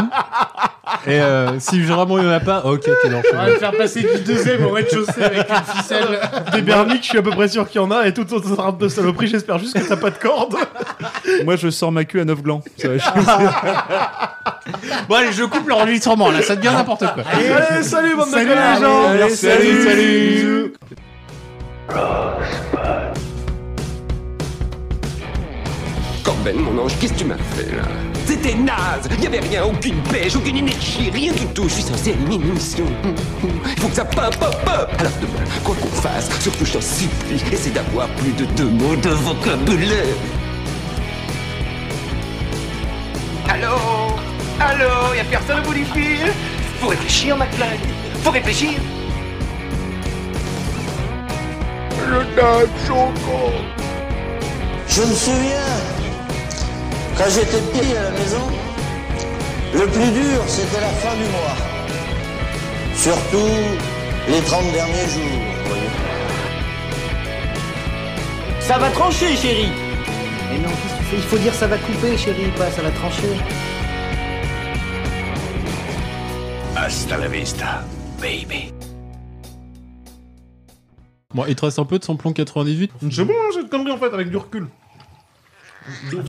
[SPEAKER 11] Et euh, si vraiment il n'y en a pas, ok, t'es dans le
[SPEAKER 19] On va le faire passer du deuxième au rez-de-chaussée avec une ficelle.
[SPEAKER 10] Des berniques, je suis à peu près sûr qu'il y en a, et toutes sortes de rap de saloperies, j'espère juste que t'as pas de corde.
[SPEAKER 14] Moi, je sors ma queue à 9 glands. Ça va, je-
[SPEAKER 11] Bon, allez, je coupe l'enregistrement là, ça devient n'importe quoi.
[SPEAKER 10] Allez, salut, bande de
[SPEAKER 11] Salut,
[SPEAKER 10] connards.
[SPEAKER 11] allez, allez, salut, salut.
[SPEAKER 2] Corben, mon ange, qu'est-ce que tu m'as fait là C'était naze Il avait rien, aucune pêche, aucune énergie, rien du tout. Je suis censé animer une mission. Hum, hum. Il faut que ça pop, pop, pop Alors demain, quoi qu'on fasse, surtout je t'en supplie, essaie d'avoir plus de deux mots de vocabulaire.
[SPEAKER 20] Allô Allô Y'a personne au bout du fil Faut réfléchir, McFly Faut réfléchir
[SPEAKER 4] Le dame choco
[SPEAKER 12] Je me souviens, quand j'étais petit à la maison, le plus dur, c'était la fin du mois. Surtout les 30 derniers jours, vous voyez.
[SPEAKER 6] Ça va trancher, chérie Mais non, qu'est-ce que tu fais Il faut dire ça va couper, chérie, pas ça va trancher.
[SPEAKER 4] Hasta la vista, baby.
[SPEAKER 11] Bon, il te reste un peu de son plomb 98.
[SPEAKER 10] hein, C'est bon, cette connerie en fait, avec du recul.